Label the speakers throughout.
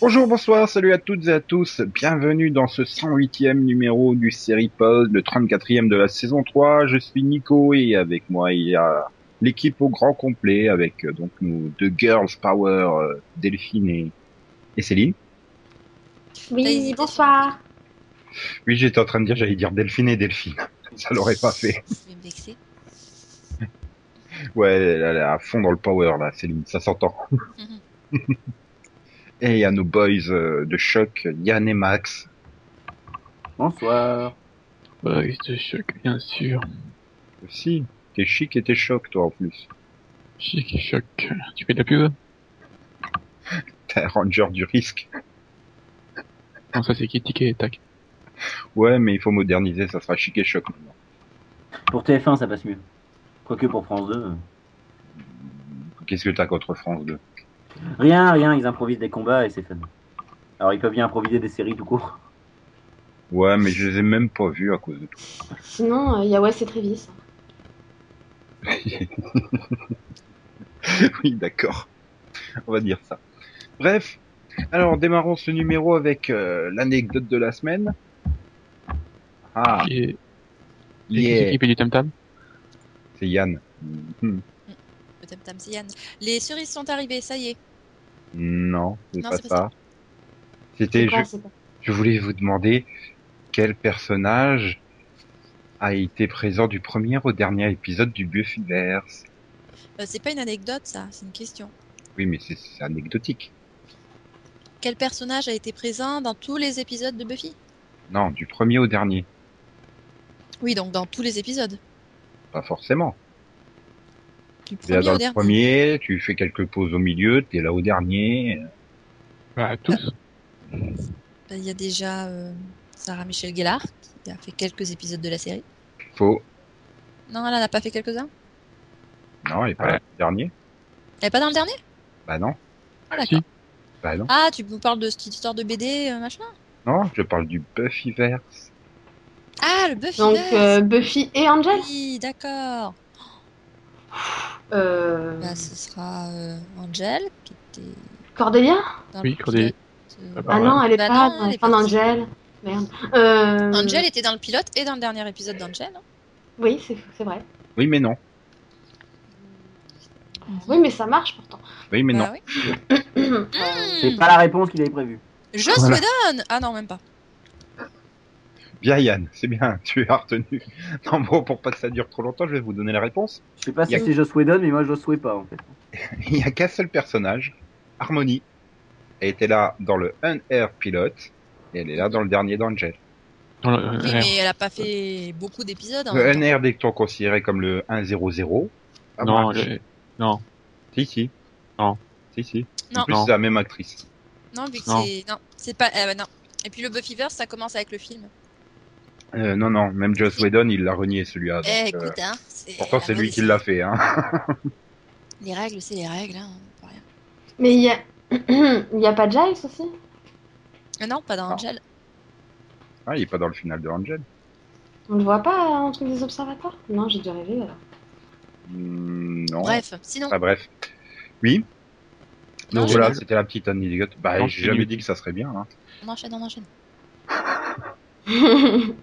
Speaker 1: Bonjour, bonsoir, salut à toutes et à tous. Bienvenue dans ce 108e numéro du série Pod, le 34e de la saison 3. Je suis Nico et avec moi il y a l'équipe au grand complet avec euh, donc nos deux girls power, euh, Delphine et, et Céline.
Speaker 2: Oui,
Speaker 3: Vas-y,
Speaker 2: bonsoir.
Speaker 1: Oui, j'étais en train de dire, j'allais dire Delphine et Delphine. Ça l'aurait pas fait.
Speaker 3: Je vais me vexer.
Speaker 1: Ouais, elle est à fond dans le power là, Céline, ça s'entend. et il y a nos boys euh, de choc, Yann et Max.
Speaker 4: Bonsoir.
Speaker 5: Ouais, c'est choc, bien sûr.
Speaker 1: Si, t'es chic et t'es choc toi en plus.
Speaker 5: Chic et choc. Tu fais de la pub
Speaker 1: T'es un ranger du risque.
Speaker 5: Non, ça c'est qui ticket et tac.
Speaker 1: Ouais, mais il faut moderniser, ça sera chic et choc maintenant.
Speaker 4: Pour TF1, ça passe mieux. Quoique pour France 2. euh,
Speaker 1: Qu'est-ce que t'as contre France 2
Speaker 4: Rien, rien, ils improvisent des combats et c'est fun. Alors ils peuvent bien improviser des séries tout court.
Speaker 1: Ouais, mais je les ai même pas vus à cause de tout.
Speaker 2: Sinon, euh, Yahweh et Trévis.
Speaker 1: oui, d'accord. On va dire ça. Bref, alors démarrons ce numéro avec euh, l'anecdote de la semaine. Ah,
Speaker 5: Et, et qui c'est
Speaker 1: yeah,
Speaker 5: qui fait du tam tam
Speaker 1: c'est Yann. Mhm.
Speaker 3: Le tam tam, c'est Yann. Les cerises sont arrivées, ça y est.
Speaker 1: Non, c'est
Speaker 3: Non,
Speaker 1: pas
Speaker 3: c'est pas
Speaker 1: ça. C'était, je,
Speaker 2: Quoi, c'est pas-
Speaker 1: je voulais vous demander quel personnage a été présent du premier au dernier épisode du Buffyverse.
Speaker 3: Euh, c'est pas une anecdote, ça, c'est une question.
Speaker 1: Oui, mais c'est, c'est anecdotique.
Speaker 3: Quel personnage a été présent dans tous les épisodes de Buffy
Speaker 1: Non, du premier au dernier,
Speaker 3: Oui, donc dans tous les épisodes.
Speaker 1: pas forcément.
Speaker 3: Du
Speaker 1: T'es là
Speaker 3: premier
Speaker 1: dans
Speaker 3: au
Speaker 1: le
Speaker 3: dernier.
Speaker 1: premier, tu fais quelques pauses au milieu, t'es là au dernier.
Speaker 5: Bah, tous.
Speaker 3: Bah, Il y a déjà euh, Sarah Michelle Gellar qui a fait quelques épisodes de la série.
Speaker 1: Faux.
Speaker 3: Non, elle en a pas fait quelques-uns.
Speaker 1: Non, il est pas
Speaker 5: Ouais.
Speaker 1: là au dernier.
Speaker 3: Elle est pas dans le dernier
Speaker 1: Bah non,
Speaker 3: Ah,
Speaker 5: si.
Speaker 3: d'accord.
Speaker 1: bah non.
Speaker 3: Ah, tu nous parles de cette histoire de BD, euh, machin
Speaker 1: Non, je parle du Buffyverse.
Speaker 3: Ah, le Buffy
Speaker 2: Donc, euh, Buffy et Angel
Speaker 3: Oui, d'accord.
Speaker 2: euh,
Speaker 3: Bah, ce sera euh, Angel qui était
Speaker 2: Cordelia
Speaker 3: dans
Speaker 5: Oui,
Speaker 3: le
Speaker 5: Cordelia.
Speaker 3: pilote, euh,
Speaker 5: Ah bah,
Speaker 2: Ah non, elle est
Speaker 3: Bah
Speaker 2: pas
Speaker 3: non,
Speaker 2: dans
Speaker 3: elle
Speaker 2: les
Speaker 3: est
Speaker 2: fins
Speaker 3: partie.
Speaker 2: d'Angel. Merde. Euh,
Speaker 3: Angel était dans le pilote et dans le dernier épisode d'Angel. hein.
Speaker 2: Oui, c'est c'est vrai.
Speaker 1: Oui, mais non.
Speaker 2: Oui, mais ça marche pourtant.
Speaker 1: Oui, mais
Speaker 3: Bah
Speaker 1: non.
Speaker 3: oui.
Speaker 2: Euh,
Speaker 3: Ah
Speaker 1: Hmm.
Speaker 4: C'est pas la réponse qu'il avait prévue.
Speaker 3: Je
Speaker 5: Voilà.
Speaker 3: se donne Ah non, même pas.
Speaker 1: Bien Yann, c'est bien, tu as retenu. Non, bon, pour pas que ça dure trop longtemps, je vais vous donner la réponse.
Speaker 4: Je sais pas
Speaker 1: Y
Speaker 4: si
Speaker 1: a-
Speaker 4: c'est Joss Whedon, mais moi je souhaite pas en fait.
Speaker 1: Il n'y a qu'un seul personnage, Harmony. Elle était là dans le 1R pilote, et elle est là dans le dernier d'Angel.
Speaker 5: Dans le- euh,
Speaker 3: Oui,
Speaker 5: ouais.
Speaker 3: mais elle a pas fait beaucoup d'épisodes. hein. en
Speaker 1: Le
Speaker 3: même temps.
Speaker 1: 1R, dès que tu considéré comme le 100, ça
Speaker 5: non,
Speaker 1: Ah, marche.
Speaker 5: le- non.
Speaker 1: Si, si.
Speaker 5: Non.
Speaker 1: Si, si. En
Speaker 3: Non.
Speaker 1: plus,
Speaker 5: Non.
Speaker 1: c'est la même actrice.
Speaker 3: Non, vu que
Speaker 5: Non.
Speaker 3: c'est. Non, c'est pas. eh ben non. Et puis le Buffyverse, ça commence avec le film.
Speaker 1: Euh, non, non, même Joss Whedon, il l'a renié celui-là. donc,
Speaker 3: eh,
Speaker 1: euh,
Speaker 3: écoute, hein. c'est-
Speaker 1: pourtant, c'est
Speaker 3: Ah,
Speaker 1: lui
Speaker 3: oui,
Speaker 1: qui l'a fait. Hein.
Speaker 3: Les règles, c'est les règles, hein. on peut rien.
Speaker 2: Mais il y a... Il n'y a pas Giles aussi
Speaker 3: Ah non, pas dans
Speaker 1: Non.
Speaker 3: Angel.
Speaker 1: Ah, il est pas dans le final de Angel.
Speaker 2: On le voit pas euh, en truc des observateurs Non, j'ai dû rêver alors.
Speaker 1: Hmm, non.
Speaker 3: Bref, sinon.
Speaker 1: Ah, bref. Oui.
Speaker 3: Non,
Speaker 1: Donc
Speaker 3: je-
Speaker 1: voilà, c'était la petite anecdote. Bah,
Speaker 5: Non,
Speaker 1: j'ai
Speaker 5: c'est
Speaker 1: jamais
Speaker 5: nul.
Speaker 1: dit que ça serait bien. Hein.
Speaker 3: On enchaîne, on enchaîne.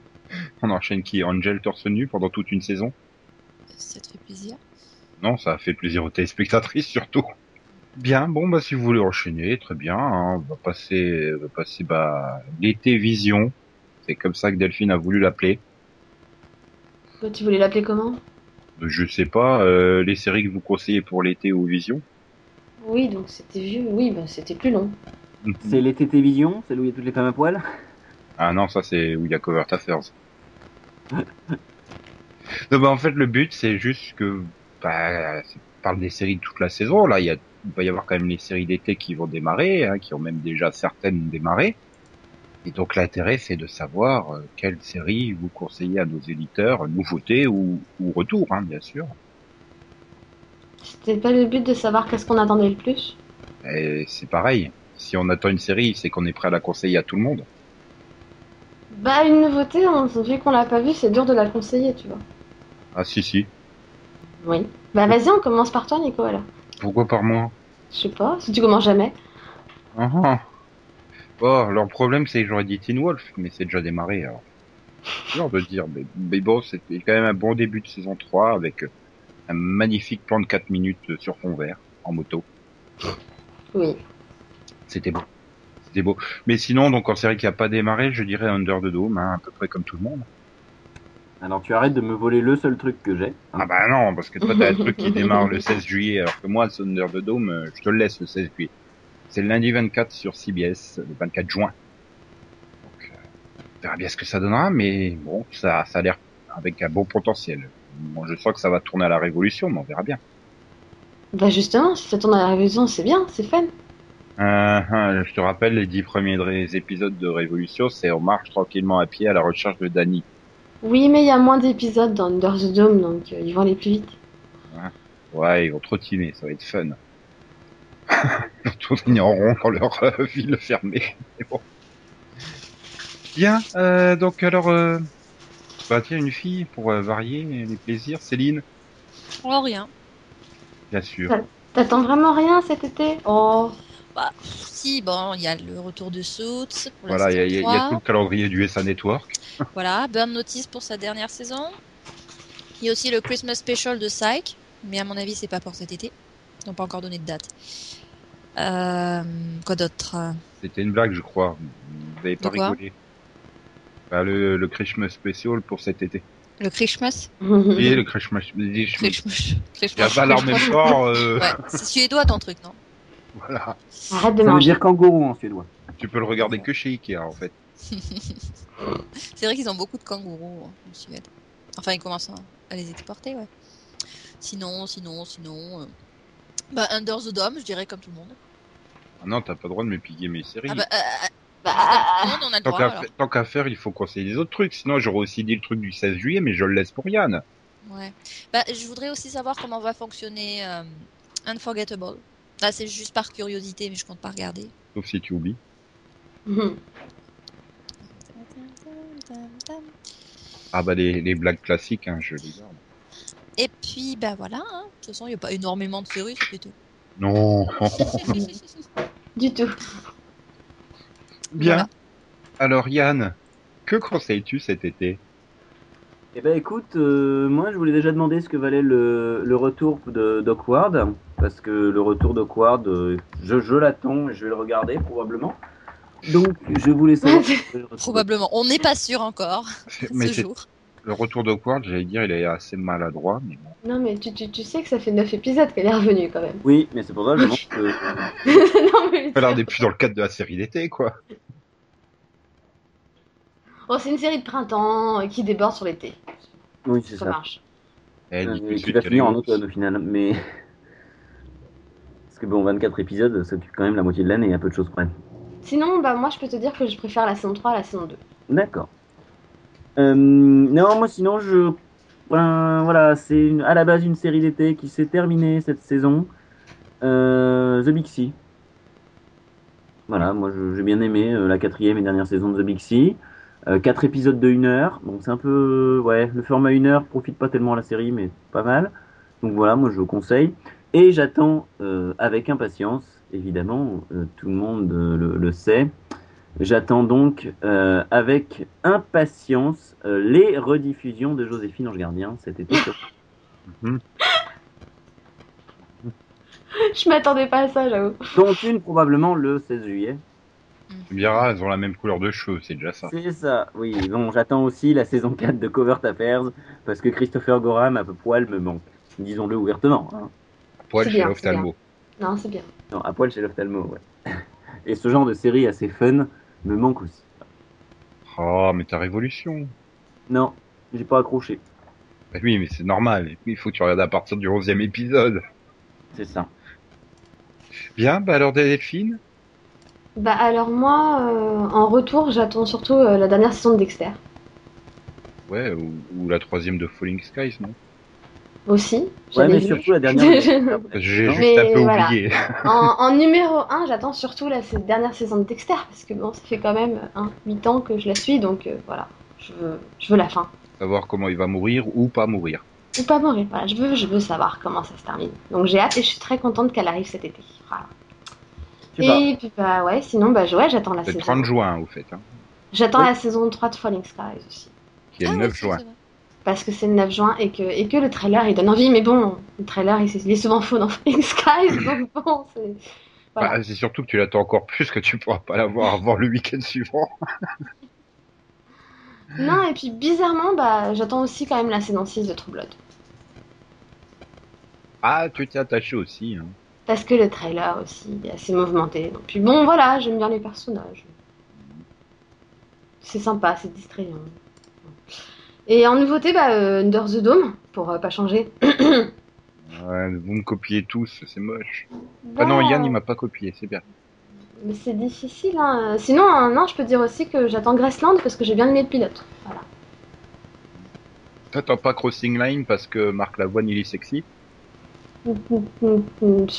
Speaker 1: On enchaîne qui Angel torse nu pendant toute une saison
Speaker 3: Ça te fait plaisir.
Speaker 1: Non, ça a fait plaisir aux téléspectatrices surtout. Bien, bon bah si vous voulez enchaîner, très bien. hein, on va passer, on va passer bah l'été vision. C'est comme ça que Delphine a voulu l'appeler.
Speaker 2: Toi, tu voulais l'appeler comment
Speaker 1: Je sais pas euh, les séries que vous conseillez pour l'été ou vision.
Speaker 2: Oui, donc c'était vieux. Oui, bah, c'était plus long.
Speaker 4: C'est les TT Vision, celle où il y a toutes les femmes à poil.
Speaker 1: Ah non, ça c'est où il y a Covert Affairs. non, bah, en fait, le but c'est juste que bah, ça parle des séries de toute la saison. Là, il, y a, il va y avoir quand même les séries d'été qui vont démarrer, hein, qui ont même déjà certaines démarré. Et donc l'intérêt c'est de savoir euh, quelle série vous conseillez à nos éditeurs, nouveauté ou, ou retour, hein, bien sûr.
Speaker 2: C'était pas le but de savoir qu'est-ce qu'on attendait le plus
Speaker 1: Et c'est pareil. Si on attend une série, c'est qu'on est prêt à la conseiller à tout le monde.
Speaker 2: Bah, une nouveauté, on... vu qu'on l'a pas vue, c'est dur de la conseiller, tu vois.
Speaker 1: Ah si si.
Speaker 2: Oui. Bah, vas-y, on commence par toi, Nico, alors.
Speaker 1: Pourquoi par moi
Speaker 2: Je sais pas, si tu commences jamais.
Speaker 1: Ah, ah. Oh, leur problème, c'est que j'aurais dit Teen Wolf, mais c'est déjà démarré, alors. C'est dur de dire, mais, mais bon, c'était quand même un bon début de saison 3 avec euh, un magnifique plan de 4 minutes euh, sur fond vert, en moto.
Speaker 2: Oui.
Speaker 1: C'était beau. C'était beau. Mais sinon, donc, en série qui a pas démarré, je dirais Under the Dome, hein, à peu près comme tout le monde.
Speaker 4: Alors tu arrêtes de me voler le seul truc que j'ai. hein.
Speaker 1: Ah bah non, parce que toi, t'as un truc qui démarre le 16 juillet, alors que moi, ce Under the Dome, euh, je te le laisse le 16 juillet. C'est le lundi 24 sur CBS, le 24 juin. Donc, euh, on verra bien ce que ça donnera, mais bon, ça, ça a l'air avec un bon potentiel. Bon, je sens que ça va tourner à la révolution, mais on verra bien.
Speaker 2: Bah justement, si ça tourne à la révision, c'est bien, c'est fun.
Speaker 1: Euh, euh, je te rappelle, les dix premiers dr- épisodes de Révolution, c'est on marche tranquillement à pied à la recherche de Danny.
Speaker 2: Oui, mais il y a moins d'épisodes dans Under the Dome, donc euh, ils vont aller plus vite.
Speaker 1: Ouais, ils vont trottiner, ça va être fun. ils vont tourner en rond dans leur euh, ville fermée. Mais bon. Bien, euh, donc alors, euh, bah tiens, une fille pour euh, varier les plaisirs, Céline,
Speaker 3: Oh, rien.
Speaker 1: bien sûr.
Speaker 2: T'attends vraiment rien cet été Oh,
Speaker 3: Bah, pff, si, bon, il y a le retour de Suits pour la
Speaker 1: Voilà, il y, a-
Speaker 3: saison
Speaker 1: il y a- il y a
Speaker 3: 3.
Speaker 1: tout le calendrier du SA Network.
Speaker 3: Voilà, Burn Notice pour sa dernière saison. Il y a aussi le Christmas Special de Psych, mais à mon avis, c'est pas pour cet été. Ils n'ont pas encore donné de date. Euh, quoi d'autre
Speaker 1: C'était une blague, je crois. Vous n'avez pas
Speaker 3: De quoi
Speaker 1: rigolé. Bah, le, le Christmas spécial pour cet été.
Speaker 3: Le Christmas
Speaker 1: Et le Christmas... Ah, le Christmas-
Speaker 3: Christmas.
Speaker 1: Il y a pas l'armée fort, euh,
Speaker 3: Ouais, c'est suédois ton truc, non
Speaker 1: voilà.
Speaker 2: arrête de
Speaker 4: Ça veut
Speaker 2: manger.
Speaker 4: dire kangourou en suédois.
Speaker 1: Tu peux le regarder que chez Ikea, en fait.
Speaker 3: C'est vrai qu'ils ont beaucoup de kangourous hein, en Suède. Enfin, ils commencent à, à les exporter, ouais. Sinon, sinon, sinon. euh, Bah, Under the Dome, je dirais comme tout le monde.
Speaker 1: Ah non, t'as pas le droit de me piguer mes séries.
Speaker 3: Ah bah, euh, euh,
Speaker 2: Bah, ah,
Speaker 3: tout
Speaker 2: ah,
Speaker 3: le monde, on a le
Speaker 1: Tant
Speaker 3: droit.
Speaker 1: qu'à
Speaker 3: Alors.
Speaker 1: tant qu'à faire, il faut conseiller les autres trucs. Sinon, j'aurais aussi dit le truc du 16 juillet, mais je le laisse pour Yann.
Speaker 3: Ouais. Bah, je voudrais aussi savoir comment va fonctionner euh, Unforgettable. Là, c'est juste par curiosité, mais je compte pas regarder.
Speaker 1: Sauf si tu oublies.
Speaker 2: ah.
Speaker 1: Ah bah, les, les blagues classiques, hein, je les garde.
Speaker 3: Et puis, bah voilà. hein. De toute façon, il n'y a pas énormément de séries, c'est tout.
Speaker 1: Non
Speaker 2: du tout.
Speaker 1: Bien.
Speaker 3: Voilà.
Speaker 1: Alors, Yann, que conseilles-tu cet été
Speaker 4: Eh ben écoute, euh, moi je voulais déjà demander ce que valait le, le retour de Doc Ward, parce que le retour de Ward, euh, je, je l'attends et je vais le regarder probablement. Donc je voulais savoir. ce que valait le retour de-
Speaker 3: Probablement. On n'est pas sûr encore ce
Speaker 1: c'est-
Speaker 3: jour.
Speaker 1: le retour d'Awkward, j'allais dire, il est assez maladroit. Mais bon.
Speaker 2: Non, mais tu, tu, tu sais que ça fait 9 épisodes qu'elle est revenue quand même.
Speaker 4: Oui, mais c'est pour ça que euh, je pense que.
Speaker 2: non, mais.
Speaker 1: Il a l'air d'être plus dans le cadre de la série d'été, quoi.
Speaker 2: Oh, c'est une série de printemps euh, qui déborde sur l'été.
Speaker 4: Oui, c'est
Speaker 2: Ça
Speaker 4: ça.
Speaker 2: marche.
Speaker 1: Eh, dis tout de
Speaker 4: Euh, Qui
Speaker 1: suite
Speaker 4: va
Speaker 1: qu'elle
Speaker 4: finir
Speaker 1: est
Speaker 4: en
Speaker 1: grosse.
Speaker 4: automne au final, mais. Parce que bon, 24 épisodes, ça occupe quand même la moitié de l'année et un peu de choses près.
Speaker 2: Sinon, bah, moi, je peux te dire que je préfère la saison 3 à la saison 2.
Speaker 4: D'accord. Euh, non, moi sinon, je. ben, voilà, c'est une- à la base une série d'été qui s'est terminée cette saison. Euh, The Big Sea. Voilà, moi je- j'ai bien aimé euh, la quatrième et dernière saison de The Big Sea. Euh, quatre épisodes de 1 heure. Donc c'est un peu. Ouais, le format 1 heure profite pas tellement à la série, mais pas mal. Donc voilà, moi je vous conseille. Et j'attends euh, avec impatience, évidemment, euh, tout le monde euh, le, le sait. J'attends donc euh, avec impatience euh, les rediffusions de Joséphine Ange Gardien cet été.
Speaker 2: je m'attendais pas à ça, j'avoue.
Speaker 4: dont une probablement le 16 juillet.
Speaker 1: Tu me diras, elles ont la même couleur de cheveux, c'est déjà
Speaker 2: Ah.
Speaker 1: ça.
Speaker 4: C'est ça, oui. Bon, j'attends aussi la saison 4 de Covert Affairs parce que Christopher Gorham à peu poil me manque. Disons-le ouvertement. hein.
Speaker 1: Poil
Speaker 2: C'est
Speaker 1: chez
Speaker 2: bien,
Speaker 1: l'ophtalmo.
Speaker 2: Non, c'est bien.
Speaker 4: Non, à poil chez l'ophtalmo, ouais. Et ce genre de série assez fun me manque aussi.
Speaker 1: Oh, mais ta révolution.
Speaker 4: Non, j'ai pas accroché.
Speaker 1: Bah oui, mais c'est normal. Et puis, Il faut que tu regardes à partir du 11e épisode.
Speaker 4: C'est ça.
Speaker 1: Bien, bah alors Delphine.
Speaker 2: Bah, alors, moi, euh, en retour, j'attends surtout euh, la dernière saison de Dexter.
Speaker 1: Ouais, ou, ou la troisième de Falling Skies, non
Speaker 2: Aussi.
Speaker 4: Ouais,
Speaker 2: j'avais
Speaker 4: mais
Speaker 2: vu.
Speaker 4: surtout la dernière.
Speaker 1: J'ai
Speaker 4: Non.
Speaker 1: juste un
Speaker 2: Mais
Speaker 1: peu
Speaker 2: voilà.
Speaker 1: oublié.
Speaker 2: en, en numéro 1, j'attends surtout la cette dernière saison de Dexter, parce que bon, ça fait quand même hein, 8 ans que je la suis, donc euh, voilà, je veux, je veux la fin.
Speaker 1: Savoir comment il va mourir ou pas mourir.
Speaker 2: Ou pas mourir, voilà, je veux, je veux savoir comment ça se termine. Donc j'ai hâte et je suis très contente qu'elle arrive cet été. Voilà.
Speaker 4: Je sais pas.
Speaker 2: Et puis bah ouais, sinon bah ouais, j'attends la
Speaker 1: C'est le
Speaker 2: saison.
Speaker 1: 30 juin, au fait. Hein,
Speaker 2: J'attends
Speaker 4: Oui.
Speaker 2: la saison 3 de Falling Skies aussi.
Speaker 1: qui est
Speaker 3: Ah,
Speaker 1: le
Speaker 3: oui,
Speaker 1: 9
Speaker 3: c'est
Speaker 1: juin.
Speaker 3: vrai.
Speaker 2: Parce que c'est le 9 juin et que, et que le trailer il donne envie, mais bon, le trailer il, s- il est souvent faux dans Falling Skies, donc bon, c'est. Voilà.
Speaker 1: Bah, c'est surtout que tu l'attends encore plus que tu pourras pas l'avoir avant le week-end suivant.
Speaker 2: Non, et puis bizarrement, bah j'attends aussi quand même la saison 6 de True Blood.
Speaker 1: Ah, tu t'es attaché aussi. Hein.
Speaker 2: Parce que le trailer aussi il est assez mouvementé. Donc, puis bon, voilà, j'aime bien les personnages. C'est sympa, c'est distrayant. Et en nouveauté, bah, euh, Under the Dome, pour euh, pas changer.
Speaker 1: Ouais, vous me copiez tous, c'est moche. Ah non, Yann, il m'a pas copié, c'est bien.
Speaker 2: Mais c'est difficile. Hein. Sinon, hein, non, je peux dire aussi que j'attends Graceland parce que j'ai bien aimé le pilote. Voilà.
Speaker 1: T'attends pas Crossing Line parce que Marc Lavoine, il est sexy.
Speaker 2: C'est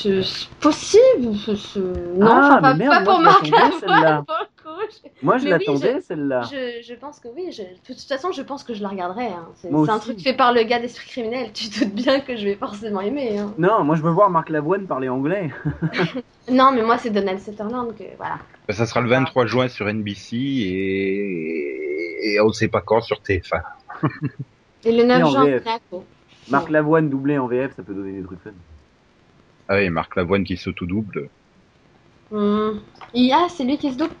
Speaker 2: c'est possible. c'est- c'est- Non,
Speaker 4: Ah,
Speaker 2: enfin, pas,
Speaker 4: mais merde,
Speaker 2: pas pour
Speaker 4: moi,
Speaker 2: Marc
Speaker 4: je l'attendais,
Speaker 2: Lavoine,
Speaker 4: celle-là. Ah.
Speaker 2: pour le coup. Je-
Speaker 4: Moi, je
Speaker 2: Mais oui,
Speaker 4: l'attendais, celle-là.
Speaker 2: Je, je pense que oui. je- de toute façon, je pense que je la regarderai. hein. C'est
Speaker 4: Moi
Speaker 2: c'est un
Speaker 4: aussi.
Speaker 2: truc fait par le gars d'Esprit Criminel. Tu te doutes bien que je vais forcément aimer. hein.
Speaker 4: Non, moi, je veux voir Marc Lavoine parler anglais.
Speaker 2: Non, mais moi, c'est Donald Sutherland que voilà.
Speaker 1: Bah, ça sera le 23 juin sur NBC et, et on sait pas quand sur TF1.
Speaker 2: Et le 9
Speaker 4: en
Speaker 2: juin,
Speaker 4: VF.
Speaker 2: Monaco.
Speaker 4: Marc Lavoine doublé en VF, ça peut donner des trucs fun.
Speaker 1: Ah oui, Marc Lavoine qui s'auto-double.
Speaker 2: Hmm. IA, c'est lui qui se double.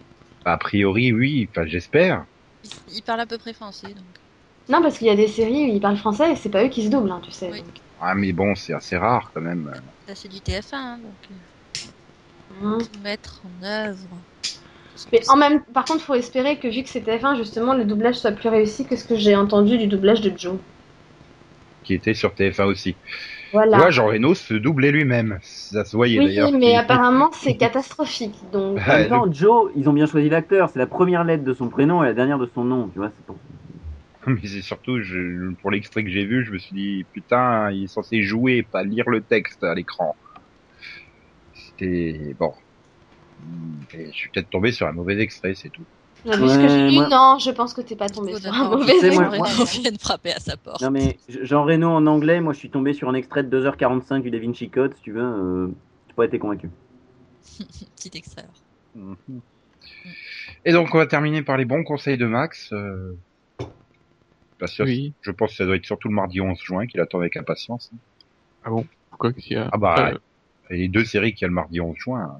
Speaker 1: A priori, oui, enfin, j'espère.
Speaker 3: Il- Il parle à peu près français, donc.
Speaker 2: Non, parce qu'il y a des séries où ils parlent français et c'est pas eux qui se doublent, hein, tu sais.
Speaker 3: Oui.
Speaker 2: donc.
Speaker 1: Ah, mais bon, c'est assez rare quand même. euh,
Speaker 3: Là, c'est du TF1, hein, donc euh,
Speaker 2: Hmm.
Speaker 3: tout mettre en œuvre.
Speaker 2: Mais en même, par contre, faut espérer que vu que c'est TF1, justement, le doublage soit plus réussi que ce que j'ai entendu du doublage de Joe.
Speaker 1: Qui était sur TF1 aussi. Tu
Speaker 2: Voilà.
Speaker 1: vois, Jean Reno se doublait lui-même. Ça se voyait
Speaker 2: oui,
Speaker 1: d'ailleurs.
Speaker 2: mais
Speaker 1: qu'il-
Speaker 2: apparemment, c'est catastrophique. Donc,
Speaker 4: En
Speaker 1: Ouais,
Speaker 4: même temps, Joe, ils ont bien choisi l'acteur. C'est la première lettre de son prénom et la dernière de son nom. Tu vois, c'est pour...
Speaker 1: Mais c'est surtout, je, pour l'extrait que j'ai vu, je me suis dit, putain, il est censé jouer, pas lire le texte à l'écran. C'était bon. Mm, Et je suis peut-être tombé sur un mauvais extrait, c'est tout.
Speaker 2: Non, mais ce que j'ai
Speaker 4: Ouais,
Speaker 2: lu,
Speaker 4: moi-
Speaker 2: non, je pense que t'es pas tombé
Speaker 3: Oh,
Speaker 2: sur un
Speaker 3: d'accord.
Speaker 2: mauvais
Speaker 4: C'est moi-
Speaker 2: extrait.
Speaker 4: moi-
Speaker 3: On vient de frapper à sa porte.
Speaker 4: Non mais Jean Reno en anglais, moi je suis tombé sur un extrait de 2h45 du Da Vinci Code, si tu veux, euh, j'ai pas été convaincu.
Speaker 3: Petit extérieur.
Speaker 1: Et donc, on va terminer par les bons conseils de Max. euh, parce que
Speaker 5: Oui.
Speaker 1: Je pense que ça doit être surtout le mardi 11 juin qu'il attend avec impatience.
Speaker 5: Pourquoi qu'est-ce qu'il y a
Speaker 1: Ah bah,
Speaker 5: Euh,
Speaker 1: Et les deux séries qu'il y a le mardi 11 juin.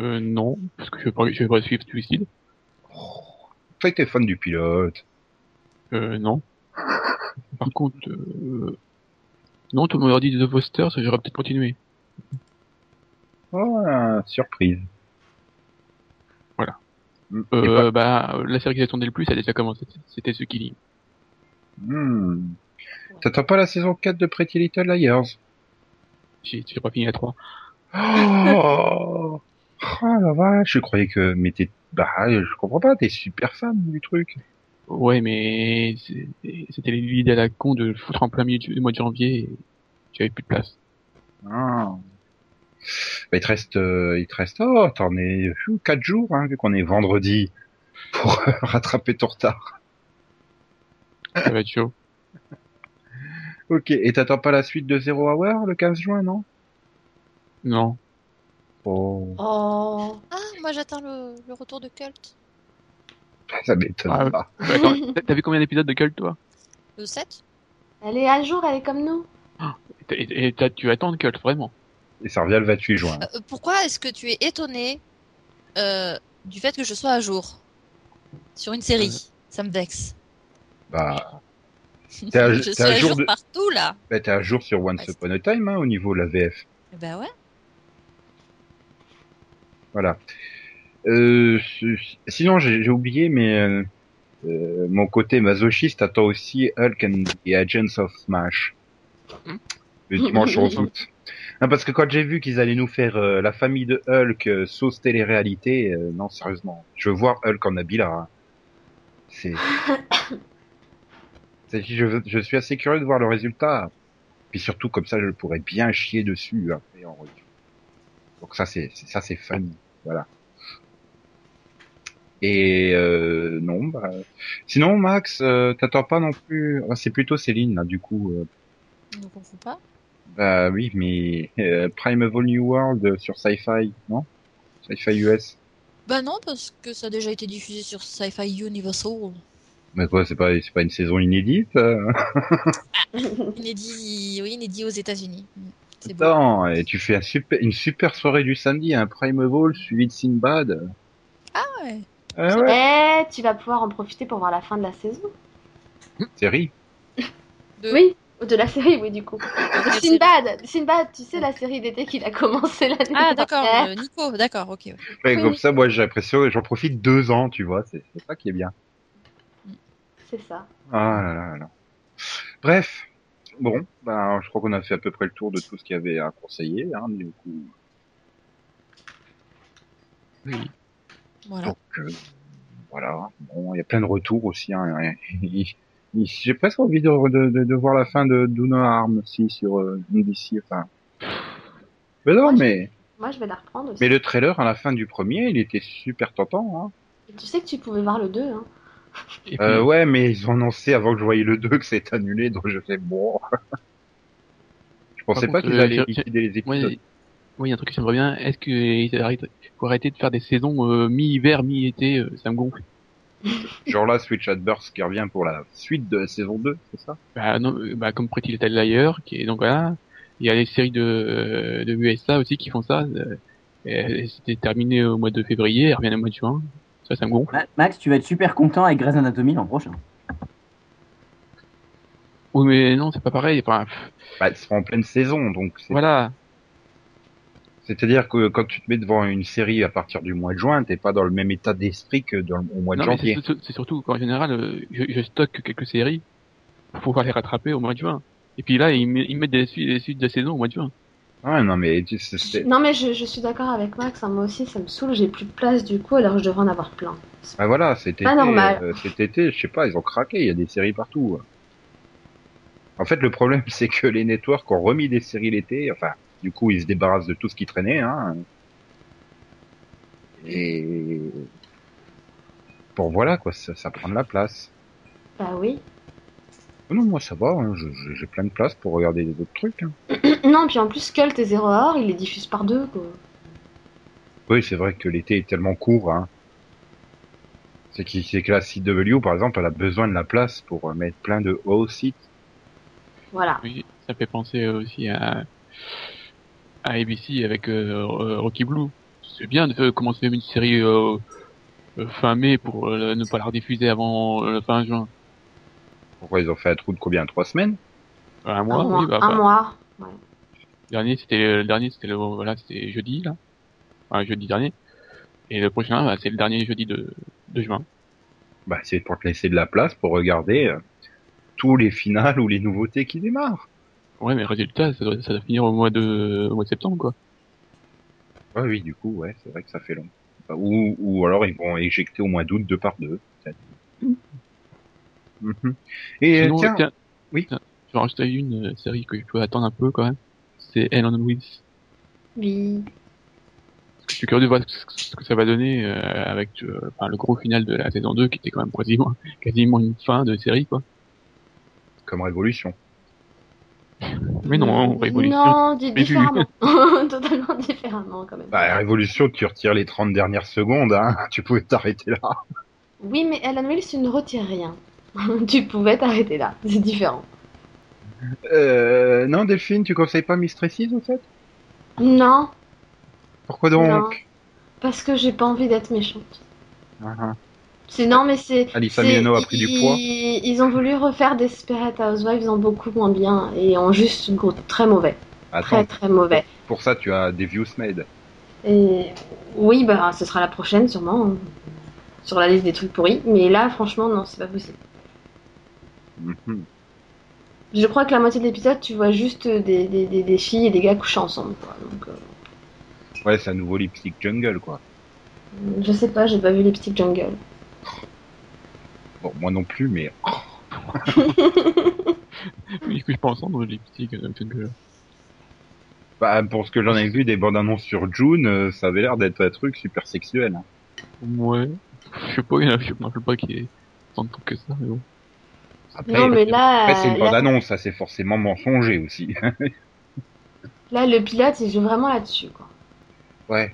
Speaker 5: euh, non, parce que je vais pas, je vais pas suivre Suicide.
Speaker 1: Oh, Toi, t'es fan du pilote.
Speaker 5: Euh, non. Par contre, euh, non, tout le monde a dit The Foster, ça j'aurais peut-être continué.
Speaker 1: Ah, surprise.
Speaker 5: Voilà.
Speaker 1: Mm, et
Speaker 5: Euh, bah, la série qui attendait le plus, elle a déjà commencé. C'était ce Killing.
Speaker 1: Hmm. T'attends pas la saison 4 de Pretty Little Liars
Speaker 5: J'ai j'ai pas fini la 3.
Speaker 1: Oh, oh la vache, je croyais que... Mais t'es... Bah, je comprends pas, t'es super fan du truc.
Speaker 5: Ouais, mais c'est- c'était les l'idée à la con de le foutre en plein milieu du du mois de janvier et j'avais plus de place.
Speaker 1: Ah. Bah, il te reste... euh, il te reste... Oh, t'en es... phew, quatre jours, hein, vu qu'on est vendredi, pour euh, rattraper ton retard.
Speaker 5: Ça va être chaud.
Speaker 1: Ok, et t'attends pas la suite de Zero Hour le 15 juin, non
Speaker 5: Non.
Speaker 1: Oh,
Speaker 2: Oh.
Speaker 3: Ah, moi j'attends le, le retour de Cult.
Speaker 1: ça m'étonne
Speaker 5: Ah,
Speaker 1: pas.
Speaker 5: Bah, attends, t'as- T'as vu combien d'épisodes de Cult, toi
Speaker 3: Le 7
Speaker 2: Elle est à jour, elle est comme nous.
Speaker 5: Et, et t'as- tu attends Cult, vraiment
Speaker 1: Et ça revient le 28 juin.
Speaker 3: Euh, Pourquoi est-ce que tu es étonné euh, du fait que je sois à jour sur une série
Speaker 1: Euh,
Speaker 3: Ça me vexe.
Speaker 1: Bah, T'es à-
Speaker 3: je
Speaker 1: t'es
Speaker 3: suis
Speaker 1: à
Speaker 3: à
Speaker 1: jour
Speaker 3: jour,
Speaker 1: de-
Speaker 3: partout là.
Speaker 1: bah, t'es à jour sur Once Upon a Time, hein, au niveau de la VF.
Speaker 3: Eh Ben ouais.
Speaker 1: Voilà. Euh, ce- sinon, j'ai j'ai oublié, mais euh, euh, mon côté masochiste attend aussi Hulk and the Agents of Smash. Le dimanche 11 août. Non, parce que quand j'ai vu qu'ils allaient nous faire euh, la famille de Hulk euh, sauce télé-réalité, euh, non, sérieusement, je veux voir Hulk en habit là. hein. C'est... C'est- Je, veux- je suis assez curieux de voir le résultat. Puis surtout, comme ça, je pourrais bien chier dessus. hein, et en revue. Donc ça, c'est c'est- ça, c'est fun. Et euh, non, bah... sinon Max, euh, t'attends pas non plus. Ah, C'est plutôt Céline là, du coup. euh,
Speaker 3: On ne confond pas.
Speaker 1: Bah oui, mais euh, Primeval New World euh, sur Sci-Fi, non Sci-Fi US.
Speaker 3: Bah non, parce que ça a déjà été diffusé sur Sci-Fi Universal.
Speaker 1: Mais quoi, c'est pas, c'est pas une saison inédite euh
Speaker 3: Inédit, oui, inédit aux États-Unis. Mm. C'est beau.
Speaker 1: Non, et tu fais un super, une super soirée du samedi, un Primeval suivi de Sinbad. Ah
Speaker 3: ouais.
Speaker 1: Ah ouais,
Speaker 2: Eh, tu vas pouvoir en profiter pour voir la fin de la saison.
Speaker 1: série.
Speaker 3: De-
Speaker 2: Oui, de la série, oui, du coup.
Speaker 3: de la série.
Speaker 2: Sinbad, Sinbad, tu sais la série d'été qu'il a commencé l'année
Speaker 3: Ah d'accord,
Speaker 2: dernière.
Speaker 3: euh, Nico, d'accord, ok. ouais.
Speaker 1: Ouais,
Speaker 2: Oui.
Speaker 1: Comme ça, moi, j'ai l'impression, j'en profite deux ans, tu vois, c'est c'est ça qui est bien.
Speaker 2: C'est ça.
Speaker 1: Ah là là là. Bref, bon, ben, je crois qu'on a fait à peu près le tour de tout ce qu'il y avait à conseiller. Hein, du coup.
Speaker 3: Voilà.
Speaker 1: Donc euh, voilà, bon, il y a plein de retours aussi. Hein, J'ai presque envie de, de, de, de voir la fin de Duna Arm aussi sur euh, NBC. Enfin, mais non, mais
Speaker 2: Moi, je vais la reprendre aussi.
Speaker 1: mais le trailer à la fin du premier, il était super tentant. Hein.
Speaker 2: Tu sais que tu pouvais voir le 2, hein.
Speaker 5: Et puis,
Speaker 1: Euh, ouais, mais ils ont annoncé avant que je voyais le 2 que c'est annulé, donc je fais bon. je pensais pas
Speaker 5: Par contre,
Speaker 1: qu'ils
Speaker 5: euh,
Speaker 1: allaient
Speaker 5: j'ai-
Speaker 1: liquider les
Speaker 5: moi,
Speaker 1: épisodes.
Speaker 5: oui, il y a un truc qui me revient. Est-ce qu'il arrête... faut arrêter de faire des saisons euh, mi-hiver, mi-été euh, Ça me gonfle.
Speaker 1: Genre là, Switch Adverse qui revient pour la suite de la saison 2, c'est ça
Speaker 5: Bah, non, euh, bah, comme Pretty Little Liars, qui est donc voilà. Il y a les séries de, euh, de USA aussi qui font ça. euh, et C'était terminé au mois de février, elles reviennent au mois de juin. Ça, ça me gonfle.
Speaker 4: Ma- Max, tu vas être super content avec Grey's Anatomy l'an prochain.
Speaker 5: Oui, mais non, c'est pas pareil. Enfin, pff,
Speaker 1: Bah, ils seront en pleine saison, donc c'est-
Speaker 5: voilà.
Speaker 1: c'est-à-dire que quand tu te mets devant une série à partir du mois de juin, t'es pas dans le même état d'esprit que dans le, au mois de
Speaker 5: Non, mais c'est
Speaker 1: janvier.
Speaker 5: surtout- c'est surtout qu'en général, euh, je, je stocke quelques séries pour pouvoir les rattraper au mois de juin. Et puis là, ils, met- ils mettent des suites, des suites de saison au mois de juin.
Speaker 1: Ouais, non mais tu- c'est- c'est-
Speaker 2: Non, mais je, je suis d'accord avec Max, hein, moi aussi, ça me saoule, j'ai plus de place du coup, alors je devrais en avoir plein.
Speaker 1: Bah voilà, cet été,
Speaker 2: Pas normal.
Speaker 1: euh, cet été, je sais pas, ils ont craqué, il y a des séries partout. En fait, le problème, c'est que les networks ont remis des séries l'été, enfin, du coup, ils se débarrassent de tout ce qui traînait, hein. Et... Bon, voilà, quoi, ça, ça prend de la place.
Speaker 2: Bah oui.
Speaker 1: Oh Non, moi, ça va, hein, je- je- j'ai plein de place pour regarder les autres trucs. hein.
Speaker 2: non, puis en plus, Cult et Zero Hour, il les diffuse par deux, quoi.
Speaker 1: Oui, c'est vrai que l'été est tellement court, hein. C'est qui- c'est que la CW, par exemple, elle a besoin de la place pour euh, mettre plein de hauts sites.
Speaker 2: Voilà.
Speaker 5: Oui, ça fait penser aussi à, à ABC avec euh, euh, Rocky Blue. C'est bien de faire- commencer une série euh, euh, fin mai pour euh, ne pas la rediffuser avant euh, la fin juin.
Speaker 1: Pourquoi ils ont fait un trou de combien? Trois semaines?
Speaker 5: Enfin, un
Speaker 2: un
Speaker 5: mois,
Speaker 2: mois.
Speaker 5: oui, bah,
Speaker 2: un
Speaker 5: bah,
Speaker 2: mois. Ouais.
Speaker 5: le dernier c'était le dernier c'était le voilà c'était jeudi là, enfin, jeudi dernier. Et le prochain bah, c'est le dernier jeudi de, de juin.
Speaker 1: Bah, c'est pour te laisser de la place pour regarder euh, tous les finales ou les nouveautés qui démarrent.
Speaker 5: Ouais, mais le résultat ça doit, ça doit finir au mois de au mois de septembre quoi.
Speaker 1: Ouais, Ah oui, du coup, ouais, c'est vrai que ça fait long. Enfin, ou, ou alors ils vont éjecter au mois d'août deux par deux, peut-être. Mhm. Et euh,
Speaker 5: Sinon,
Speaker 1: tiens,
Speaker 5: tiens,
Speaker 1: oui.
Speaker 5: tiens, je vais rajouter une euh, série que je peux attendre un peu quand même. C'est Ellen on Wheels.
Speaker 2: Oui.
Speaker 5: Je suis curieux de voir ce que, ce que ça va donner euh, avec euh, enfin, le gros final de la saison 2 qui était quand même quasiment, quasiment une fin de série quoi.
Speaker 1: comme révolution.
Speaker 5: Mais non, Révolution.
Speaker 2: Non, dit
Speaker 5: Mais vu.
Speaker 2: différemment. Totalement différemment, quand même.
Speaker 1: Bah, révolution, tu retires les 30 dernières secondes, hein. Tu pouvais t'arrêter là.
Speaker 2: Oui, mais Alan Wheels, tu ne retires rien. tu pouvais t'arrêter là. C'est différent.
Speaker 1: Euh, non, Delphine, tu conseilles pas Mistresses, au fait?
Speaker 2: Non,
Speaker 1: Pourquoi
Speaker 2: Non.
Speaker 1: donc?
Speaker 2: parce que j'ai pas envie d'être méchante.
Speaker 1: Ah, ah.
Speaker 2: C'est non, mais c'est.
Speaker 1: Alyssa
Speaker 2: c'est-
Speaker 1: Milano a pris du
Speaker 2: ils-
Speaker 1: poids.
Speaker 2: Ils ont voulu refaire Desperate Housewives en beaucoup moins bien et en juste gros, très mauvais. Très
Speaker 1: Attends,
Speaker 2: très mauvais.
Speaker 1: pour ça, tu as des views made.
Speaker 2: Et oui, bah ce sera la prochaine sûrement. hein, Sur la liste des trucs pourris. Mais là, franchement, non, c'est pas possible.
Speaker 1: Mhm.
Speaker 2: Je crois que la moitié de l'épisode, tu vois juste des, des, des, des filles et des gars coucher ensemble. Quoi. Donc, euh,
Speaker 1: Ouais, c'est un nouveau Lipstick Jungle, quoi.
Speaker 2: euh, je sais pas, j'ai pas vu Lipstick Jungle.
Speaker 1: Bon, moi non plus, mais
Speaker 5: Ils couchent pas ensemble les petits que j'aime que
Speaker 1: bah, pour ce que j'en ai vu des bandes annonces sur June, euh, ça avait l'air d'être un truc super sexuel. hein.
Speaker 5: Ouais. Je sais pas, il y en a- je me rappelle pas qu'il est tant de trucs que ça, mais bon.
Speaker 1: Après,
Speaker 2: Non, mais là,
Speaker 1: après, c'est une
Speaker 2: là,
Speaker 1: bande annonce, ça c'est forcément mensonger aussi.
Speaker 2: là, le pilote, il joue vraiment là-dessus. quoi.
Speaker 1: ouais.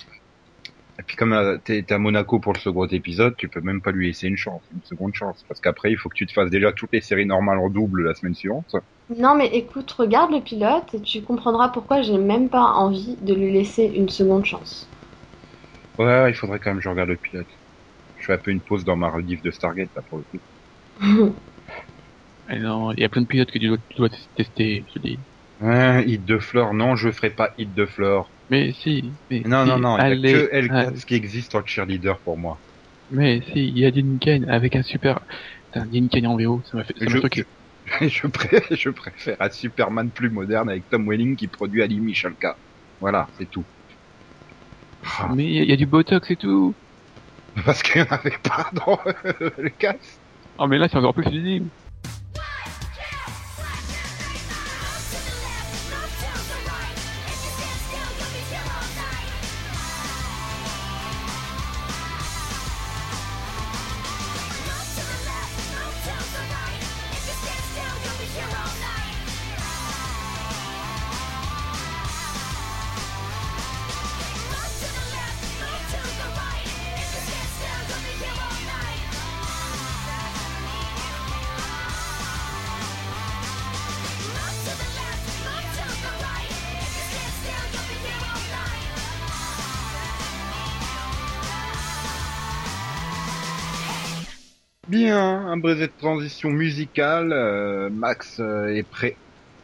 Speaker 1: Et puis comme euh, t'es t'es à Monaco pour le second épisode, tu peux même pas lui laisser une chance, une seconde chance, parce qu'après il faut que tu te fasses déjà toutes les séries normales en double la semaine suivante.
Speaker 2: Non, mais écoute, regarde le pilote et tu comprendras pourquoi j'ai même pas envie de lui laisser une seconde chance.
Speaker 1: Ouais, il faudrait quand même que je regarde le pilote. Je fais un peu une pause dans ma rediff de Stargate là pour le coup.
Speaker 5: Et non, il y a plein de pilotes que tu dois, tu dois tester, je te dis.
Speaker 1: Hein, hit de fleur, non, je ferai pas hit de fleur.
Speaker 5: Mais si, mais
Speaker 1: Non,
Speaker 5: si,
Speaker 1: non, non, il y
Speaker 5: allez,
Speaker 1: a que L4
Speaker 5: allez.
Speaker 1: qui existe en cheerleader pour moi.
Speaker 5: Mais si, il y a Dean Kane avec un super... Putain, Dean Kane en VO, ça m'a fait... ça m'a
Speaker 1: Je-
Speaker 5: choqué.
Speaker 1: je, pré- je préfère un Superman plus moderne avec Tom Welling qui produit Ali Michalka. Voilà, c'est tout. Ah,
Speaker 5: Mais il y a- il y a du Botox et tout.
Speaker 1: Parce qu'il n'y en avait pas dans le casse.
Speaker 5: Oh, mais là, c'est encore plus visible.
Speaker 1: Bien, un brisé de transition musicale. euh, Max euh, est prêt.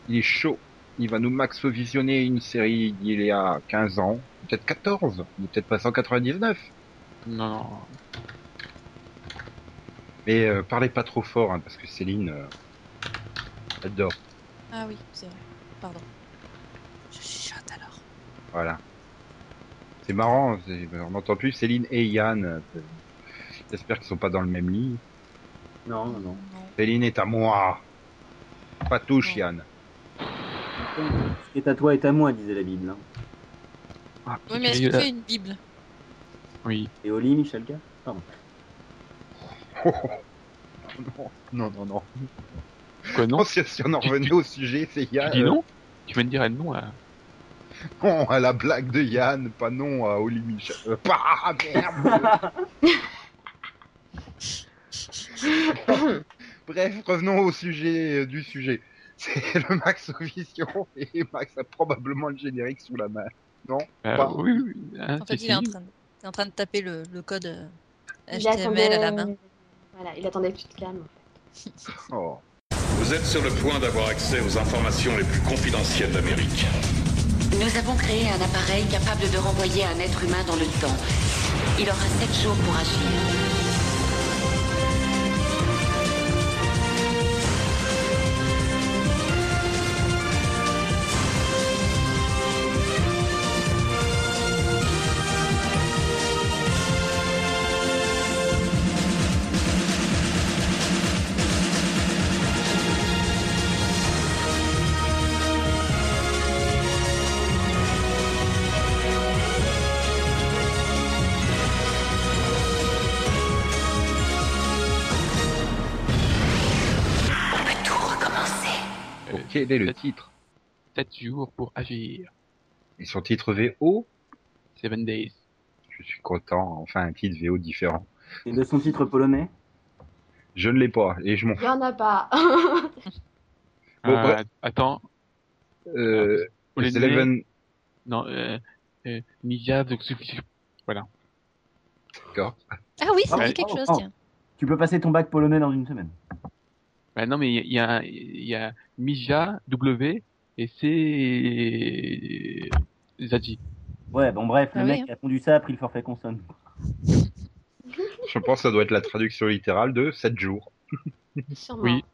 Speaker 1: Il est chaud. Il va nous max visionner une série d'il y a 15 ans, peut-être 14, ou peut-être pas 199.
Speaker 5: Non, non.
Speaker 1: Mais euh, parlez pas trop fort, hein, parce que Céline euh, adore.
Speaker 3: Ah oui, c'est vrai. Pardon. Je chuchote alors.
Speaker 1: Voilà. C'est marrant, c'est- on n'entend plus Céline et Yann. euh, J'espère qu'ils sont pas dans le même lit. Oh,
Speaker 4: Non, non, non.
Speaker 1: Céline est à moi. Pas touche, Yann.
Speaker 4: Ce qui est à toi est à moi, disait la Bible. hein.
Speaker 5: Ah,
Speaker 3: Oui,
Speaker 5: tu
Speaker 3: mais est-ce que
Speaker 5: rigoles.
Speaker 3: tu as une Bible
Speaker 5: Oui.
Speaker 4: Et Oli, Michalka Pardon.
Speaker 1: Non, non, non.
Speaker 5: Quoi, non
Speaker 1: Non, si, si on en revenait au sujet, c'est
Speaker 5: Tu
Speaker 1: Yann.
Speaker 5: dis non Tu vas me dire un nom à...
Speaker 1: euh, non à la blague de Yann, pas non à Oli Michel. Euh, Bah, merde Bref, revenons au sujet euh, du sujet. C'est le Max Vision et Max a probablement le générique sous la main.
Speaker 5: Euh,
Speaker 1: Bah.
Speaker 5: oui, oui, oui, hein,
Speaker 3: En fait,
Speaker 5: si,
Speaker 3: il est en
Speaker 5: si.
Speaker 3: train de, il est en train de taper le, le code euh,
Speaker 2: Il euh,
Speaker 3: HTML à la main.
Speaker 2: Voilà, il attendait que tu te calmes.
Speaker 1: Oh.
Speaker 6: Vous êtes sur le point d'avoir accès aux informations les plus confidentielles d'Amérique.
Speaker 7: Nous avons créé un appareil capable de renvoyer un être humain dans le temps. Il aura sept jours pour agir. On peut tout recommencer.
Speaker 5: Euh,
Speaker 1: Quel est le titre
Speaker 5: 7 jours pour agir.
Speaker 1: Et son titre VO
Speaker 5: 7 days.
Speaker 1: Je suis content, enfin un titre VO différent.
Speaker 4: Et de son titre polonais
Speaker 1: Je ne l'ai pas et je m'en.
Speaker 2: Il y en a pas.
Speaker 1: Bon,
Speaker 5: Euh,
Speaker 1: bref.
Speaker 5: Attends. Ah,
Speaker 1: Euh,
Speaker 5: Olenek-
Speaker 1: Eleven-
Speaker 5: Non, euh, euh, Ninja de
Speaker 1: D'accord.
Speaker 3: Ah oui, ça me
Speaker 5: Ouais.
Speaker 3: dit quelque chose,
Speaker 4: Oh, oh.
Speaker 3: tiens.
Speaker 4: Tu peux passer ton bac polonais dans une semaine.
Speaker 5: Bah non, mais il y a, il y a Mija, W, et c'est Zadji.
Speaker 4: Ouais, bon, bref, le
Speaker 3: Ah oui,
Speaker 4: mec
Speaker 3: hein.
Speaker 4: qui a fondu ça a pris le forfait consonne.
Speaker 1: Je pense que ça doit être la traduction littérale de 7 jours.
Speaker 2: Sûrement.
Speaker 5: Oui.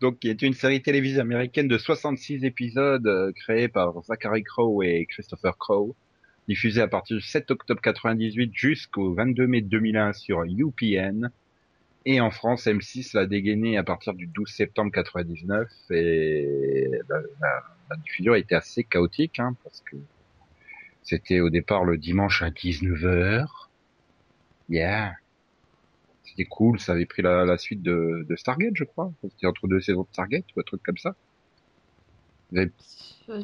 Speaker 1: Donc, qui est une série télévisée américaine de 66 épisodes euh, créée par Zachary Crowe et Christopher Crowe, diffusée à partir du 7 octobre 98 jusqu'au 22 mai 2001 sur UPN. Et en France, M6 l'a dégainée à partir du 12 septembre 99 et la, la- la diffusion a été assez chaotique hein, parce que c'était au départ le dimanche à 19h. Yeah c'était cool, ça avait pris la, la suite de, de Stargate, je crois. C'était entre deux saisons de Stargate ou un truc comme ça.
Speaker 2: C'est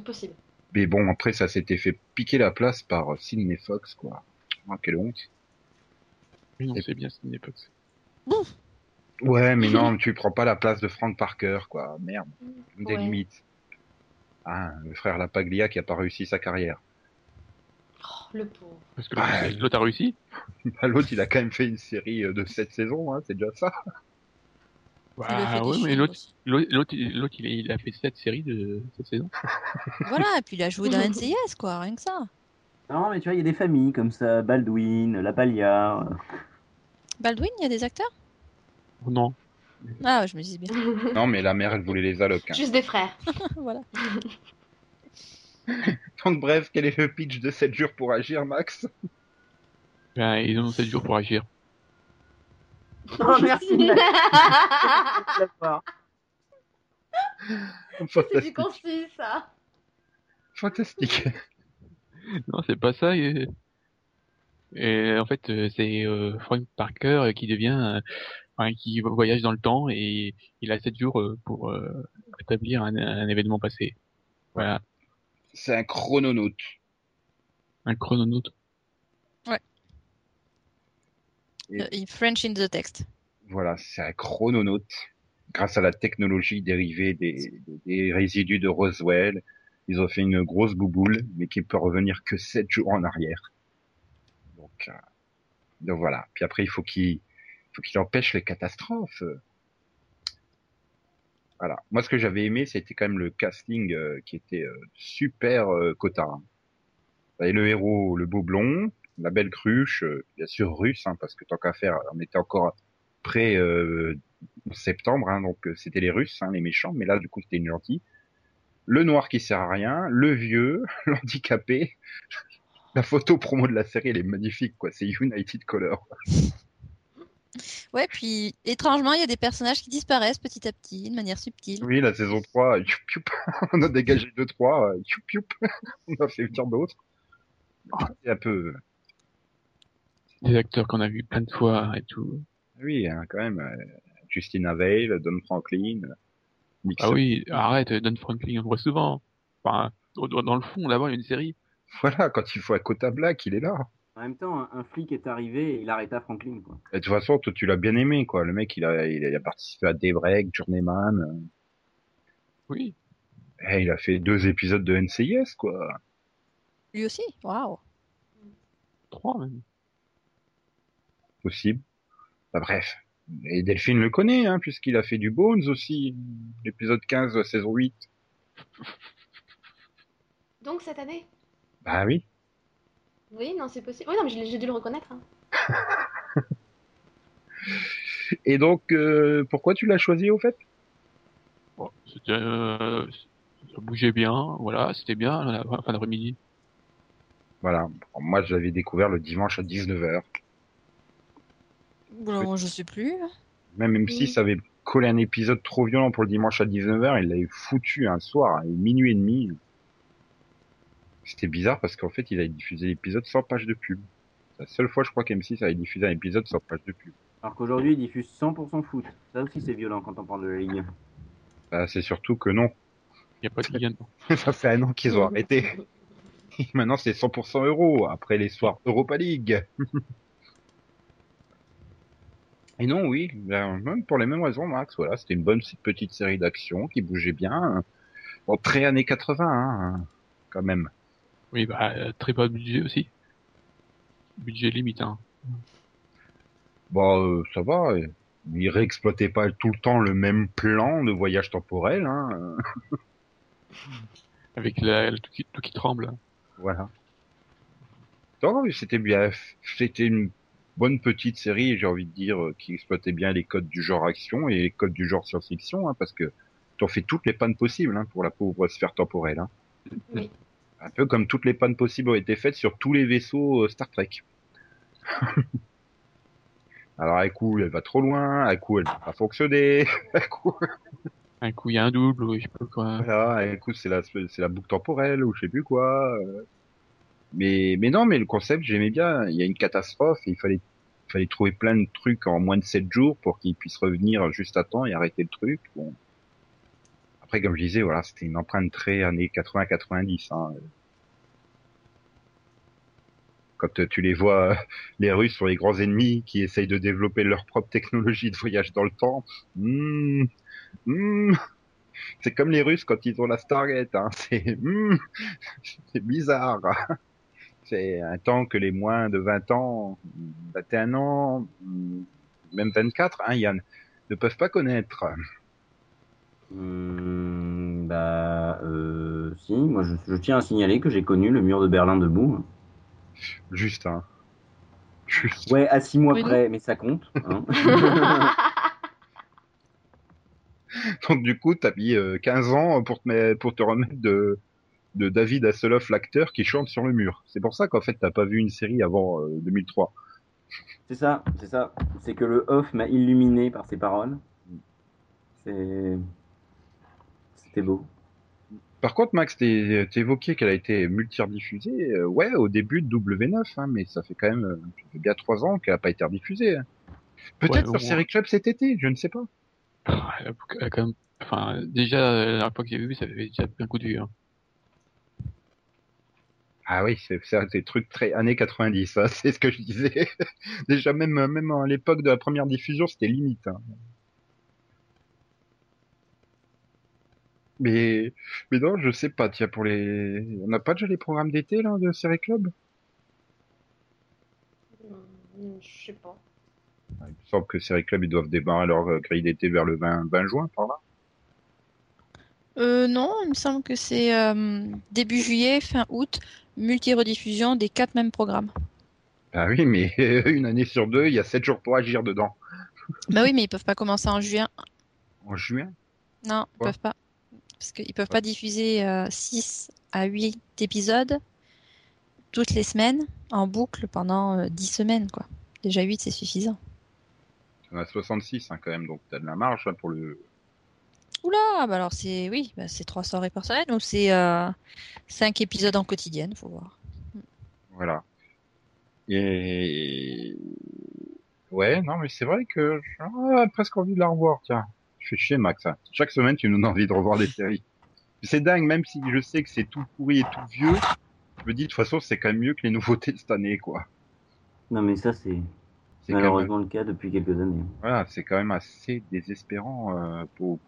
Speaker 2: possible.
Speaker 1: Mais bon, après, ça s'était fait piquer la place par Cinefox, euh, Fox, quoi. Ah, quelle honte.
Speaker 5: Oui, non,
Speaker 1: Et-
Speaker 5: c'est bien, c'est une époque.
Speaker 1: Ouais, mais non, tu prends pas la place de Frank Parker, quoi. Merde. Des
Speaker 2: Mm. Ouais.
Speaker 1: limites. Ah, le frère Lapaglia qui a pas réussi sa carrière.
Speaker 2: Oh, le pauvre.
Speaker 5: Parce que l'autre- l'autre a réussi.
Speaker 1: Bah, L'autre, il a quand même fait une série euh, de sept saisons, hein, c'est déjà ça.
Speaker 3: Il a fait
Speaker 5: Bah,
Speaker 3: des
Speaker 5: ouais, mais
Speaker 3: films
Speaker 5: l'autre,
Speaker 3: aussi.
Speaker 5: l'autre, l'autre, l'autre, il, est- il a fait sept séries de cette saison.
Speaker 3: Voilà, et puis il a joué dans NCIS, quoi, rien que ça.
Speaker 4: Non, mais tu vois, il y a des familles comme ça, Baldwin, La Paglia. euh.
Speaker 3: Baldwin, il y a des acteurs
Speaker 5: Oh Non.
Speaker 3: Ah, je me disais bien.
Speaker 1: Non, mais la mère, elle voulait les allocs. hein.
Speaker 2: Juste des frères.
Speaker 3: voilà.
Speaker 1: Donc, bref, quel est le pitch de 7 jours pour agir, Max
Speaker 5: Ben, ils ont sept jours pour agir.
Speaker 4: Oh, merci de l'avoir.
Speaker 2: C'est du
Speaker 1: Fantastique.
Speaker 2: concis, ça.
Speaker 1: Fantastique.
Speaker 5: Non, c'est pas ça. Et, et en fait, euh, c'est euh, Frank Parker qui devient, euh, enfin, qui voyage dans le temps et il a sept jours euh, pour euh, rétablir un, un événement passé. Voilà,
Speaker 1: C'est un chrononaute.
Speaker 5: un chrononaute.
Speaker 1: Et-
Speaker 3: Euh, in French in the text.
Speaker 1: Voilà, c'est un chrononaute. Grâce à la technologie dérivée des, des- des résidus de Roswell, ils ont fait une grosse bouboule, mais qui peut revenir que 7 jours en arrière. Donc, euh, donc voilà. Puis après, il faut qu'il faut qu'il empêche les catastrophes. Voilà. Moi, ce que j'avais aimé, c'était quand même le casting euh, qui était euh, super euh, cotard. Et le héros, le beau blond, la belle cruche, euh, bien sûr russe, hein, parce que tant qu'à faire, on était encore près euh, septembre, hein, donc euh, c'était les Russes, hein, les méchants, mais là, du coup, c'était une gentille. Le noir qui sert à rien, le vieux, l'handicapé. La photo promo de la série, elle est magnifique, quoi. C'est United Color.
Speaker 3: Ouais, puis étrangement, il y a des personnages qui disparaissent petit à petit, de manière subtile.
Speaker 1: Oui, la saison 3, youp, youp, on a dégagé 2-3, youp, youp, on a fait venir d'autres.
Speaker 5: Ah.
Speaker 1: C'est un peu...
Speaker 5: Des acteurs qu'on a vus plein de fois et tout.
Speaker 1: Oui, hein, quand même. euh, Justina Veil, Don Franklin, euh, Nick
Speaker 5: Ah oui, arrête, Don Franklin, on le voit souvent. Enfin, au- dans dans le fond, là-bas, il y a une série.
Speaker 1: Voilà, quand il faut un quota black, il est là.
Speaker 4: En même temps, un, un flic est arrivé et il arrêta Franklin, quoi.
Speaker 1: Et de toute façon, toi, tu l'as bien aimé, quoi. Le mec, il a, il a, il a participé à Daybreak, Journeyman.
Speaker 5: Oui.
Speaker 1: Eh, il a fait deux épisodes de NCIS, quoi.
Speaker 3: Lui aussi Waouh
Speaker 5: Trois, même.
Speaker 1: Possible. Bah, bref. Et Delphine le connaît, hein, puisqu'il a fait du Bones aussi. L'épisode 15, de la saison 8.
Speaker 2: Donc, cette année
Speaker 1: Bah oui.
Speaker 2: Oui, non, c'est possible. Oui, non, mais je l'ai- j'ai dû le reconnaître. hein.
Speaker 1: Et donc, euh, pourquoi tu l'as choisi, au fait
Speaker 5: Bon, c'était, euh, ça bougeait bien, voilà, c'était bien, la la fin d'après-midi.
Speaker 1: Voilà. Bon, moi, je l'avais découvert le dimanche à 19h.
Speaker 3: Bon, moi, je sais plus.
Speaker 1: Même M6
Speaker 2: Oui.
Speaker 1: avait collé un épisode trop violent pour le dimanche à 19h, il l'avait foutu un soir, à minuit et demi. C'était bizarre parce qu'en fait, il avait diffusé l'épisode sans page de pub. C'est la seule fois, je crois, qu'M6 avait diffusé un épisode sans page de pub.
Speaker 4: Alors qu'aujourd'hui, il diffuse 100% foot. Ça aussi, c'est violent quand on parle de la Ligue.
Speaker 1: Bah, c'est surtout que non.
Speaker 5: Il n'y a pas de lien dedans.
Speaker 1: Ça fait un an qu'ils ont arrêté. Maintenant, c'est 100% euros après les soirs Europa League. Et non, oui, ben, même pour les mêmes raisons, Max. Voilà, c'était une bonne petite série d'action qui bougeait bien. Bon, très années 80, hein, quand même.
Speaker 5: Oui, bah, euh, très bas budget aussi. Budget limite, hein.
Speaker 1: Bon, euh, ça va. euh, Ils réexploitaient pas tout le temps le même plan de voyage temporel. Hein, euh,
Speaker 5: Avec la, le tout, qui, tout qui tremble.
Speaker 1: voilà. Non, mais c'était bien. C'était une bonne petite série, j'ai envie de dire, euh, qui exploitait bien les codes du genre action et les codes du genre science-fiction, hein, parce que t'en fais toutes les pannes possibles hein, pour la pauvre sphère temporelle. Hein.
Speaker 2: Oui.
Speaker 1: Un peu comme toutes les pannes possibles ont été faites sur tous les vaisseaux euh, Star Trek. Alors, à coup, elle va trop loin, à coup, elle va pas fonctionner, à coup,
Speaker 5: Un coup, il y a un double, ou je sais pas quoi.
Speaker 1: voilà, et du coup, c'est la, c'est la boucle temporelle ou je sais plus quoi. euh. Mais, mais non, mais le concept, j'aimais bien. Il y a une catastrophe et il fallait, il fallait trouver plein de trucs en moins de 7 jours pour qu'ils puissent revenir juste à temps et arrêter le truc. Bon. Après, comme je disais, voilà, c'était une empreinte très années 80-90. Hein. Quand euh, tu les vois, euh, les Russes sont les grands ennemis qui essayent de développer leur propre technologie de voyage dans le temps. Hmm, hmm. C'est comme les Russes quand ils ont la Stargate. Hein. C'est hmm, c'est bizarre. C'est un temps que les moins de 20 ans, bah, 21 ans, hmm, même 24, hein, Yann, ne peuvent pas connaître.
Speaker 4: Hum, bah, euh, si, moi je, je tiens à signaler que j'ai connu le mur de Berlin debout.
Speaker 1: Juste, hein. Juste.
Speaker 4: Ouais, à six mois
Speaker 3: Oui,
Speaker 4: près, mais ça compte. hein.
Speaker 1: Donc du coup, t'as mis euh, 15 ans pour te, mettre- pour te remettre de, de David Hasselhoff, l'acteur qui chante sur le mur. C'est pour ça qu'en fait, t'as pas vu une série avant euh, 2003.
Speaker 4: c'est ça, c'est ça. C'est que le off m'a illuminé par ses paroles. C'est. C'était beau.
Speaker 1: Par contre, Max, t'es- t'évoquais qu'elle a été multi-rediffusée. euh, ouais, au début de W9, hein, mais ça fait quand même euh, ça fait bien 3 ans qu'elle a pas été rediffusée. hein.
Speaker 5: Ouais,
Speaker 1: Peut-être sur
Speaker 5: au moins.
Speaker 1: Série Club cet été, je ne sais pas.
Speaker 5: Ah, elle a- elle a quand même... Enfin, déjà, la dernière fois que j'ai vu, ça avait déjà pris un coup de vue. Hein.
Speaker 1: Ah oui, c'est c'est des trucs très années 90, hein, c'est ce que je disais. Déjà même euh, même à l'époque de la première diffusion, c'était limite. hein. Mais mais non, je sais pas. Tiens pour les, on n'a pas déjà les programmes d'été là de série club
Speaker 2: Hmm, Je sais pas.
Speaker 1: Il me semble que série club ils doivent démarrer leur euh, grille d'été vers le 20 20 juin par là.
Speaker 3: Euh, non, il me semble que c'est euh, début juillet, fin août, multi-rediffusion des quatre mêmes programmes.
Speaker 1: Ah oui, mais une année sur deux, il y a sept jours pour agir dedans.
Speaker 3: Bah oui, mais ils peuvent pas commencer en juin.
Speaker 1: En juin.
Speaker 3: Non, ils
Speaker 1: Pourquoi
Speaker 3: peuvent pas. Parce qu'ils peuvent pas diffuser 6 à 8 épisodes toutes les semaines en boucle pendant 10 semaines, quoi. Déjà 8, c'est suffisant.
Speaker 1: On a 66 hein, quand même, donc t'as de la marge là, pour le
Speaker 3: Oula, bah alors c'est oui, bah c'est trois soirées par semaine ou c'est euh, cinq épisodes en quotidienne, faut voir.
Speaker 1: Voilà. Et ouais, non, mais c'est vrai que j'ai ah, presque envie de la revoir. Tiens, je fais chier Max. hein. Chaque semaine, tu nous donnes envie de revoir des séries. C'est dingue, même si je sais que c'est tout pourri et tout vieux. Je me dis de toute façon, c'est quand même mieux que les nouveautés de cette année, quoi.
Speaker 4: Non, mais ça, c'est
Speaker 1: C'est quand même,
Speaker 4: malheureusement le cas depuis quelques années.
Speaker 1: voilà, c'est quand même assez désespérant euh, pour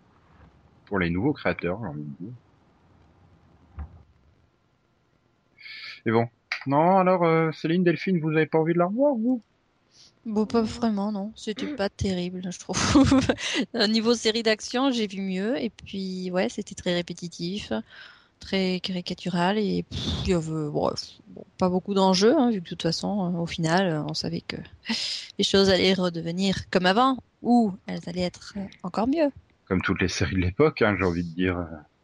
Speaker 1: pour les nouveaux créateurs, j'ai envie de dire. Et bon. Non, alors euh, Céline Delphine, vous avez pas envie de la revoir, vous
Speaker 3: Bon, pas vraiment, non. C'était pas terrible, je trouve. Euh, Niveau série d'action, j'ai vu mieux. Et puis, ouais, c'était très répétitif, très caricatural. Et pff, il y avait bon, pff, bon, pas beaucoup d'enjeux, hein, vu que de toute façon, euh, au final, euh, on savait que les choses allaient redevenir comme avant, ou elles allaient être euh, encore mieux.
Speaker 1: comme toutes les séries de l'époque, hein, j'ai envie de dire.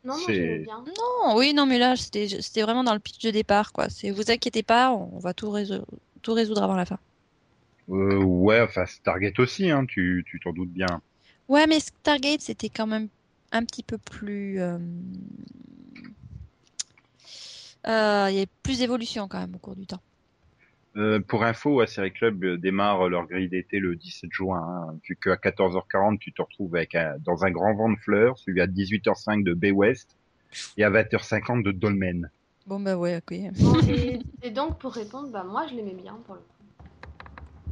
Speaker 2: Non, non,
Speaker 1: C'est-
Speaker 2: j'aimais bien.
Speaker 3: Non, oui, non, mais là, c'était c'était vraiment dans le pitch de départ, quoi. C'est vous inquiétez pas, on va tout, résol- tout résoudre avant la fin.
Speaker 1: Euh, ouais, enfin Stargate aussi, hein, tu tu t'en doutes bien.
Speaker 3: Ouais, mais Stargate, c'était quand même un petit peu plus. euh, euh, euh, Il y a plus d'évolution quand même au cours du temps.
Speaker 1: Euh, pour info, ouais, Série Club euh, démarre leur grille d'été le 17 juin, hein, vu qu'à 14h40, tu te retrouves avec un- dans un grand vent de fleurs, celui à 18h05 de Bay West et à 20h50 de Dolmen.
Speaker 3: Bon, bah ouais, ok.
Speaker 2: Bon, et, et donc, pour répondre, bah moi, je l'aimais bien pour le coup.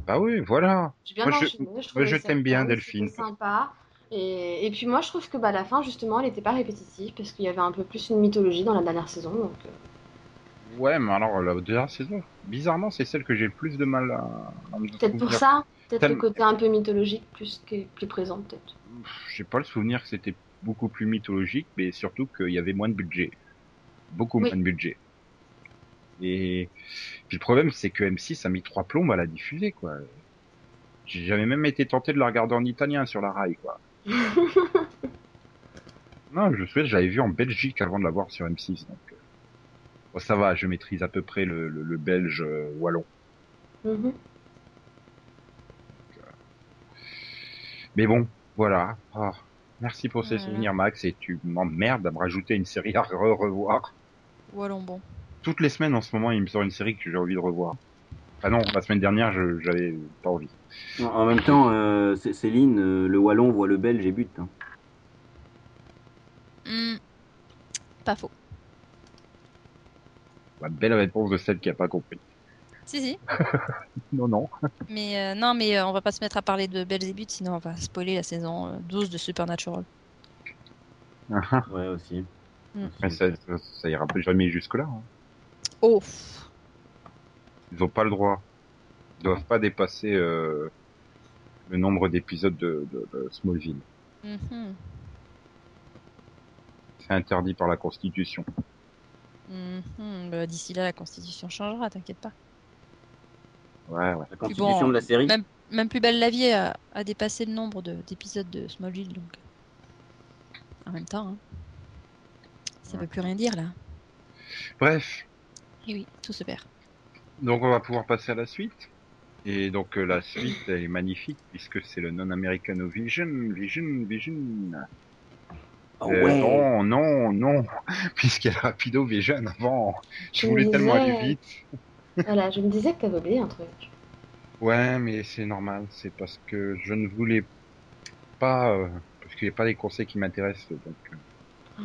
Speaker 1: Bah oui, voilà.
Speaker 2: J'ai bien
Speaker 1: Moi, je-
Speaker 2: enchaîné, je,
Speaker 1: moi, je
Speaker 2: trouvais ça
Speaker 1: t'aime bien,
Speaker 2: fun,
Speaker 1: Delphine.
Speaker 2: c'était sympa. Et, et puis moi, je trouve que bah, la fin, justement, elle n'était pas répétitive parce qu'il y avait un peu plus une mythologie dans la dernière saison. Donc, euh,
Speaker 1: Ouais, mais alors la dernière saison, bizarrement, c'est celle que j'ai le plus de mal à, à me
Speaker 2: peut-être pour
Speaker 1: souvenir.
Speaker 2: ça, peut-être le
Speaker 1: Tellement-
Speaker 2: côté un peu mythologique plus, que, plus présent, peut-être.
Speaker 1: J'ai pas le souvenir que c'était beaucoup plus mythologique, mais surtout qu'il y avait moins de budget. Beaucoup
Speaker 2: Oui.
Speaker 1: moins de budget. Et puis le problème, c'est que M6 a mis trois plombes à la diffuser, quoi. J'ai- J'avais même été tenté de la regarder en italien sur la rail, quoi. non, je me souviens, je l'avais vu en Belgique avant de la voir sur M6, donc. euh, Bon, ça va, je maîtrise à peu près le, le- le belge euh, wallon.
Speaker 2: Mhm.
Speaker 1: Mais bon, voilà. Ah, merci pour ces
Speaker 3: Voilà.
Speaker 1: souvenirs, Max, et tu m'emmerdes à me rajouter une série à re- revoir.
Speaker 3: Wallon, bon.
Speaker 1: toutes les semaines en ce moment, il me sort une série que j'ai envie de revoir. Ah non, la semaine dernière, je- j'avais pas envie.
Speaker 4: En- En même temps, euh, C- Céline, euh, le Wallon voit le Belge et bute. hein.
Speaker 3: Hmm, Pas faux.
Speaker 1: La belle réponse de celle qui a pas compris.
Speaker 3: Si, si.
Speaker 1: Non, non.
Speaker 3: Mais euh, non, mais euh, on va pas se mettre à parler de Belzébuth, sinon on va spoiler la saison euh, 12 de Supernatural.
Speaker 4: Ouais, aussi.
Speaker 3: Mm.
Speaker 1: Mais ça, ça, ça ira plus jamais jusque-là. hein.
Speaker 3: Oh
Speaker 1: Ils ont pas le droit. Ils doivent pas dépasser euh, le nombre d'épisodes de, de- de Smallville.
Speaker 3: Mhm.
Speaker 1: C'est interdit par la Constitution.
Speaker 3: Mhm. Bah, D'ici là, la constitution changera, t'inquiète pas.
Speaker 1: Ouais, ouais.
Speaker 4: La constitution
Speaker 3: bon,
Speaker 4: de la série.
Speaker 3: même- Même plus belle la vie a, a dépassé le nombre de- d'épisodes de, Smallville, donc. En même temps, hein. ça veut plus rien dire là.
Speaker 1: Bref,
Speaker 3: Et oui, tout se perd.
Speaker 1: donc on va pouvoir passer à la suite. Et donc euh, la suite, elle est magnifique puisque c'est le non-americano vision, vision, vision.
Speaker 4: Ah
Speaker 1: Euh,
Speaker 4: ouais.
Speaker 1: non, non, non, puisqu'il y a Rapido Vision avant. Je
Speaker 2: Tu
Speaker 1: voulais
Speaker 2: me
Speaker 1: tellement
Speaker 2: disais.
Speaker 1: aller vite.
Speaker 2: Voilà, je me disais que t'avais oublié un truc.
Speaker 1: Ouais, mais c'est normal. C'est parce que je ne voulais pas, euh, parce qu'il n'y a pas des conseils qui m'intéressent. Donc, euh.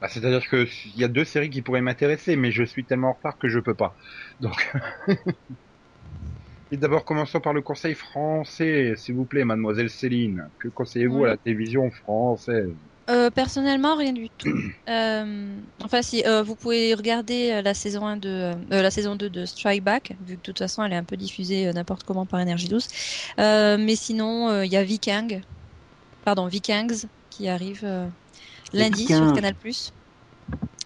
Speaker 1: Bah, c'est-à-dire que il y a deux séries qui pourraient m'intéresser, mais je suis tellement en retard que je peux pas. Donc, et d'abord commençons par le conseil français, s'il vous plaît, Mademoiselle Céline. Que conseillez-vous
Speaker 3: Oui.
Speaker 1: à la télévision française
Speaker 3: Euh, personnellement, rien du tout. Euh, enfin, si euh, vous pouvez regarder euh, la saison 1 de euh, euh, la saison 2 de Strike Back, vu que de toute façon elle est un peu diffusée euh, n'importe comment par Energy 12. Euh, mais sinon, euh, il y a Viking, pardon Vikings, qui arrive euh, lundi sur
Speaker 4: Vikings.
Speaker 3: Canal+.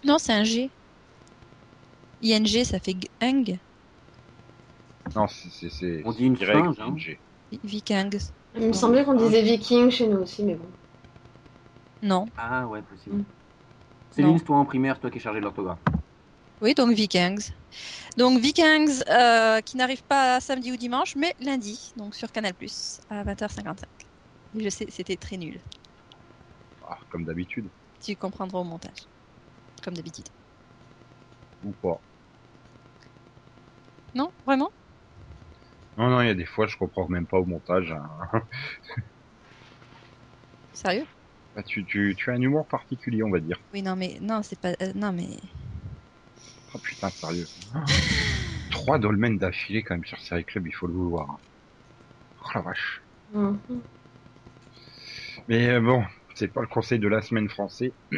Speaker 3: Non, c'est un G. ING, ça fait Gung.
Speaker 1: Non, c'est, c'est, c'est
Speaker 4: On dit une
Speaker 1: direct,
Speaker 4: singe, hein.
Speaker 1: j'ai-
Speaker 3: Vikings.
Speaker 2: Il me semblait qu'on disait viking chez nous aussi, mais bon.
Speaker 3: Non.
Speaker 4: Ah ouais, possible.
Speaker 2: Mm.
Speaker 4: Céline,
Speaker 3: Non.
Speaker 4: c'est toi en primaire, toi qui es chargée de l'orthographe.
Speaker 3: Oui, donc Vikings. Donc Vikings euh, qui n'arrive pas samedi ou dimanche, mais lundi, donc sur Canal à 20h55. Et je sais, c'était très nul.
Speaker 1: ah, comme d'habitude,
Speaker 3: Tu comprendras au montage, comme d'habitude.
Speaker 1: ou pas.
Speaker 3: Non, vraiment
Speaker 1: Non, non, il y a des fois, je comprends même pas au montage. hein.
Speaker 3: Sérieux
Speaker 1: Bah, tu, tu, tu as un humour particulier, on va dire.
Speaker 3: Oui, non, mais non, c'est pas, euh, non, mais
Speaker 1: Oh putain, sérieux. Trois dolmens d'affilée quand même sur Série Club, il faut le vouloir. hein. Oh la vache.
Speaker 2: Mhm.
Speaker 1: Mais euh, bon, c'est pas le conseil de la semaine français.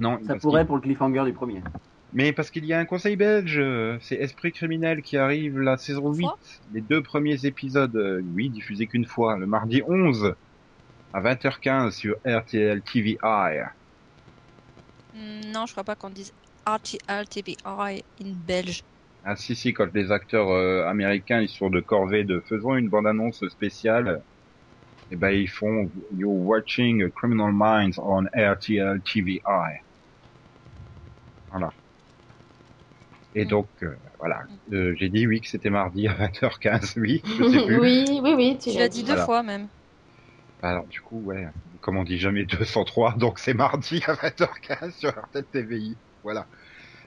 Speaker 1: non,
Speaker 4: Ça
Speaker 1: parce
Speaker 4: pourrait
Speaker 1: qu'il-
Speaker 4: pour le cliffhanger du premier.
Speaker 1: mais parce qu'il y a un conseil belge, euh, c'est Esprit criminel qui arrive la saison 8,
Speaker 3: Fois
Speaker 1: les deux premiers épisodes, euh, oui, diffusés qu'une fois, le mardi 11 à 20h15 sur RTL TVI.
Speaker 3: Hmm, non, je crois pas qu'on dise RTL TBI in belge.
Speaker 1: Ah si si, quand les acteurs euh, américains ils sont de corvée de faisons une bande annonce spéciale, et ben ils font You're watching Criminal Minds on RTL TVI. Voilà. Et
Speaker 3: Mm.
Speaker 1: donc euh, voilà, Euh, j'ai dit oui que c'était mardi à 20h15, oui, je sais plus.
Speaker 2: oui, oui, oui, tu
Speaker 3: Tu l'as dit deux
Speaker 1: Voilà.
Speaker 3: fois même.
Speaker 1: Alors du coup ouais, comme on dit jamais 203, donc c'est mardi à 20h15 sur RTL TVI. Voilà.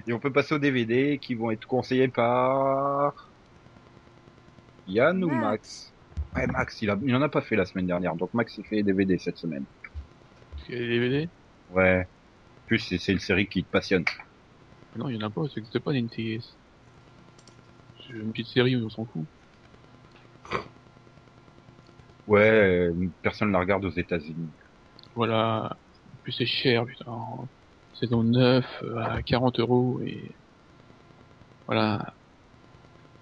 Speaker 1: Et on peut passer aux DVD qui vont être conseillés par Yann ou Max. Ouais Max, il, a... il en a pas fait la semaine dernière, donc Max il fait les DVD cette semaine.
Speaker 5: Parce que Les DVD
Speaker 1: Ouais. En Plus c'est- c'est une série qui te passionne.
Speaker 5: Non, il y en a pas, ça n'existe pas, NTS. C'est une petite série, mais on s'en fout.
Speaker 1: Ouais, euh, personne la regarde aux États-Unis.
Speaker 5: Voilà. En plus c'est cher, putain. Saison 9 euh, à 40 euros et voilà.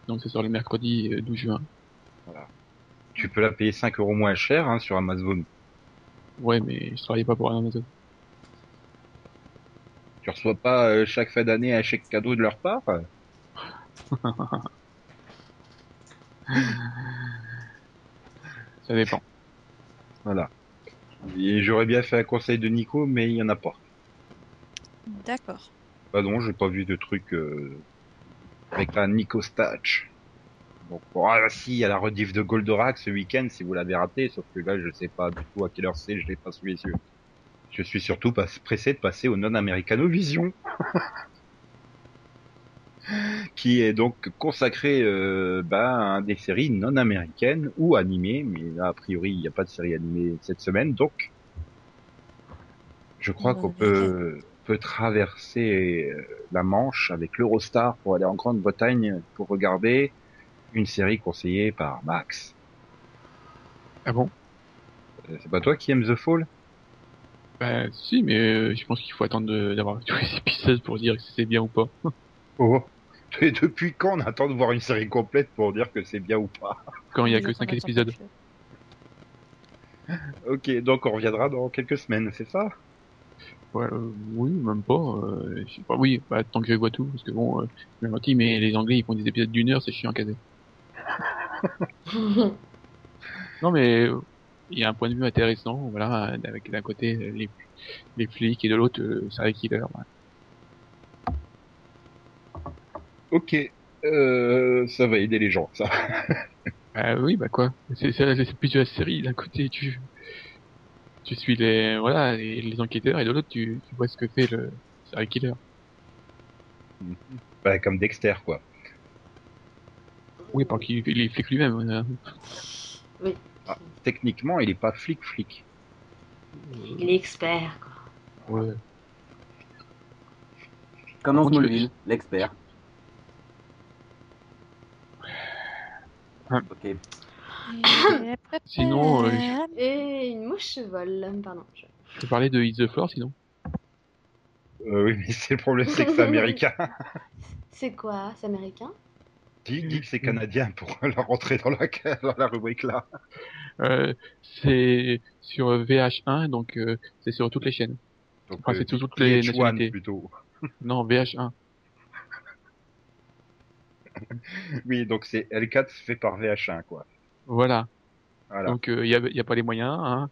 Speaker 5: Donc ça sort le mercredi euh, 12 juin.
Speaker 1: Tu peux la payer 5 euros moins cher hein, sur Amazon.
Speaker 5: Ouais, mais je travaille pas pour Amazon.
Speaker 1: Tu reçois pas euh, chaque fin d'année un chèque cadeau de leur part
Speaker 5: Ça dépend.
Speaker 1: Voilà. Et j'aurais bien fait un conseil de Nico, mais il y en a pas.
Speaker 3: D'accord.
Speaker 1: Bah non, j'ai pas vu de truc euh, avec un Nico Statch. Donc, bon, ah bah si, il y a la rediff de Goldorak ce week-end, si vous l'avez raté, sauf que là, je sais pas du tout à quelle heure c'est, je l'ai pas sous les yeux. Je suis surtout pas pressé de passer au Non-Americano Vision. qui est donc consacré euh, bah, à des séries non américaines ou animées, mais là, a priori, il n'y a pas de série animée cette semaine, donc je crois
Speaker 3: Non
Speaker 1: qu'on peut peut traverser euh, la Manche avec l'Eurostar pour aller en Grande-Bretagne pour regarder une série conseillée par Max.
Speaker 5: Ah bon
Speaker 1: Euh, C'est pas toi qui aimes The Fall
Speaker 5: Bah si, mais euh, je pense qu'il faut attendre de- d'avoir tous les épisodes pour dire si c'est bien ou pas.
Speaker 1: Oh. Et depuis quand on attend de voir une série complète pour dire que c'est bien ou pas
Speaker 5: Quand il y a
Speaker 3: Ils
Speaker 5: que
Speaker 3: en
Speaker 5: 5
Speaker 3: attendent
Speaker 5: épisodes.
Speaker 3: quelque chose.
Speaker 1: Ok, donc on reviendra dans quelques semaines, c'est ça
Speaker 5: Ouais, euh, oui, même pas. Euh, je sais pas. Oui, bah, tant que je vois tout, parce que bon, euh, je me mentis, mais les Anglais ils font des épisodes d'une heure, c'est chiant à caser. Non, mais euh, il y a un point de vue intéressant, voilà, euh, avec d'un côté euh, les, les flics et de l'autre euh, serial killer. ouais.
Speaker 1: Ok, euh, ça va aider les gens, ça.
Speaker 5: Bah oui, bah quoi. C'est c'est- c'est plus de la série. D'un côté, tu tu suis les voilà les, les enquêteurs et de l'autre, tu, tu vois ce que fait le serial killer.
Speaker 1: Bah, comme Dexter, quoi.
Speaker 5: Oui, par qui il est flic lui-même. hein.
Speaker 1: Techniquement, il est pas flic-flic.
Speaker 2: Il est expert, quoi.
Speaker 5: Ouais.
Speaker 4: Comme dans
Speaker 5: Par contre,
Speaker 4: Smallville, l'expert.
Speaker 5: Ah.
Speaker 4: Ok.
Speaker 3: Et prépare
Speaker 5: Sinon, euh,
Speaker 3: la
Speaker 2: Et une mouche vole, pardon. je-
Speaker 5: Je peux parler de Hit the Floor sinon.
Speaker 1: Euh, oui, mais c'est le problème, c'est que c'est américain.
Speaker 2: C'est quoi C'est
Speaker 1: Ah,
Speaker 2: américain
Speaker 1: Dis, dis que c'est canadien pour la rentrer dans la, dans la rubrique là.
Speaker 5: Euh, c'est sur VH1, donc euh, c'est sur toutes les chaînes.
Speaker 1: Donc,
Speaker 5: Enfin,
Speaker 1: euh,
Speaker 5: Ah, c'est sur toutes les
Speaker 1: VH1
Speaker 5: nationalités.
Speaker 1: plutôt.
Speaker 5: Non, VH1.
Speaker 1: Oui, donc c'est L4 fait par VH1, quoi.
Speaker 5: Voilà.
Speaker 1: Voilà.
Speaker 5: Donc il n'y a, y a pas les moyens. Hein.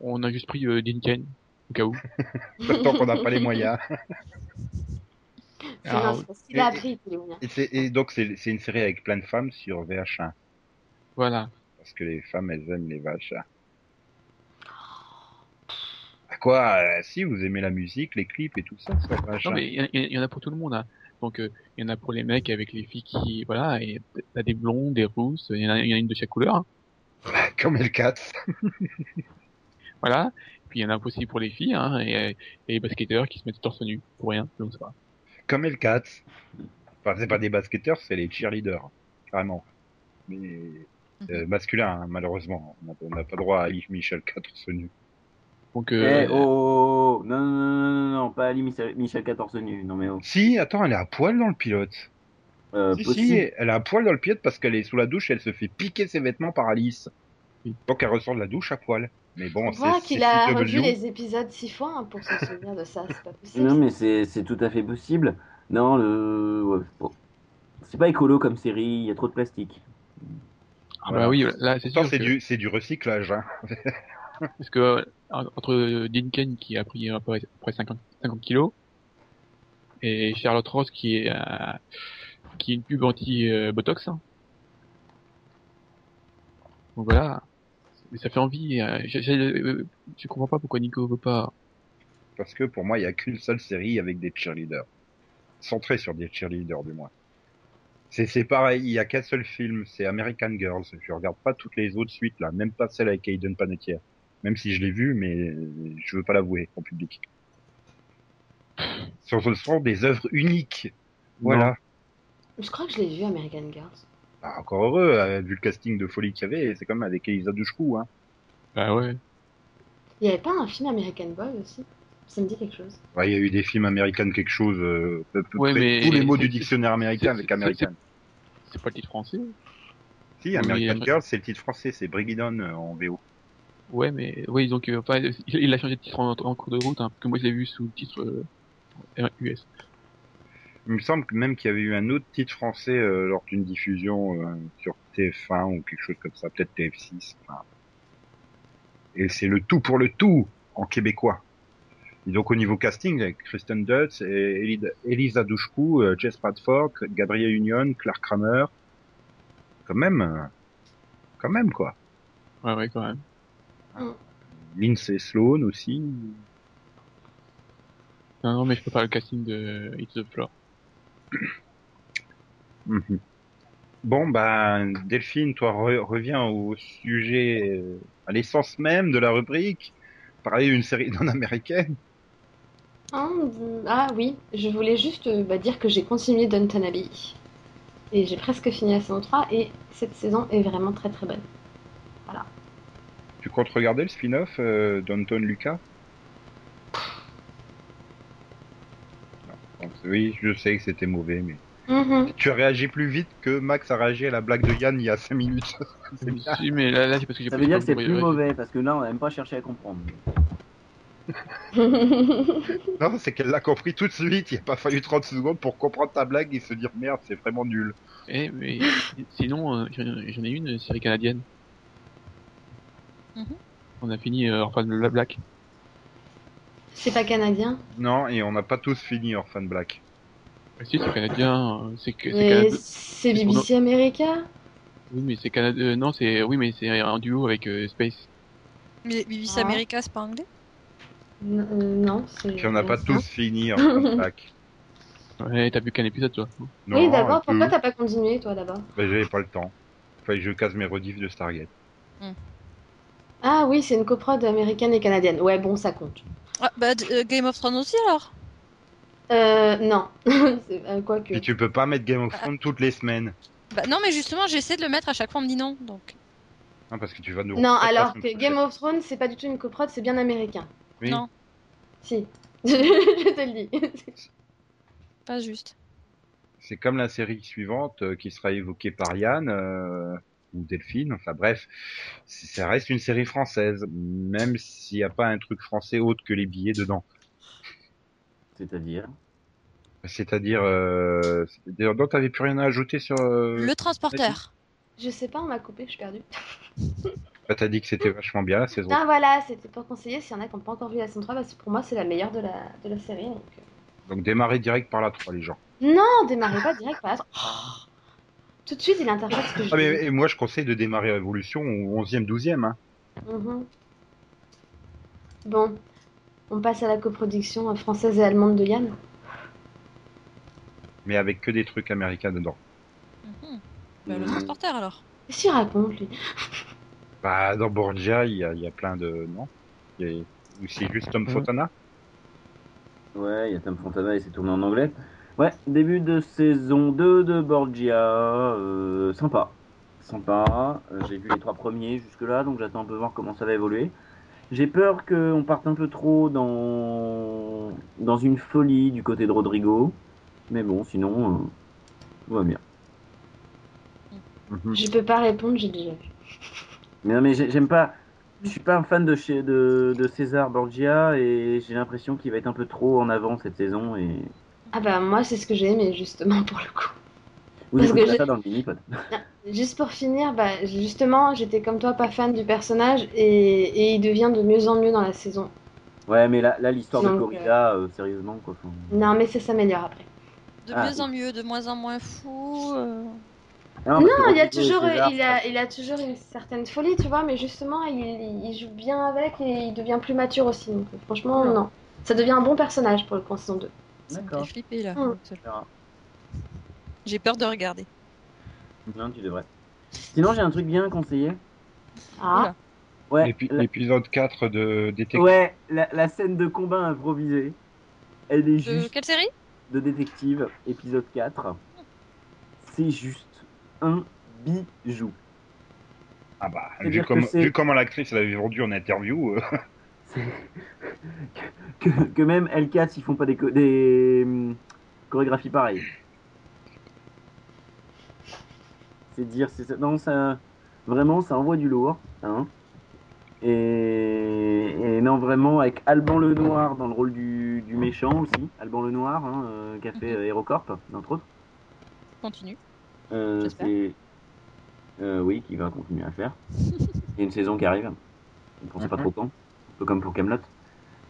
Speaker 5: On a juste pris euh, Dinken, au cas où.
Speaker 1: Tant qu'on n'a pas les moyens.
Speaker 2: C'est
Speaker 5: Ah,
Speaker 2: bien, c'est parce qu'il a
Speaker 1: et-
Speaker 2: appris qu'il est moyen.
Speaker 1: Et, c'est- et donc, c'est c'est une série avec plein de femmes sur VH1.
Speaker 5: Voilà.
Speaker 1: Parce que les femmes, elles aiment les vaches. À quoi euh, Si, vous aimez la musique, les clips et tout ça sur VH1.
Speaker 5: Non mais il y, a- il y en a pour tout le monde. Hein. Donc il y en a pour les mecs avec les filles qui voilà et t'as des blondes, des rousses, il y, en a- y en a une de chaque couleur. hein.
Speaker 1: Comme L4.
Speaker 5: Voilà. Puis il y en a aussi pour les filles hein, et, et les basketteurs qui se mettent torse nu pour rien. Donc c'est pas.
Speaker 1: Comme L4. Enfin, c'est pas des basketteurs, c'est les cheerleaders. Carrément. Mais
Speaker 2: Mhm.
Speaker 1: euh, masculin, hein, malheureusement. On n'a- On n'a pas droit à Yves Michel 4 ce nu.
Speaker 5: Donc
Speaker 4: Eh,
Speaker 5: euh,
Speaker 4: oh, oh, oh, non, non, non, non, non, pas Ali Michel, Michel 14 nu, non mais oh.
Speaker 1: Si, attends, elle est à poil dans le pilote.
Speaker 4: Euh,
Speaker 1: Si,
Speaker 4: possible.
Speaker 1: si, elle est à poil dans le pilote parce qu'elle est sous la douche et elle se fait piquer ses vêtements par Alice.
Speaker 5: Oui.
Speaker 1: Donc elle ressort de la douche à poil. Mais bon,
Speaker 2: On
Speaker 1: c'est
Speaker 2: voit
Speaker 1: c'est
Speaker 2: qu'il a
Speaker 1: CW.
Speaker 2: revu les épisodes six fois hein, pour se souvenir de ça, c'est pas possible.
Speaker 4: Non mais c'est c'est tout à fait possible. Non, le... ouais, bon. C'est pas écolo comme série, il y a trop de plastique.
Speaker 5: ah
Speaker 1: voilà.
Speaker 5: bah oui là c'est
Speaker 1: Pourtant,
Speaker 5: sûr
Speaker 1: c'est
Speaker 5: que-
Speaker 1: du, c'est du recyclage. Hein.
Speaker 5: parce que euh, entre euh, Dinken qui a pris à peu près- à peu près 50, 50 kilos et Charlotte Ross qui est euh, qui est une pub anti euh, Botox. hein. Donc voilà. Mais ça fait envie. euh, j'ai- j'ai- euh, je comprends pas pourquoi Nico veut pas.
Speaker 1: Parce que pour moi, il n'y a qu'une seule série avec des cheerleaders. Centrée sur des cheerleaders, du moins. C'est c'est pareil, il n'y a qu'un seul film, c'est American Girls. Je regarde pas toutes les autres suites, là, même pas celle avec Hayden Panettiere. Même si je l'ai vue, mais je veux pas l'avouer en public. Ce sont- ce sont des œuvres uniques. Voilà.
Speaker 2: Je crois que je l'ai vu, American Girls.
Speaker 1: Bah, encore heureux, euh, vu le casting de folie qu'il y avait, c'est quand même avec Elisa Dushku. Hein.
Speaker 5: Bah ouais.
Speaker 2: Il n'y avait pas un film American Boy aussi Ça me dit quelque chose.
Speaker 1: Ouais, Il y a eu des films américains quelque chose, euh, à peu
Speaker 5: Ouais,
Speaker 1: près
Speaker 5: mais-
Speaker 1: tous les mots
Speaker 5: c'est-
Speaker 1: du dictionnaire américain
Speaker 5: c'est-
Speaker 1: avec
Speaker 5: c'est-
Speaker 1: American.
Speaker 5: C'est pas le titre français.
Speaker 1: Si, American
Speaker 5: Oui,
Speaker 1: Girl, c'est le titre français, c'est Brigidon euh, en VO.
Speaker 5: Ouais, mais oui, donc euh, enfin, il- il a changé de titre en, en cours de route, hein, parce que moi je l'ai vu sous le titre euh, US.
Speaker 1: Il me semble que même qu'il y avait eu un autre titre français euh, lors d'une diffusion euh, sur TF1 ou quelque chose comme ça, peut-être TF6. enfin. Et c'est le tout pour le tout en québécois. Et donc au niveau casting, avec Kristen Dutz, et Elida- Elisa Douchkou, euh, Jess Radford, Gabriel Union, Claire Kramer, quand même, euh, quand même quoi.
Speaker 5: Ouais, ouais, quand même.
Speaker 1: Lindsay Sloan aussi.
Speaker 5: Non, non, mais je préfère le casting de It's the Floor.
Speaker 1: Mhm. Bon, ben, Delphine, toi, re- reviens au sujet, euh, à l'essence même de la rubrique. Parler d'une série non américaine.
Speaker 2: Hein, mm, ah oui, je voulais juste euh, bah, dire que j'ai continué Downton Abbey. Et j'ai presque fini la saison 3 et cette saison est vraiment très très bonne.
Speaker 1: Tu comptes regarder le spin-off euh, d'Anton Lucas Non. Donc, Oui, je sais que c'était mauvais, mais
Speaker 2: Mhm.
Speaker 1: tu as réagi plus vite que Max a réagi à la blague de Yann il y a 5 minutes. C'est bien.
Speaker 5: Si, mais là, là c'est parce que j'ai
Speaker 4: Ça
Speaker 5: pas
Speaker 4: veut dire
Speaker 5: j'ai pas
Speaker 4: que c'est
Speaker 5: compris,
Speaker 4: plus
Speaker 5: ouais.
Speaker 4: mauvais, parce que là, on n'a même pas cherché à comprendre.
Speaker 1: Non, c'est qu'elle l'a compris tout de suite. Il n'y a pas fallu 30 secondes pour comprendre ta blague et se dire merde, c'est vraiment nul.
Speaker 5: Eh, mais sinon, euh, j'en j'en ai une, une série canadienne.
Speaker 3: Mhm.
Speaker 5: On a fini euh, Orphan de la Black.
Speaker 2: C'est pas canadien.
Speaker 1: Non, et on n'a pas tous fini Orphan Black.
Speaker 5: Ah, Si, c'est canadien, euh, c'est que c'est
Speaker 2: Mais
Speaker 5: canadien.
Speaker 2: c'est
Speaker 5: c'est pour
Speaker 2: BBC America
Speaker 5: Oui, mais c'est canadien. non, c'est oui, mais c'est en duo avec euh, Space.
Speaker 3: Mais BBC
Speaker 2: Ah.
Speaker 3: America, c'est pas anglais
Speaker 2: N- euh, Non, c'est.
Speaker 1: Puis on n'a pas
Speaker 2: c'est-
Speaker 1: tous fini Orphan Black.
Speaker 5: Ouais, t'as vu qu'un épisode, toi.
Speaker 1: Non,
Speaker 2: Oui, d'abord,
Speaker 1: un peu.
Speaker 2: pourquoi t'as pas continué toi d'abord
Speaker 1: Ben, J'avais pas le temps. Fallait que je casse mes rediffs de Stargate.
Speaker 2: Ah oui, c'est une coprode américaine et canadienne. Ouais, bon, ça compte.
Speaker 3: ah, bah, d- euh, Game of Thrones aussi alors
Speaker 2: Euh, non. C'est- euh, Quoique.
Speaker 1: Et tu peux pas mettre Game of Thrones toutes les semaines.
Speaker 3: bah, Non, mais justement, j'essaie de le mettre à chaque fois, on me dit non. Donc,
Speaker 1: Hein, parce que tu vas nous.
Speaker 2: Non, alors que Game of Thrones, c'est pas du tout une coprode, c'est bien américain.
Speaker 1: Oui.
Speaker 3: non,
Speaker 2: Si. je te le dis.
Speaker 3: pas juste.
Speaker 1: C'est comme la série suivante euh, qui sera évoquée par Yann euh, ou Delphine. Enfin bref, c- ça reste une série française, même s'il n'y a pas un truc français autre que les billets dedans.
Speaker 4: C'est-à-dire.
Speaker 1: C'est-à-dire, euh, d'ailleurs, donc t'avais plus rien à ajouter sur. euh,
Speaker 3: Le transporteur.
Speaker 2: Je sais pas, on m'a coupé, je suis perdue.
Speaker 1: Ah bah, T'as dit que c'était vachement bien la saison.
Speaker 2: Ah voilà, c'était pour conseiller s'il y en a qui n'ont pas encore vu la saison 3, parce que pour moi c'est la meilleure de la, de la série. Donc... euh.
Speaker 1: Donc démarrez direct par la 3 les gens.
Speaker 2: Non, démarrez pas direct par la Oh Tout de suite, il interprète ce que je
Speaker 1: Ah,
Speaker 2: dis.
Speaker 1: mais, et moi je conseille de démarrer Révolution au 11e, 12e. Hein.
Speaker 2: Mhm. Bon, on passe à la coproduction euh, française et allemande de Yann.
Speaker 1: mais avec que des trucs américains dedans.
Speaker 3: Mhm. Bah,
Speaker 4: Mmh.
Speaker 3: le transporteur alors.
Speaker 2: Qu'est-ce qu'il raconte lui
Speaker 1: Bah, dans Borgia, il y a, il y a plein de. Non Il y a- Ou c'est juste Tom
Speaker 4: Mmh.
Speaker 5: Ouais.
Speaker 1: Fontana
Speaker 4: Ouais, il y a Tom Fontana et c'est tourné en anglais. Ouais, début de saison 2 de Borgia. euh, sympa. Sympa. Euh, J'ai vu les trois premiers jusque-là, donc j'attends un peu voir comment ça va évoluer. J'ai peur qu'on parte un peu trop dans... dans une folie du côté de Rodrigo. Mais bon, sinon, euh, tout va bien.
Speaker 1: Mhm.
Speaker 2: Je peux pas répondre, j'ai déjà vu.
Speaker 4: Mais non, mais j'ai- j'aime pas. Je suis pas un fan de, chez, de, de César Borgia et j'ai l'impression qu'il va être un peu trop en avant cette saison. Et...
Speaker 2: Ah bah moi c'est ce que j'ai aimé justement pour le coup.
Speaker 4: Vous
Speaker 2: Parce que
Speaker 4: écouterez
Speaker 2: j'ai-
Speaker 4: ça dans le mini-pod.
Speaker 2: Juste pour finir, bah, justement j'étais comme toi pas fan du personnage et, et il devient de mieux en mieux dans la saison.
Speaker 4: Ouais, mais là, là, l'histoire de
Speaker 2: Donc,
Speaker 4: Corrida, euh, sérieusement, quoi. enfin,
Speaker 2: Non mais ça s'améliore après.
Speaker 3: De
Speaker 4: Ah.
Speaker 3: mieux en mieux, de moins en moins fou. euh.
Speaker 4: parce que
Speaker 2: Non, il y a
Speaker 4: Rodrigo et
Speaker 2: toujours,
Speaker 4: César, ah,
Speaker 2: il a, il a toujours une certaine folie, tu vois, mais justement, il, il joue bien avec et il devient plus mature aussi. Donc, franchement,
Speaker 4: Ouais.
Speaker 2: non. Ça devient un bon personnage pour le coup en saison 2.
Speaker 3: Ça me
Speaker 4: D'accord. Ah,
Speaker 3: fait flipper là.
Speaker 2: Mhm.
Speaker 4: Verra.
Speaker 3: Mmh. J'ai peur de regarder.
Speaker 4: Non, tu devrais. Sinon, j'ai un truc bien conseillé.
Speaker 2: Ah,
Speaker 3: Oula.
Speaker 4: Ouais,
Speaker 1: L'épi-
Speaker 4: la,
Speaker 1: L'épisode 4 de Détective.
Speaker 4: ouais la, la scène de combat improvisée, elle est
Speaker 3: De
Speaker 4: juste
Speaker 3: quelle série
Speaker 4: de détective, épisode 4. C'est juste un bijou.
Speaker 1: Ah bah, vu,
Speaker 4: C'est-à-dire
Speaker 1: comme-
Speaker 4: que c'est-
Speaker 1: vu comment l'actrice l'avait vendu en interview, euh,
Speaker 4: que, que même L4 ils font pas des, co- des hum, chorégraphies pareilles. C'est dire, c'est ça. Non, ça. Vraiment, ça envoie du lourd. Hein. Et, et non, vraiment, avec Alban Lenoir dans le rôle du, du méchant aussi. Alban Lenoir, hein, euh, qui a fait euh, Hérocorp, entre autres.
Speaker 3: Continue.
Speaker 4: Euh,
Speaker 3: J'espère.
Speaker 4: c'est- euh, oui, qui va continuer à le faire. Il y a une saison qui arrive. On ne sait pas
Speaker 1: Mhm.
Speaker 4: trop quand. Un peu comme pour Camelot.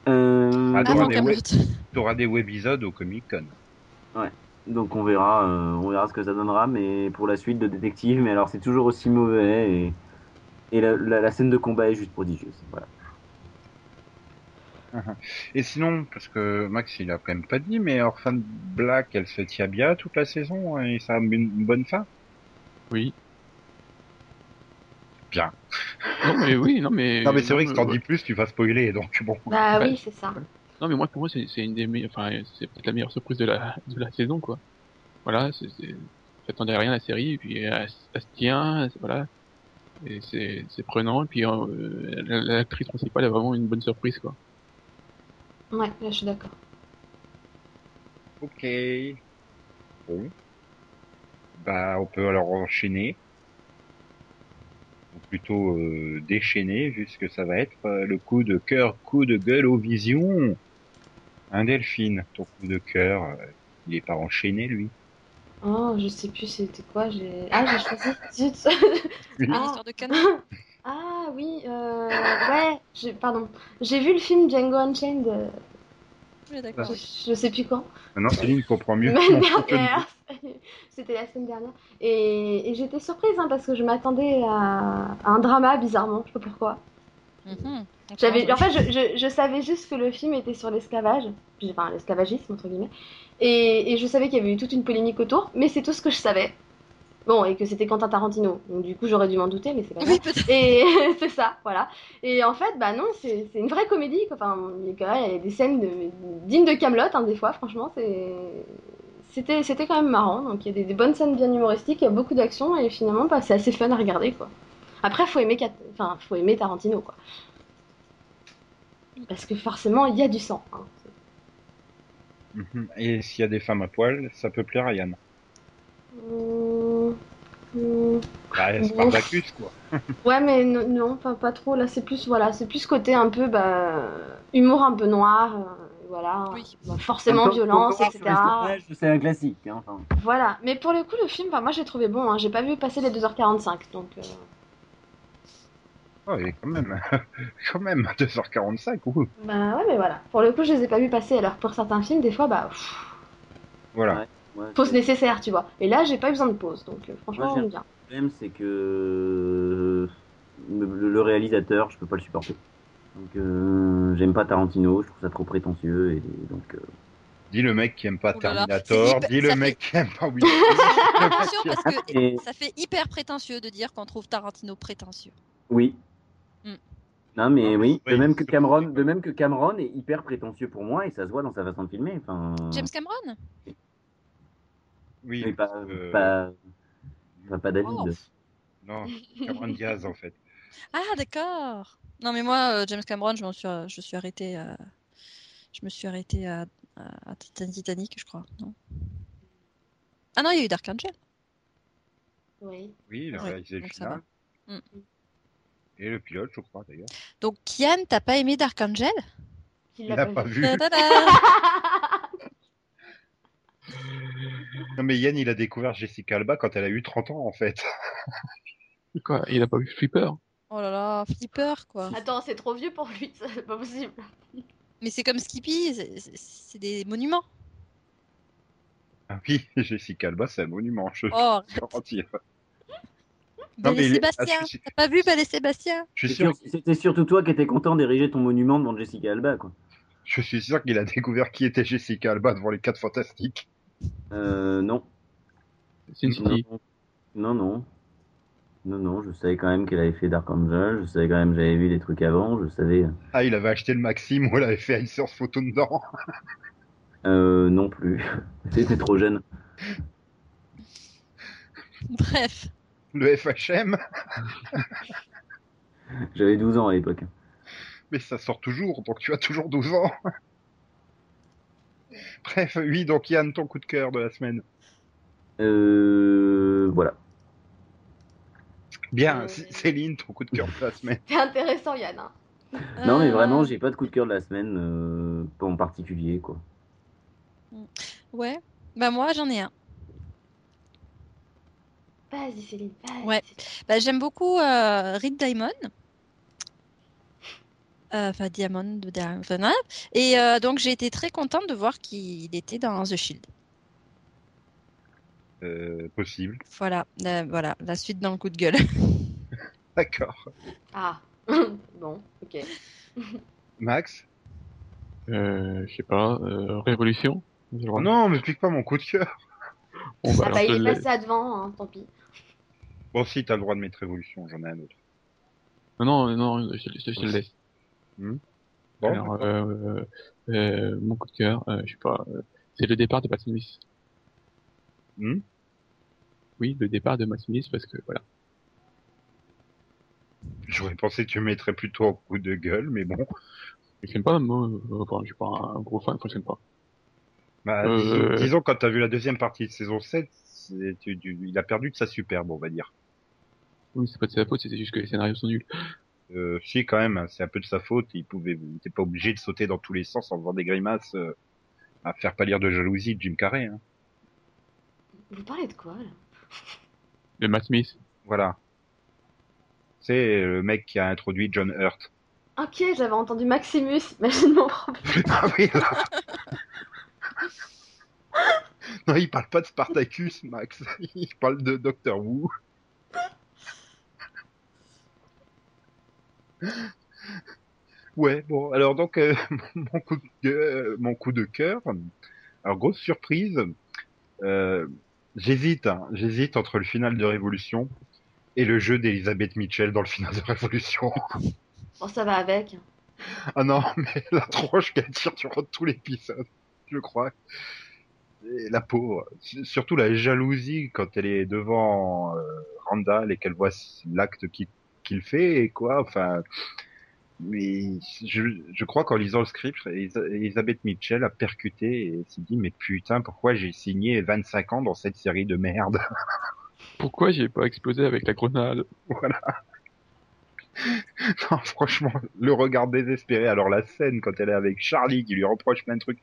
Speaker 4: Euh...
Speaker 1: Ah,
Speaker 3: Ah
Speaker 1: Dora
Speaker 3: non,
Speaker 1: des
Speaker 3: Kaamelott.
Speaker 1: t'auras des webisodes au Comic Con.
Speaker 4: Donc on verra, euh, on verra ce que ça donnera, mais pour la suite de détective, mais alors c'est toujours aussi mauvais et, et la, la- la scène de combat est juste prodigieuse. Voilà.
Speaker 1: Et sinon, parce que Max il a quand même pas dit, mais Orphan Black elle se tient bien toute la saison hein, et ça a une une bonne fin.
Speaker 5: Oui.
Speaker 1: Bien.
Speaker 5: Non, mais oui, non, mais.
Speaker 1: Non mais c'est vrai que
Speaker 5: non,
Speaker 1: si t'en dis
Speaker 5: mais-
Speaker 1: plus, tu vas spoiler donc bon.
Speaker 2: bah
Speaker 5: Ouais.
Speaker 2: oui, c'est ça.
Speaker 5: Non, mais moi, pour moi, c'est c'est une des meilleures, enfin, c'est peut-être la meilleure surprise de la, de la saison, quoi. Voilà, c'est, c'est- j'attendais à rien la série, et puis elle, s- elle se tient, c'est- voilà. Et c'est, c'est prenant, et puis euh, la- l'actrice principale a vraiment une bonne surprise, quoi.
Speaker 2: Ouais, là je suis d'accord.
Speaker 1: Ok. Bon. Bah, on peut alors enchaîner. Ou plutôt euh, déchaîner, vu ce que ça va être euh, le coup de cœur, coup de gueule aux visions. Un delphine, ton coup de cœur, euh, il est pas enchaîné, lui.
Speaker 2: Oh, je sais plus c'était quoi. J'ai... Ah, j'ai choisi. Zut
Speaker 3: Une
Speaker 2: Ah.
Speaker 3: histoire de canon.
Speaker 2: Ah oui, euh... ouais, j'ai... pardon. J'ai vu le film Django Unchained, euh,
Speaker 3: Oui,
Speaker 2: je,
Speaker 3: D'accord.
Speaker 2: je sais plus quand.
Speaker 1: Maintenant, Céline comprend mieux.
Speaker 2: Semaine
Speaker 1: son contenu.
Speaker 2: dernière. C'était la semaine dernière. Et, et j'étais surprise hein, parce que je m'attendais à... à un drama, bizarrement, je sais pas pourquoi.
Speaker 3: Mhm. On
Speaker 2: J'avais, en
Speaker 3: commence-
Speaker 2: fait, je, je, je savais juste que le film était sur l'esclavage, enfin l'esclavagisme entre guillemets, et, et je savais qu'il y avait eu toute une polémique autour, mais c'est tout ce que je savais. Bon, et que c'était Quentin Tarantino, donc du coup j'aurais dû m'en douter, mais c'est pas grave.
Speaker 3: Oui, peut-être.
Speaker 2: Et c'est ça, voilà. Et en fait, bah non, c'est c'est une vraie comédie. quoi. Enfin, il y a quand même- il y a des scènes de- dignes de Camelot, hein, des fois, franchement, c'est- c'était c'était quand même marrant. Donc il y a des, des bonnes scènes bien humoristiques, il y a beaucoup d'action, et finalement, bah, c'est assez fun à regarder, quoi. Après, faut aimer, Cat- enfin, faut aimer Tarantino, quoi. Parce que forcément, il y a du sang. hein.
Speaker 1: Mhm. Et s'il y a des femmes à poil, ça peut plaire à Yann.
Speaker 2: Hum, hum.
Speaker 1: Bah, Spartacus, quoi.
Speaker 2: Ouais, mais non, non, pas, pas trop. Là, c'est plus, voilà, c'est plus côté un peu, bah, humour un peu noir, euh, voilà,
Speaker 3: Oui.
Speaker 2: Bah, forcément violence,
Speaker 4: Quand on
Speaker 2: etc.
Speaker 4: parle sur l'esclavage, C'est un classique. hein, enfin.
Speaker 2: Voilà. Mais pour le coup, le film, enfin, moi, j'ai trouvé bon. Hein. J'ai pas vu passer les 2h45, donc. euh,
Speaker 1: Oh, il est quand même, quand même, à 2h45, ouh.
Speaker 2: Bah ouais, mais voilà. Pour le coup, je les ai pas vus passer. Alors pour certains films, des fois, bah, pff,
Speaker 1: Voilà.
Speaker 4: Ouais,
Speaker 2: pause
Speaker 4: le
Speaker 2: nécessaire, tu vois. Et là, j'ai pas eu besoin de pause, donc euh, franchement,
Speaker 4: Moi, j'ai-
Speaker 2: j'aime bien.
Speaker 4: problème, c'est que euh, le, le réalisateur, je peux pas le supporter. Donc, euh, j'aime pas Tarantino, je trouve ça trop prétentieux. Et donc, euh,
Speaker 1: Dis le mec qui aime pas
Speaker 3: Ouh là là,
Speaker 1: Terminator,
Speaker 3: c'est hyper-
Speaker 1: dis le
Speaker 3: ça
Speaker 1: mec qui aime pas Will
Speaker 3: Attention,
Speaker 1: Smith.
Speaker 3: parce que
Speaker 4: Et-
Speaker 3: ça fait hyper prétentieux de dire qu'on trouve Tarantino prétentieux.
Speaker 4: Oui.
Speaker 3: Mm.
Speaker 4: Non, mais
Speaker 1: Non,
Speaker 4: oui,
Speaker 1: mais
Speaker 4: de
Speaker 1: oui,
Speaker 4: même que
Speaker 1: surtout
Speaker 4: Cameron,
Speaker 1: que-
Speaker 4: de même que Cameron est hyper prétentieux pour moi et ça se voit dans sa façon de filmer. Enfin,
Speaker 3: James Cameron
Speaker 1: Oui,
Speaker 4: mais pas,
Speaker 1: euh,
Speaker 4: pas, pas, pas David.
Speaker 3: Oh.
Speaker 1: non, Cameron Diaz en fait.
Speaker 3: Ah, d'accord. Non, mais moi, euh, James Cameron, je m'en suis, je suis arrêtée à... Je me suis arrêtée à, à- à Titan- Titanic, je crois. Non ah non, il y a eu Dark Angel.
Speaker 2: Oui.
Speaker 1: Oui, il a
Speaker 3: Ouais,
Speaker 1: réalisé le
Speaker 3: donc ça
Speaker 1: final.
Speaker 3: va. Mm.
Speaker 1: Et le pilote, je crois d'ailleurs.
Speaker 3: Donc, Kian, t'as pas aimé Dark Angel
Speaker 2: Qui
Speaker 1: Il
Speaker 2: l'a
Speaker 1: l'a pas vu.
Speaker 3: Ta-da-da
Speaker 1: Non mais Yann, il a découvert Jessica Alba quand elle a eu 30 ans en fait.
Speaker 5: Quoi, il a pas vu Flipper
Speaker 3: Oh là là, flipper, quoi.
Speaker 2: Attends, c'est trop vieux pour lui, ça, c'est pas possible.
Speaker 3: Mais c'est comme Skippy, c'est- c'est c'est des monuments.
Speaker 1: Ah oui, Jessica Alba, c'est un monument, je te
Speaker 3: Oh,
Speaker 1: garantis.
Speaker 3: Belle
Speaker 1: mais
Speaker 3: et
Speaker 1: il est-
Speaker 3: Sébastien.
Speaker 1: ah, si, si.
Speaker 3: T'as pas vu Belle et Sébastien
Speaker 1: Je suis
Speaker 4: C'était
Speaker 1: sûr,
Speaker 4: sur- C'était surtout toi qui étais content d'ériger ton monument devant Jessica Alba, quoi.
Speaker 1: je suis sûr qu'il a découvert qui était Jessica Alba devant les 4 fantastiques.
Speaker 4: Euh, non.
Speaker 5: Sin City.
Speaker 4: Non, non. Non, non, je savais quand même qu'elle avait fait Dark Angel, je savais quand même que j'avais vu des trucs avant, je savais.
Speaker 1: Ah, il avait acheté le Maxime où elle avait fait une séance photo dedans.
Speaker 4: Euh, non plus. C'était trop jeune.
Speaker 3: Bref.
Speaker 1: Le FHM,
Speaker 4: J'avais 12 ans à l'époque.
Speaker 1: mais ça sort toujours, donc tu as toujours 12 ans. Bref, oui, donc Yann, ton coup de cœur de la semaine.
Speaker 4: Euh, voilà.
Speaker 1: Bien,
Speaker 2: Euh.
Speaker 1: C- Céline, ton coup de cœur de la semaine.
Speaker 2: C'est intéressant, Yann. hein.
Speaker 4: Non, mais
Speaker 3: Euh,
Speaker 4: vraiment, j'ai pas de coup de cœur de la semaine, euh, pas en particulier, quoi.
Speaker 3: Ouais. Bah moi, j'en ai un.
Speaker 2: Vas-y, Céline. vas-y.
Speaker 3: Ouais. Bah, j'aime beaucoup euh, Reed Diamond. Euh, Enfin, Diamond de Diamond. enfin, voilà. Et euh, donc, j'ai été très contente de voir qu'il était dans The Shield.
Speaker 1: Euh, possible.
Speaker 3: Voilà, Euh, voilà, la suite dans le coup de gueule.
Speaker 1: D'accord.
Speaker 2: Ah. bon, ok.
Speaker 1: Max
Speaker 5: Euh, je sais pas, euh, Révolution Vous avez le droit.
Speaker 1: Oh Non, me pique pas mon coup de cœur.
Speaker 5: Bon, bah,
Speaker 2: ah
Speaker 5: alors,
Speaker 2: bah,
Speaker 5: je
Speaker 2: il est
Speaker 5: l'ai-
Speaker 2: passé à devant, hein, tant pis.
Speaker 1: Bon, si, t'as le droit de mettre Révolution, j'en ai un autre.
Speaker 5: Non, non, non, je, je- je te le laisse.
Speaker 1: Hmm. Bon.
Speaker 5: Alors, euh, euh, mon coup de cœur, euh, je sais pas, euh, c'est le départ de Matt Smith.
Speaker 1: Hmm
Speaker 5: Oui, le départ de Matt Smith parce que voilà.
Speaker 1: J'aurais pensé que tu mettrais plutôt un coup de gueule, mais bon.
Speaker 5: Je l'aime pas, moi, euh, enfin, je suis pas un gros fan, enfin, je l'aime pas.
Speaker 1: Bah,
Speaker 5: Euh,
Speaker 1: disons,
Speaker 5: euh,
Speaker 1: disons, quand t'as vu la deuxième partie de saison 7, c'est- tu- tu- il a perdu de sa superbe, on va dire.
Speaker 5: Oui, c'est pas de sa faute, c'est juste que les scénarios sont nuls.
Speaker 1: Euh, si, quand même, hein, c'est un peu de sa faute. Il pouvait, il était pas obligé de sauter dans tous les sens en faisant des grimaces, euh, à faire pâlir de jalousie Jim Carrey. Hein.
Speaker 2: Vous parlez de quoi là
Speaker 5: Le Matt Smith.
Speaker 1: Voilà. C'est le mec qui a introduit John Hurt.
Speaker 2: Ok, j'avais entendu Maximus, imagine mon problème.
Speaker 1: ah oui, là. non, il parle pas de Spartacus, Max. Il parle de Doctor Who. Ouais, bon, alors donc euh, mon coup de gueule- euh, mon coup de cœur. Alors grosse surprise. euh, j'hésite, hein, j'hésite entre le final de Révolution et le jeu d'Elisabeth Mitchell dans le final de Révolution.
Speaker 2: Bon, ça va avec.
Speaker 1: Ah non, mais la tronche qu'elle tire durant tout l'épisode, je crois. Et la pauvre. S- Surtout la jalousie quand elle est devant euh, Randall et qu'elle voit s- l'acte qui- qu'il fait et quoi. Enfin, mais je, je crois qu'en lisant le script, Elisa- Elisabeth Mitchell a percuté et s'est dit mais putain pourquoi j'ai signé 25 ans dans cette série de merde.
Speaker 5: Pourquoi j'ai pas explosé avec la grenade
Speaker 1: Non, franchement, le regard désespéré. Alors la scène quand elle est avec Charlie qui lui reproche plein de trucs,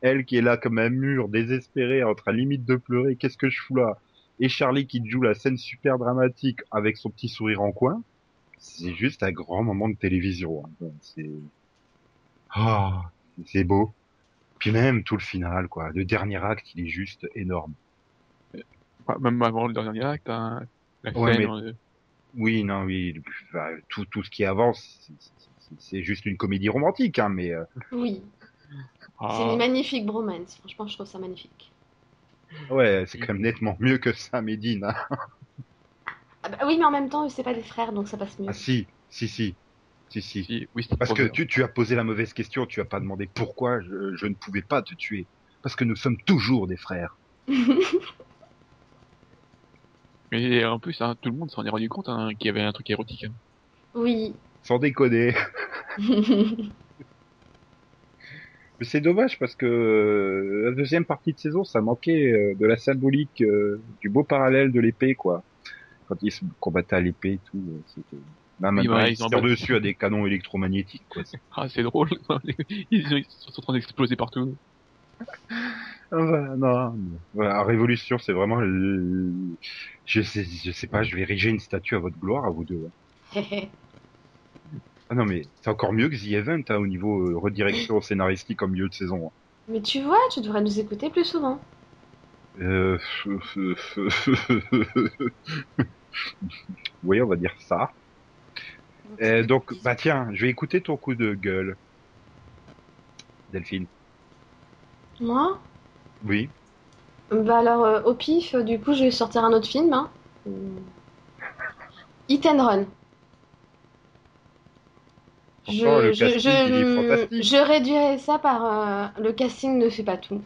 Speaker 1: elle qui est là comme un mur, désespérée, entre à limite de pleurer, qu'est-ce que je fous là Et Charlie qui joue la scène super dramatique avec son petit sourire en coin, c'est juste un grand moment de télévision. hein. Bon, C'est ah, c'est beau. Puis même tout le final, quoi. Le dernier acte, il est juste énorme.
Speaker 5: Enfin, Même avant le dernier acte, hein, la
Speaker 1: Ouais,
Speaker 5: scène,
Speaker 1: mais-
Speaker 5: euh,
Speaker 1: Oui, non, oui, bah, tout, tout ce qui avance, c'est- c'est- c'est juste une comédie romantique, hein, mais. euh,
Speaker 2: Oui, c'est
Speaker 5: ah,
Speaker 2: une magnifique bromance. Franchement, je trouve ça magnifique.
Speaker 1: Ouais, c'est quand même nettement mieux que ça, Medine. hein.
Speaker 2: Ah bah oui, mais en même temps, eux, c'est pas des frères, donc ça passe mieux.
Speaker 1: Ah si, si, si, si, si.
Speaker 5: si, oui, c'est
Speaker 1: Parce que
Speaker 5: trop bien.
Speaker 1: tu, tu as posé la mauvaise question, tu as pas demandé pourquoi je, je ne pouvais pas te tuer. Parce que nous sommes toujours des frères.
Speaker 5: Mais en plus, hein, tout le monde s'en est rendu compte hein, qu'il y avait un truc érotique. hein.
Speaker 2: oui.
Speaker 1: Sans déconner. Mais c'est dommage parce que euh, la deuxième partie de saison, ça manquait euh, de la symbolique, euh, du beau parallèle de l'épée, quoi. Quand ils se combattaient à l'épée et tout, euh, c'était... Là, maintenant,
Speaker 5: bah,
Speaker 1: ils,
Speaker 5: ils
Speaker 1: se
Speaker 5: en
Speaker 1: tirent
Speaker 5: battent.
Speaker 1: dessus à des canons électromagnétiques, quoi.
Speaker 5: Ah, c'est drôle. ils, ils sont en train d'exploser partout.
Speaker 1: Ah bah, non, mais- voilà, Révolution, c'est vraiment le... Je sais, je sais pas, je vais ériger une statue à votre gloire, à vous deux. hein. Ah non, mais c'est encore mieux que The Event, hein, au niveau euh, redirection scénaristique en milieu de saison. hein.
Speaker 2: mais tu vois, tu devrais nous écouter plus souvent.
Speaker 1: Euh... oui, on va dire ça. Euh, donc, bah tiens, je vais écouter ton coup de gueule. Delphine.
Speaker 2: Moi
Speaker 1: Oui.
Speaker 2: Bah alors, euh, au pif, euh, du coup, je vais sortir un autre film. Hein. Euh, Hit and Run. Je,
Speaker 1: Pourtant, le
Speaker 2: je,
Speaker 1: casting, il est
Speaker 2: je,
Speaker 1: fantastique.
Speaker 2: je réduirais ça par euh, le casting ne fait pas tout.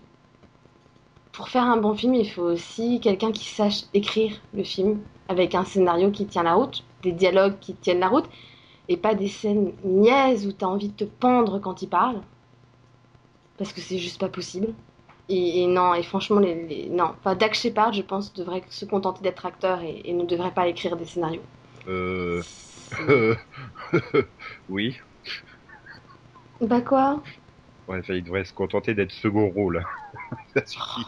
Speaker 2: Pour faire un bon film, il faut aussi quelqu'un qui sache écrire le film avec un scénario qui tient la route, des dialogues qui tiennent la route, et pas des scènes niaises où t'as envie de te pendre quand il parle. Parce que c'est juste pas possible. Et, et non, et franchement, les, les- non. Enfin, Dak Shepard, je pense, devrait se contenter d'être acteur et, et ne devrait pas écrire des scénarios.
Speaker 1: Euh...
Speaker 2: C'est-
Speaker 1: oui.
Speaker 2: bah quoi
Speaker 1: Ouais, ça, il devrait se contenter d'être second rôle. ça suffit.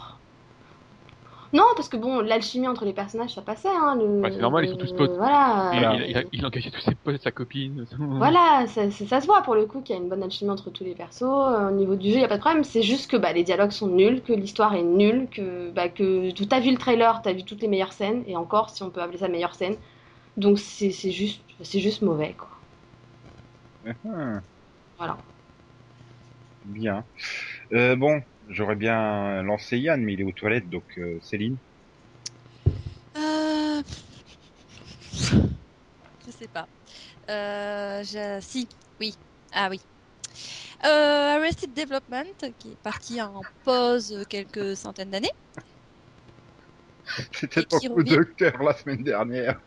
Speaker 2: Non, parce que bon, l'alchimie entre les personnages, ça passait. Hein, le-
Speaker 5: Bah, c'est normal, ils sont tous potes.
Speaker 2: Voilà.
Speaker 5: Il,
Speaker 1: Voilà.
Speaker 5: il, il a, il a engagé tous ses potes, sa copine.
Speaker 2: Voilà, ça, ça- ça se voit pour le coup qu'il y a une bonne alchimie entre tous les persos. Euh, Au niveau du jeu, il n'y a pas de problème. C'est juste que bah, les dialogues sont nuls, que l'histoire est nulle, que, bah, que tout- t'as vu le trailer, t'as vu toutes les meilleures scènes, et encore si on peut appeler ça meilleure scène. Donc c'est c'est juste, c'est juste mauvais quoi.
Speaker 1: Hum,
Speaker 2: Voilà.
Speaker 1: bien. Euh, bon, j'aurais bien lancé Yann, mais il est aux toilettes, donc euh, Céline.
Speaker 3: Euh, Je sais pas. Euh, je- Si, oui. Ah oui. Euh, Arrested Development, qui est parti en pause quelques centaines d'années.
Speaker 1: C'était
Speaker 3: Et
Speaker 1: ton
Speaker 3: qui
Speaker 1: coup
Speaker 3: revit.
Speaker 1: docteur la semaine dernière.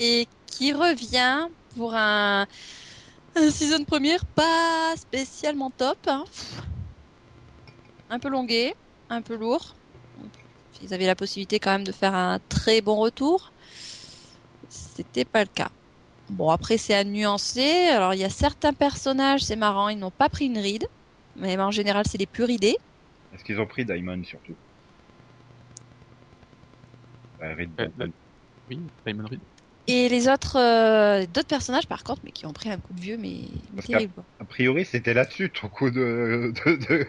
Speaker 3: et qui revient pour un, un season première pas spécialement top. hein. Un peu longué, un peu lourd. Ils avaient la possibilité quand même de faire un très bon retour. C'était pas le cas. Bon, après, c'est à nuancer. Alors, il y a certains personnages, c'est marrant, ils n'ont pas pris une ride. Mais en général, c'est les plus ridés.
Speaker 1: Est-ce qu'ils ont pris Diamond surtout Bah, Red
Speaker 5: Euh,
Speaker 1: Diamond.
Speaker 5: Oui, Simon Reed.
Speaker 3: Et les autres, euh, d'autres personnages, par contre, mais qui ont pris un coup de vieux, mais
Speaker 1: Parce qu'à-
Speaker 3: terrible.
Speaker 1: A priori, c'était là-dessus ton coup de. de, de...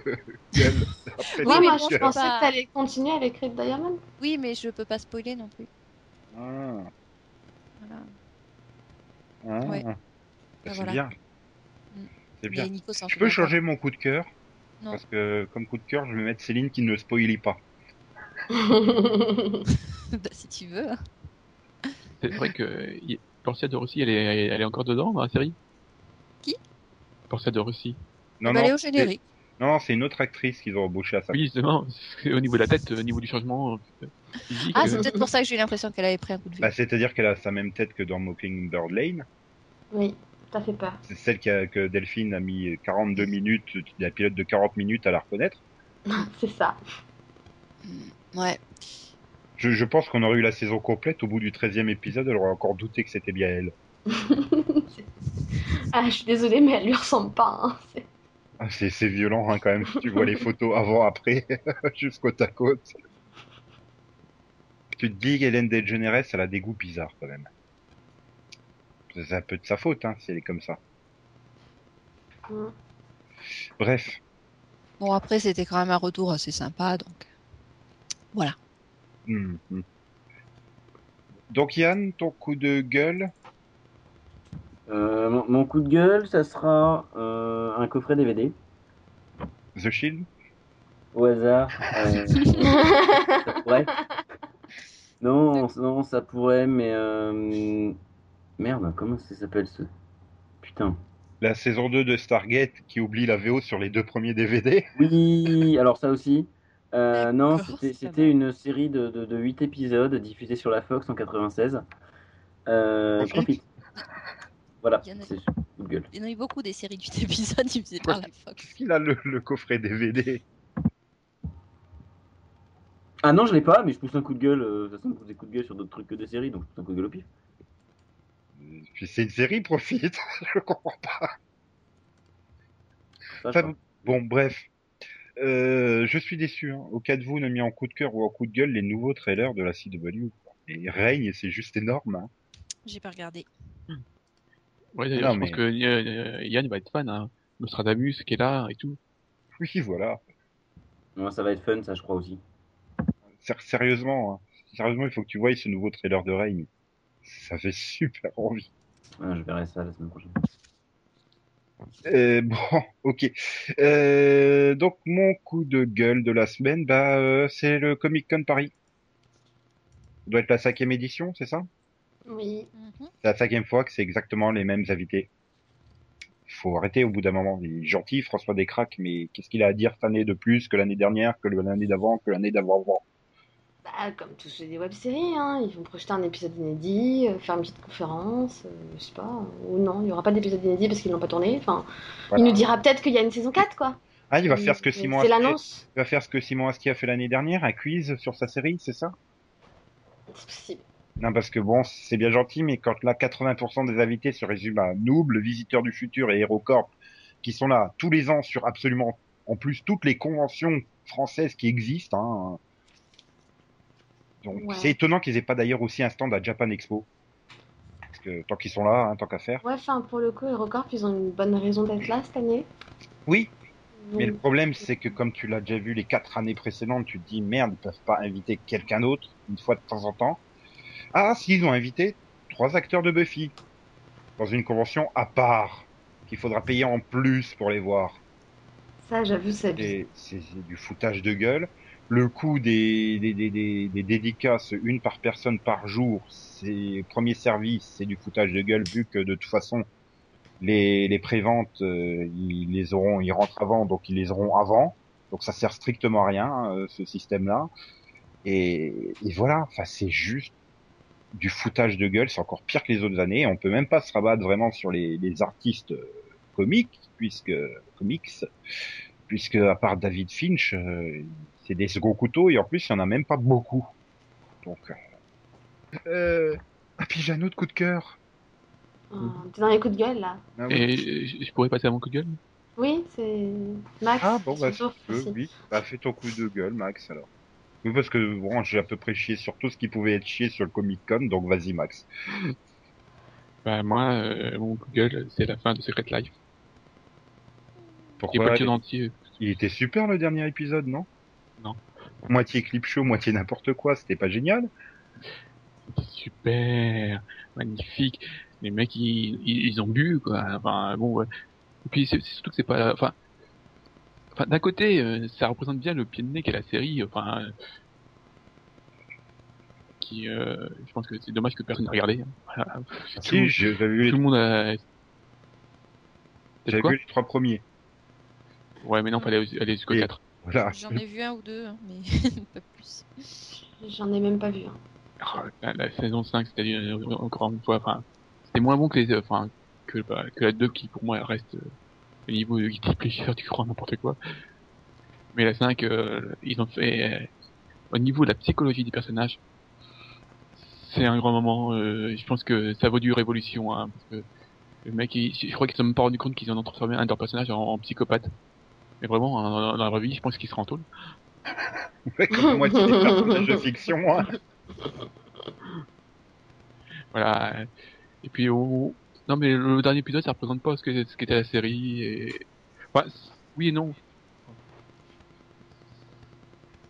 Speaker 1: gueule. Après,
Speaker 2: Moi,
Speaker 1: t'as
Speaker 2: moi,
Speaker 3: mais
Speaker 1: dit
Speaker 3: bon,
Speaker 2: je
Speaker 1: que-
Speaker 2: pensais
Speaker 3: pas-
Speaker 2: que t'allais continuer avec Red Diamond.
Speaker 3: Oui, mais je peux pas spoiler non plus.
Speaker 1: Ah,
Speaker 3: Voilà.
Speaker 1: ah,
Speaker 3: Ouais.
Speaker 1: bah,
Speaker 3: Bah,
Speaker 1: C'est
Speaker 3: voilà.
Speaker 1: bien.
Speaker 3: Mm.
Speaker 1: C'est bien.
Speaker 3: Mais Nico s'en
Speaker 1: Je
Speaker 3: fout
Speaker 1: peux
Speaker 3: encore.
Speaker 1: changer mon coup de cœur
Speaker 3: Non.
Speaker 1: Parce que, comme coup de cœur, je vais mettre Céline qui ne spoilie pas.
Speaker 3: Bah, si tu veux.
Speaker 5: C'est vrai que euh, y- Portia de Russie, elle est, elle est encore dedans dans la série
Speaker 3: Qui
Speaker 5: Portia de Russie.
Speaker 1: Non,
Speaker 3: Bah,
Speaker 1: non,
Speaker 3: allez au
Speaker 1: c'est-
Speaker 3: générique.
Speaker 1: non, c'est une autre actrice qu'ils ont embauchée à ça.
Speaker 5: Oui, justement, parce que au niveau de la tête, au niveau du changement euh, physique.
Speaker 3: Ah,
Speaker 5: euh,
Speaker 3: c'est peut-être pour ça que j'ai eu l'impression qu'elle avait pris un coup de vue.
Speaker 1: Bah, C'est-à-dire qu'elle a sa même tête que dans Mockingbird Lane.
Speaker 2: Oui, t'as fait peur.
Speaker 1: C'est celle qui a- que Delphine a mis 42 minutes, la pilote de 40 minutes à la reconnaître.
Speaker 2: C'est ça.
Speaker 3: Ouais.
Speaker 1: Je, je pense qu'on aurait eu la saison complète. Au bout du 13e épisode, elle aurait encore douté que c'était bien elle.
Speaker 2: Ah, je suis désolée, mais elle lui ressemble pas. hein. C'est-
Speaker 1: Ah, C'est c'est violent hein, quand même. si tu vois les photos avant-après, jusqu'au à côte. Tu te dis qu'Hélène DeGeneres, elle a des goûts bizarres quand même. C'est un peu de sa faute hein, si elle est comme ça.
Speaker 2: Mm.
Speaker 1: Bref,
Speaker 3: Bon, après, c'était quand même un retour assez sympa, donc.
Speaker 1: Hmm, hmm. Donc Yann, ton coup de gueule,
Speaker 4: Euh, mon, mon coup de gueule, ça sera euh, un coffret DVD.
Speaker 1: The Shield
Speaker 4: Au hasard. euh, ça pourrait. Non, non, ça pourrait, mais. euh, Merde, comment ça s'appelle ce. Putain.
Speaker 1: la saison 2 de Stargate qui oublie la VO sur les deux premiers DVD.
Speaker 4: Oui, alors ça aussi. Euh, non,
Speaker 3: D'accord,
Speaker 4: c'était-
Speaker 3: ça
Speaker 4: c'était
Speaker 3: va.
Speaker 4: une série de, de, 8 épisodes diffusée sur la Fox en 96. Euh,
Speaker 1: Profite.
Speaker 4: profite. Voilà,
Speaker 3: Il y en a-
Speaker 4: c'est coup de gueule.
Speaker 3: Il y en a eu beaucoup des séries du épisode, ils faisaient par la Fox.
Speaker 1: Qu'est-ce qu'il a le, le coffret DVD
Speaker 4: Ah non, je l'ai pas, mais je pousse un coup de gueule. euh, De toute façon, je pousse des coups de gueule sur d'autres trucs que des séries, donc je pousse un coup de gueule au pif.
Speaker 1: Puis c'est une série, profite. Je comprends pas.
Speaker 4: Ça, je
Speaker 1: Enfin,
Speaker 4: crois.
Speaker 1: Bon, bref. Euh, je suis déçu. hein. Au cas de vous, on a mis en coup de cœur ou en coup de gueule les nouveaux trailers de la CW. quoi. Et règne, c'est juste énorme. hein.
Speaker 3: J'ai pas regardé.
Speaker 5: ouais, d'ailleurs,
Speaker 1: non,
Speaker 5: je pense
Speaker 1: mais-
Speaker 5: que euh, euh, Yann va être fan. Hein. Nostradamus qui est là et tout.
Speaker 1: Oui, voilà.
Speaker 4: Ouais, ça va être fun, ça, je crois aussi.
Speaker 1: Ser- Sérieusement, hein. sérieusement, il faut que tu voyes ce nouveau trailer de règne. Ça fait super envie.
Speaker 4: Ouais, Ah, je verrai ça la semaine prochaine.
Speaker 1: Euh, bon, ok. Euh, donc mon coup de gueule de la semaine, bah, euh, c'est le Comic Con Paris. Ça doit être la cinquième édition, c'est ça
Speaker 2: Oui.
Speaker 3: Mhm.
Speaker 1: C'est la cinquième fois que c'est exactement les mêmes invités. Il faut arrêter au bout d'un moment. Il est gentil, François Descraques, mais qu'est-ce qu'il a à dire cette année de plus que l'année dernière, que l'année d'avant, que l'année d'avant-avant
Speaker 2: Bah, comme tous ceux des web-séries, hein, ils vont projeter un épisode inédit, euh, faire une petite conférence, euh, je sais pas, euh, ou non, il n'y aura pas d'épisode inédit parce qu'ils l'ont pas tourné. Enfin,
Speaker 1: Voilà.
Speaker 2: il nous dira peut-être qu'il y a une saison 4, quoi.
Speaker 1: Ah, il va faire ce que
Speaker 2: Mais
Speaker 1: Simon
Speaker 2: C'est
Speaker 1: Astier,
Speaker 2: l'annonce,
Speaker 1: il va faire ce que Simon Astier a fait l'année dernière, un quiz sur sa série, c'est ça
Speaker 2: c'est possible.
Speaker 1: Non, parce que bon, c'est bien gentil, mais quand là, 80% des invités se résument à Noob, le Visiteur du Futur et HeroCorp, qui sont là tous les ans sur absolument, en plus, toutes les conventions françaises qui existent. hein. Donc,
Speaker 2: Ouais.
Speaker 1: c'est étonnant qu'ils aient pas d'ailleurs aussi un stand à Japan Expo. Parce que tant qu'ils sont là, hein, tant qu'à faire.
Speaker 2: Ouais, enfin, pour le coup, HeroCorp, ils ont une bonne raison d'être là cette année.
Speaker 1: Oui, mais le
Speaker 2: Donc,
Speaker 1: problème, c'est que comme tu l'as déjà vu les quatre années précédentes, tu te dis merde, ils peuvent pas inviter quelqu'un d'autre une fois de temps en temps. Ah, s'ils ont invité trois acteurs de Buffy dans une convention à part qu'il faudra payer en plus pour les voir.
Speaker 2: Ça, j'avoue, c'est abusé.
Speaker 1: Et c'est c'est du foutage de gueule. Le coût des, des, des, des, des dédicaces, une par personne par jour, c'est premier service, c'est du foutage de gueule vu que de toute façon les, les préventes, euh, ils les auront, ils rentrent avant, donc ils les auront avant. Donc ça sert strictement à rien hein, ce système-là. Et, et voilà, enfin c'est juste du foutage de gueule. C'est encore pire que les autres années. On peut même pas se rabattre vraiment sur les, les artistes euh, comiques, puisque comics, puisque à part David Finch, euh, c'est des seconds couteaux et en plus il y en a même pas beaucoup. Donc euh, euh, un pyjano de coup de cœur.
Speaker 2: Hum, T'es dans les coups de gueule là.
Speaker 1: Ah oui.
Speaker 5: Et euh, je je pourrais passer à mon coup de gueule
Speaker 2: Oui, c'est Max.
Speaker 1: Ah bon, bah, si
Speaker 2: toujours
Speaker 1: tu veux,
Speaker 2: aussi.
Speaker 1: oui. Bah, fais ton coup de gueule, Max, alors. Oui, parce que bon, j'ai à peu près chié sur tout ce qui pouvait être chié sur le Comic Con, donc vas-y, Max.
Speaker 5: Bah moi, euh, mon coup de gueule, c'est la fin de Secret Life. Et pas
Speaker 1: Pourquoi
Speaker 5: le tout entier.
Speaker 1: Il était super le dernier épisode, non
Speaker 5: Non.
Speaker 1: Moitié clip show, moitié n'importe quoi, c'était pas génial
Speaker 5: C'était super, magnifique. Les mecs, ils, ils, ils ont bu, quoi. Enfin, bon, ouais. Et puis, c'est c'est surtout que c'est pas... Enfin, enfin d'un côté, euh, ça représente bien le pied de nez qu'est la série. Enfin, euh, qui... euh, je pense que c'est dommage que personne n'a regardé. hein. Voilà.
Speaker 1: Si, j'ai- j'avais vu,
Speaker 5: Tout
Speaker 1: les-
Speaker 5: le monde a...
Speaker 1: j'avais
Speaker 5: quoi
Speaker 1: vu les trois premiers.
Speaker 5: Ouais, mais non, fallait aller- aller jusqu'au
Speaker 1: Et-
Speaker 5: 4.
Speaker 1: Voilà.
Speaker 3: J'en ai vu un ou deux, hein, mais pas plus.
Speaker 2: J'en ai même pas vu. hein.
Speaker 5: Ah, la, la saison 5, c'est-à-dire, euh, encore une fois, enfin, c'était moins bon que les, euh, enfin, que, bah, que la 2 qui, pour moi, elle reste euh, au niveau de Guilty Pleasure, tu crois n'importe quoi. Mais la 5, euh, ils ont fait, euh, au niveau de la psychologie des personnages, c'est un grand moment, euh, je pense que ça vaut du révolution, hein, parce que le mec, il- je je crois qu'ils se sont même pas rendu compte qu'ils en ont transformé un de leurs personnages en, en psychopathe. Mais vraiment, hein, dans, dans la vraie vie, je pense qu'ils se rendent
Speaker 1: Comme moitié des personnages de fiction, hein.
Speaker 5: voilà. Et puis, on- non, mais le dernier épisode, ça représente pas ce que ce qu'était la série. Et... Enfin, c- oui et non.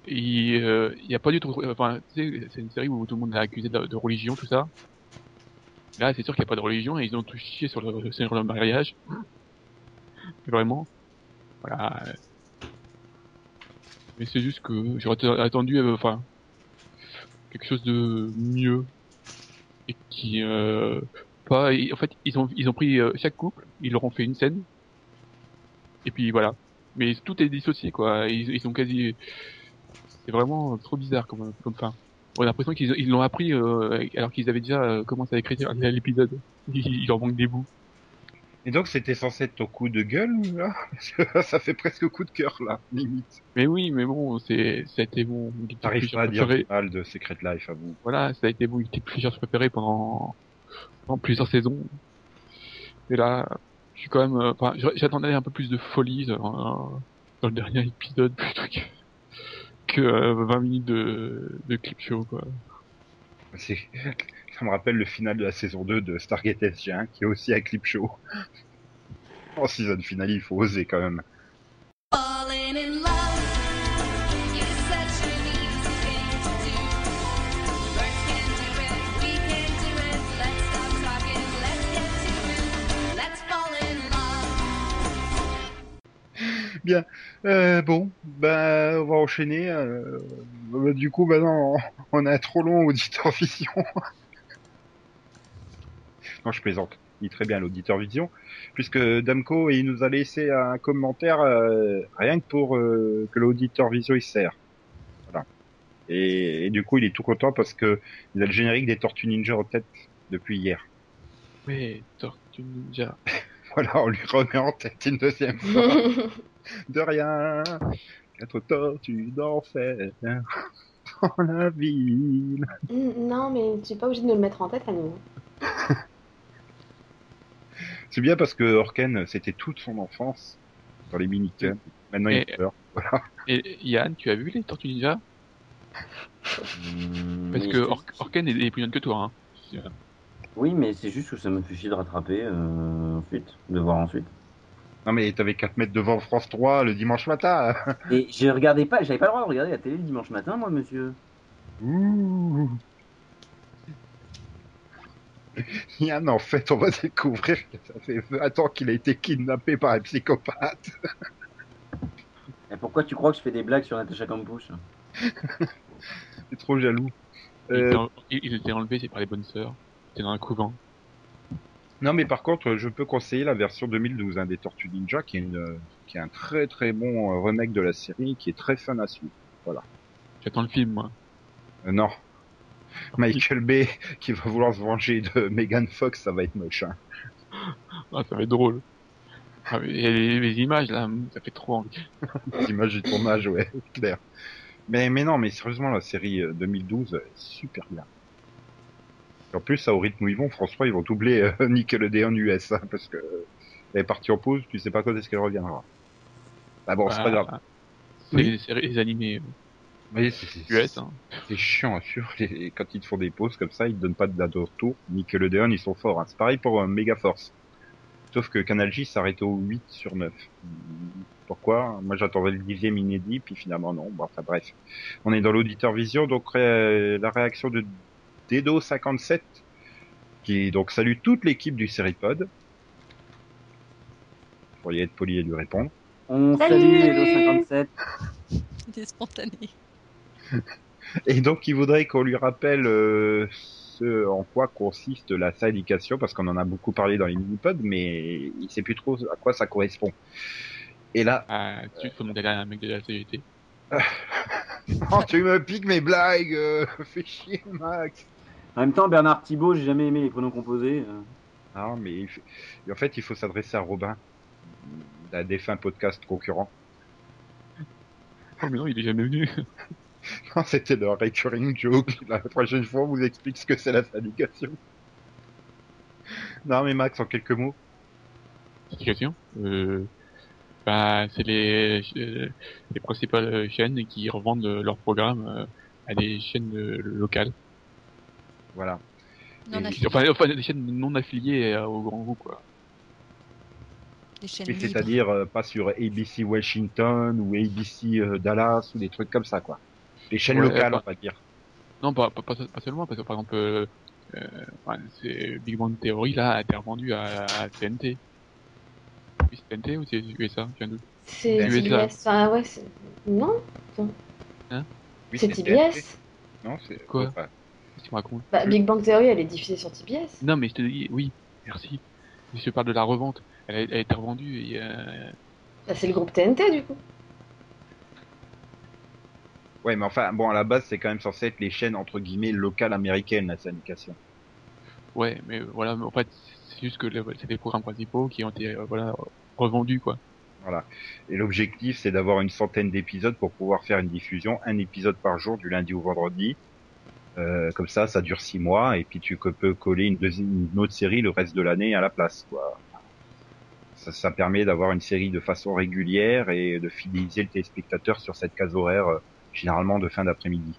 Speaker 5: Il n'y a pas du tout. Enfin, tu sais, c'est une série où tout le monde est accusé de, de religion, tout ça. Là, c'est sûr qu'il n'y a pas de religion et ils ont tout chié sur le, sur le mariage. Vraiment. Voilà. Mais c'est juste que j'aurais t- attendu, euh, enfin, quelque chose de mieux et qui euh, pas et- en fait ils ont ils ont pris euh, chaque couple ils leur ont fait une scène et puis voilà mais tout est dissocié quoi ils, ils sont quasi c'est vraiment trop bizarre comme comme fin on a l'impression qu'ils ils l'ont appris euh, alors qu'ils avaient déjà euh, commencé à écrire l'épisode il, il leur manque des bouts
Speaker 1: Et donc, c'était censé être ton coup de gueule, là Parce que ça fait presque coup de cœur, là, limite.
Speaker 5: mais oui mais bon c'est ça a été mon Guilty
Speaker 1: T'arrives
Speaker 5: Pleasure
Speaker 1: pas à dire
Speaker 5: préféré.
Speaker 1: du mal de Secret Life à vous.
Speaker 5: voilà ça a été mon Guilty Pleasure préféré pendant pendant plusieurs saisons Et là, je suis quand même. euh, Enfin, j'a- j'attendais un peu plus de folie euh, dans, dans le dernier épisode plutôt que, que euh, 20 minutes de, de clip show, quoi.
Speaker 1: C'est... Ça me rappelle le final de la saison 2 de Stargate SG1, qui est aussi un clip show. En season finale, il faut oser quand même.
Speaker 7: Falling in love is such an easy thing to do. Birds can do it, we can do it. Let's stop talking, let's get to it. Let's fall in love.
Speaker 1: Euh, bon, bah, on va enchaîner. euh, bah, du coup, bah non, on a trop long auditeur vision. non, je plaisante. Il est très bien l'auditeur vision, puisque Damco il nous a laissé un commentaire euh, rien que pour euh, que l'auditeur vision il sert. Voilà. Et, et du coup, il est tout content parce que il a le générique des Tortues Ninja en tête depuis hier.
Speaker 5: Mais Tortue Ninja.
Speaker 1: Voilà, on lui remet en tête une deuxième fois. de rien. Quatre tortues d'enfer dans la ville.
Speaker 2: non, mais tu es pas obligé de me le mettre en tête à nous.
Speaker 1: C'est bien parce que Orken, c'était toute son enfance dans les minicums. Maintenant, il
Speaker 5: Et-
Speaker 1: a peur. Voilà.
Speaker 5: Et Yann, tu as vu les Tortues Ninja Parce que Or- Orken est, est plus jeune que toi, hein.
Speaker 4: Oui, mais c'est juste que ça me fait chier de rattraper euh, ensuite, de voir ensuite.
Speaker 1: Non, mais t'avais 4 mètres devant France 3 le dimanche matin.
Speaker 4: Et je regardais pas, j'avais pas le droit de regarder la télé le dimanche matin, moi, monsieur.
Speaker 1: Ouh. Yann, en fait, on va découvrir que ça fait 20 ans qu'il a été kidnappé par un psychopathe.
Speaker 4: Et pourquoi tu crois que je fais des blagues sur Natacha Campouche
Speaker 1: C'est trop jaloux.
Speaker 5: Il,
Speaker 1: Euh,
Speaker 5: était en- il- il était enlevé c'est par les bonnes sœurs. C'était dans un couvent.
Speaker 1: Non, mais par contre, je peux conseiller la version 2012 hein, des Tortues Ninja, qui est, une, euh, qui est un très très bon euh, remake de la série, qui est très fun à suivre.
Speaker 5: J'attends le film, moi.
Speaker 1: Euh, non. Michael Bay qui va vouloir se venger de Megan Fox, ça va être moche. hein.
Speaker 5: Ah, ça va être drôle. Ah, mais les, les images, là, ça fait trop envie.
Speaker 1: Les images du tournage, ouais, clair. Mais, mais non, mais sérieusement, la série euh, 2012, euh, super bien. En plus, ça, au rythme où ils vont, François, ils vont doubler euh, Nickelodeon US, hein, parce que euh, elle est partie en pause, tu sais pas quand est-ce qu'elle reviendra. Ah bon, c'est
Speaker 5: Bah,
Speaker 1: pas grave.
Speaker 5: C'est
Speaker 1: Oui.
Speaker 5: les séries les animés
Speaker 1: Mais c'est- c'est-
Speaker 5: US, hein.
Speaker 1: C'est chiant, sûr. Les- Quand ils te font des pauses comme ça, ils te donnent pas de date de retour. Nickelodeon, ils sont forts. hein. C'est pareil pour euh, Megaforce. Sauf que Canal J s'arrête au 8 sur 9. Pourquoi Moi j'attendais le 10e inédit, puis finalement non. Bon, enfin bref. On est dans l'auditeur vision, donc euh, la réaction de Dedo57, qui donc salue toute l'équipe du Seripod. Vous pourriez être poli et lui répondre.
Speaker 4: On
Speaker 2: Salut
Speaker 4: salue les 57.
Speaker 3: C'était spontané.
Speaker 1: Et donc, il voudrait qu'on lui rappelle euh, ce en quoi consiste la syndication, parce qu'on en a beaucoup parlé dans les mini-pods, mais il sait plus trop à quoi ça correspond. Et là,
Speaker 5: Ah, tu te demander à un mec de la CGT.
Speaker 1: oh, tu me piques mes blagues, euh, fais chier Max.
Speaker 4: En même temps, Bernard Thibault, j'ai jamais aimé les pronoms composés. euh.
Speaker 1: Non, Ah, mais il f- en fait, il faut s'adresser à Robin, d'un défunt podcast concurrent.
Speaker 5: Oh, mais non, il est jamais venu.
Speaker 1: Non, C'était le recurring joke. La prochaine fois, on vous explique ce que c'est la syndication. Non, mais Max, en quelques mots.
Speaker 5: Situation. Euh, bah, c'est les, euh, les principales chaînes qui revendent euh, leurs programmes euh, à des chaînes euh, locales.
Speaker 1: Voilà.
Speaker 3: Non,
Speaker 1: Et-
Speaker 3: affilié,
Speaker 5: Enfin, enfin, des chaînes non affiliées euh, au grand groupe, quoi.
Speaker 3: des chaînes
Speaker 1: Mais
Speaker 3: libres.
Speaker 1: c'est-à-dire euh, pas sur ABC Washington ou ABC euh, Dallas ou des trucs comme ça, quoi. Des chaînes
Speaker 5: Ouais,
Speaker 1: locales,
Speaker 5: bah.
Speaker 1: on va dire.
Speaker 5: Non, pas, pas, pas, pas seulement, parce que par exemple, euh, euh, ouais, c'est Big Bang Theory, là, a été revendu à, à TNT. Oui, c'est TNT ou c'est USA, j'ai un doute.
Speaker 2: C'est
Speaker 1: Ben,
Speaker 5: USA.
Speaker 2: TBS. Enfin, Ah, ouais, c'est- non,
Speaker 1: Oui,
Speaker 2: c'est
Speaker 1: TNT.
Speaker 2: TBS.
Speaker 1: Non, c'est
Speaker 5: Quoi
Speaker 1: enfin,
Speaker 5: Qu'est-ce que tu me racontes
Speaker 2: Bah, Big Bang Theory, elle est diffusée sur TBS.
Speaker 5: Non, mais je te dis, oui, merci. Je te parle de la revente. Elle a, elle a été revendue et, euh,
Speaker 2: Bah, c'est le groupe TNT, du coup.
Speaker 1: Ouais, mais enfin, bon, à la base, c'est quand même censé être les chaînes entre guillemets locales américaines, la syndication.
Speaker 5: ouais, mais voilà, mais en fait, c'est juste que le- c'est les programmes principaux qui ont été, euh, voilà, revendus, quoi.
Speaker 1: Et l'objectif, c'est d'avoir une centaine d'épisodes pour pouvoir faire une diffusion, un épisode par jour, du lundi au vendredi. Euh, comme ça, ça dure six mois, et puis tu co- peux coller une, deuxième, une autre série le reste de l'année à la place, quoi. Ça, ça permet d'avoir une série de façon régulière et de fidéliser le téléspectateur sur cette case horaire, euh, généralement de fin d'après-midi.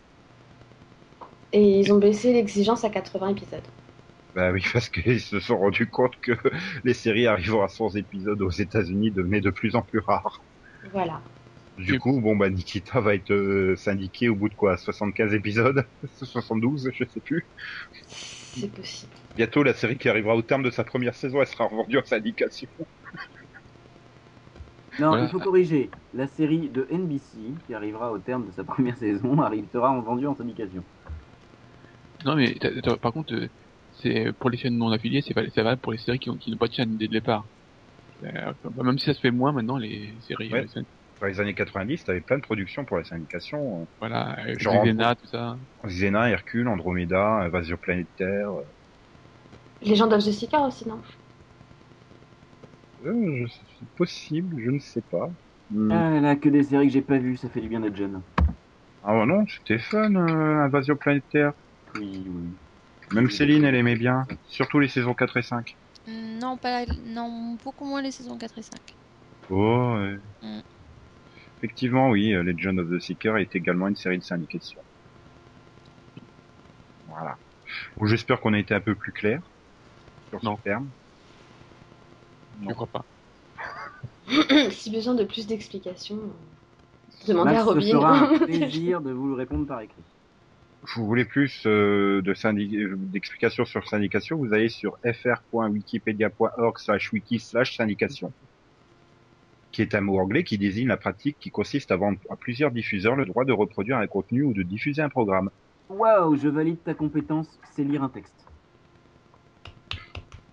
Speaker 2: Et ils ont baissé l'exigence à 80 épisodes.
Speaker 1: Bah oui, parce qu'ils se sont rendus compte que les séries arrivant à 100 épisodes aux États-Unis devenaient de plus en plus rares.
Speaker 2: Voilà.
Speaker 1: Du coup, bon, bah, Nikita va être euh, syndiqué au bout de quoi 75 épisodes 72, je sais plus.
Speaker 2: C'est possible.
Speaker 1: Bientôt, la série qui arrivera au terme de sa première saison, elle sera revendue en syndication.
Speaker 4: Non,
Speaker 5: Voilà.
Speaker 4: il faut corriger. La série de NBC, qui arrivera au terme de sa première saison, arrivera en vendu en syndication.
Speaker 5: Non, mais t'as- t'as- par contre, euh, c'est pour les chaînes non affiliées, c'est val- c'est valable pour les séries qui ont- qui n'ont pas de chaîne dès le départ. Euh, même si ça se fait moins maintenant, les séries,
Speaker 1: Ouais.
Speaker 5: euh, c'est-
Speaker 1: Dans les années 90, t'avais plein de productions pour la syndication.
Speaker 5: voilà, euh,
Speaker 1: Genre-
Speaker 5: Xena, tout ça.
Speaker 1: Xena, Hercule, Andromeda, Invasion planétaire.
Speaker 2: Legend of Jessica aussi, non
Speaker 1: Euh, je- c'est possible, je ne sais pas. Hmm.
Speaker 5: Mm.
Speaker 4: Ah là là, que des séries que j'ai pas vues, ça fait du bien d'être jeune.
Speaker 1: Ah non, c'était fun, euh, Invasion planétaire.
Speaker 4: Oui, oui.
Speaker 1: Même Céline, elle aimait bien. Surtout les saisons 4 et 5.
Speaker 3: Mm, Non, pas, non, beaucoup moins les saisons 4 et 5.
Speaker 1: Oh, ouais.
Speaker 3: Mm.
Speaker 1: Effectivement, oui, euh, Legend of the Seeker est également une série de syndication. Voilà. Bon, J'espère qu'on a été un peu plus clair sur
Speaker 5: Non.
Speaker 1: ce terme.
Speaker 5: Je crois pas.
Speaker 2: Si besoin de plus d'explications, euh, demandez à
Speaker 4: Max, ce sera
Speaker 2: Robin.
Speaker 4: un plaisir de vous le répondre par écrit.
Speaker 1: Vous voulez plus euh, de syndi- euh, d'explications sur syndication, vous allez sur fr.wikipedia.org slash wiki slash syndication, qui est un mot anglais qui désigne la pratique qui consiste à vendre à plusieurs diffuseurs le droit de reproduire un contenu ou de diffuser un programme.
Speaker 4: Waouh, je valide ta compétence, c'est lire un texte.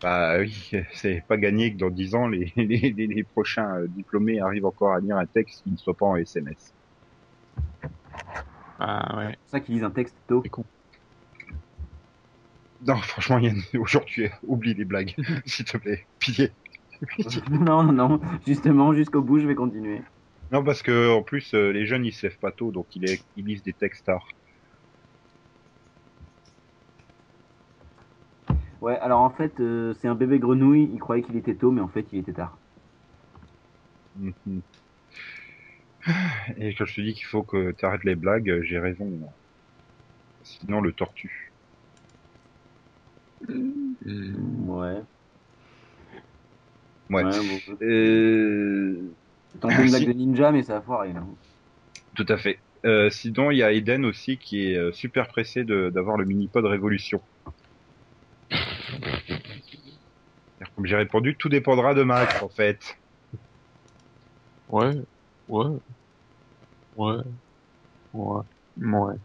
Speaker 1: Bah oui, c'est pas gagné que dans 10 ans, les, les, les- les prochains euh, diplômés arrivent encore à lire un texte qui ne soit pas en SMS.
Speaker 5: Ah ouais.
Speaker 4: C'est pour ça qu'ils lisent un texte tôt.
Speaker 1: Non, franchement, Yann, aujourd'hui, euh, oublie les blagues, s'il te plaît. Pilier.
Speaker 4: non, non, non. Justement, jusqu'au bout, je vais continuer.
Speaker 1: Non, parce que en plus, euh, les jeunes, ils se lèvent pas tôt, donc ils, est- ils lisent des textes tard.
Speaker 4: Ouais, alors en fait, euh, c'est un bébé grenouille. Il croyait qu'il était tôt, mais en fait, il était tard.
Speaker 1: Mhm. Et quand je te dis qu'il faut que tu arrêtes les blagues, j'ai raison. Sinon, le tortue. Mm.
Speaker 5: Hmm.
Speaker 4: Ouais.
Speaker 1: Ouais.
Speaker 4: bon.
Speaker 1: Euh,
Speaker 4: Tenter une blague
Speaker 1: Si.
Speaker 4: de ninja, mais ça a foiré. là.
Speaker 1: Tout à fait. Euh, sinon, il y a Eden aussi qui est euh, super pressé de- d'avoir le mini-pod Révolution. Comme j'ai répondu, tout dépendra de Max en fait.
Speaker 5: Ouais, ouais, ouais, ouais, ouais.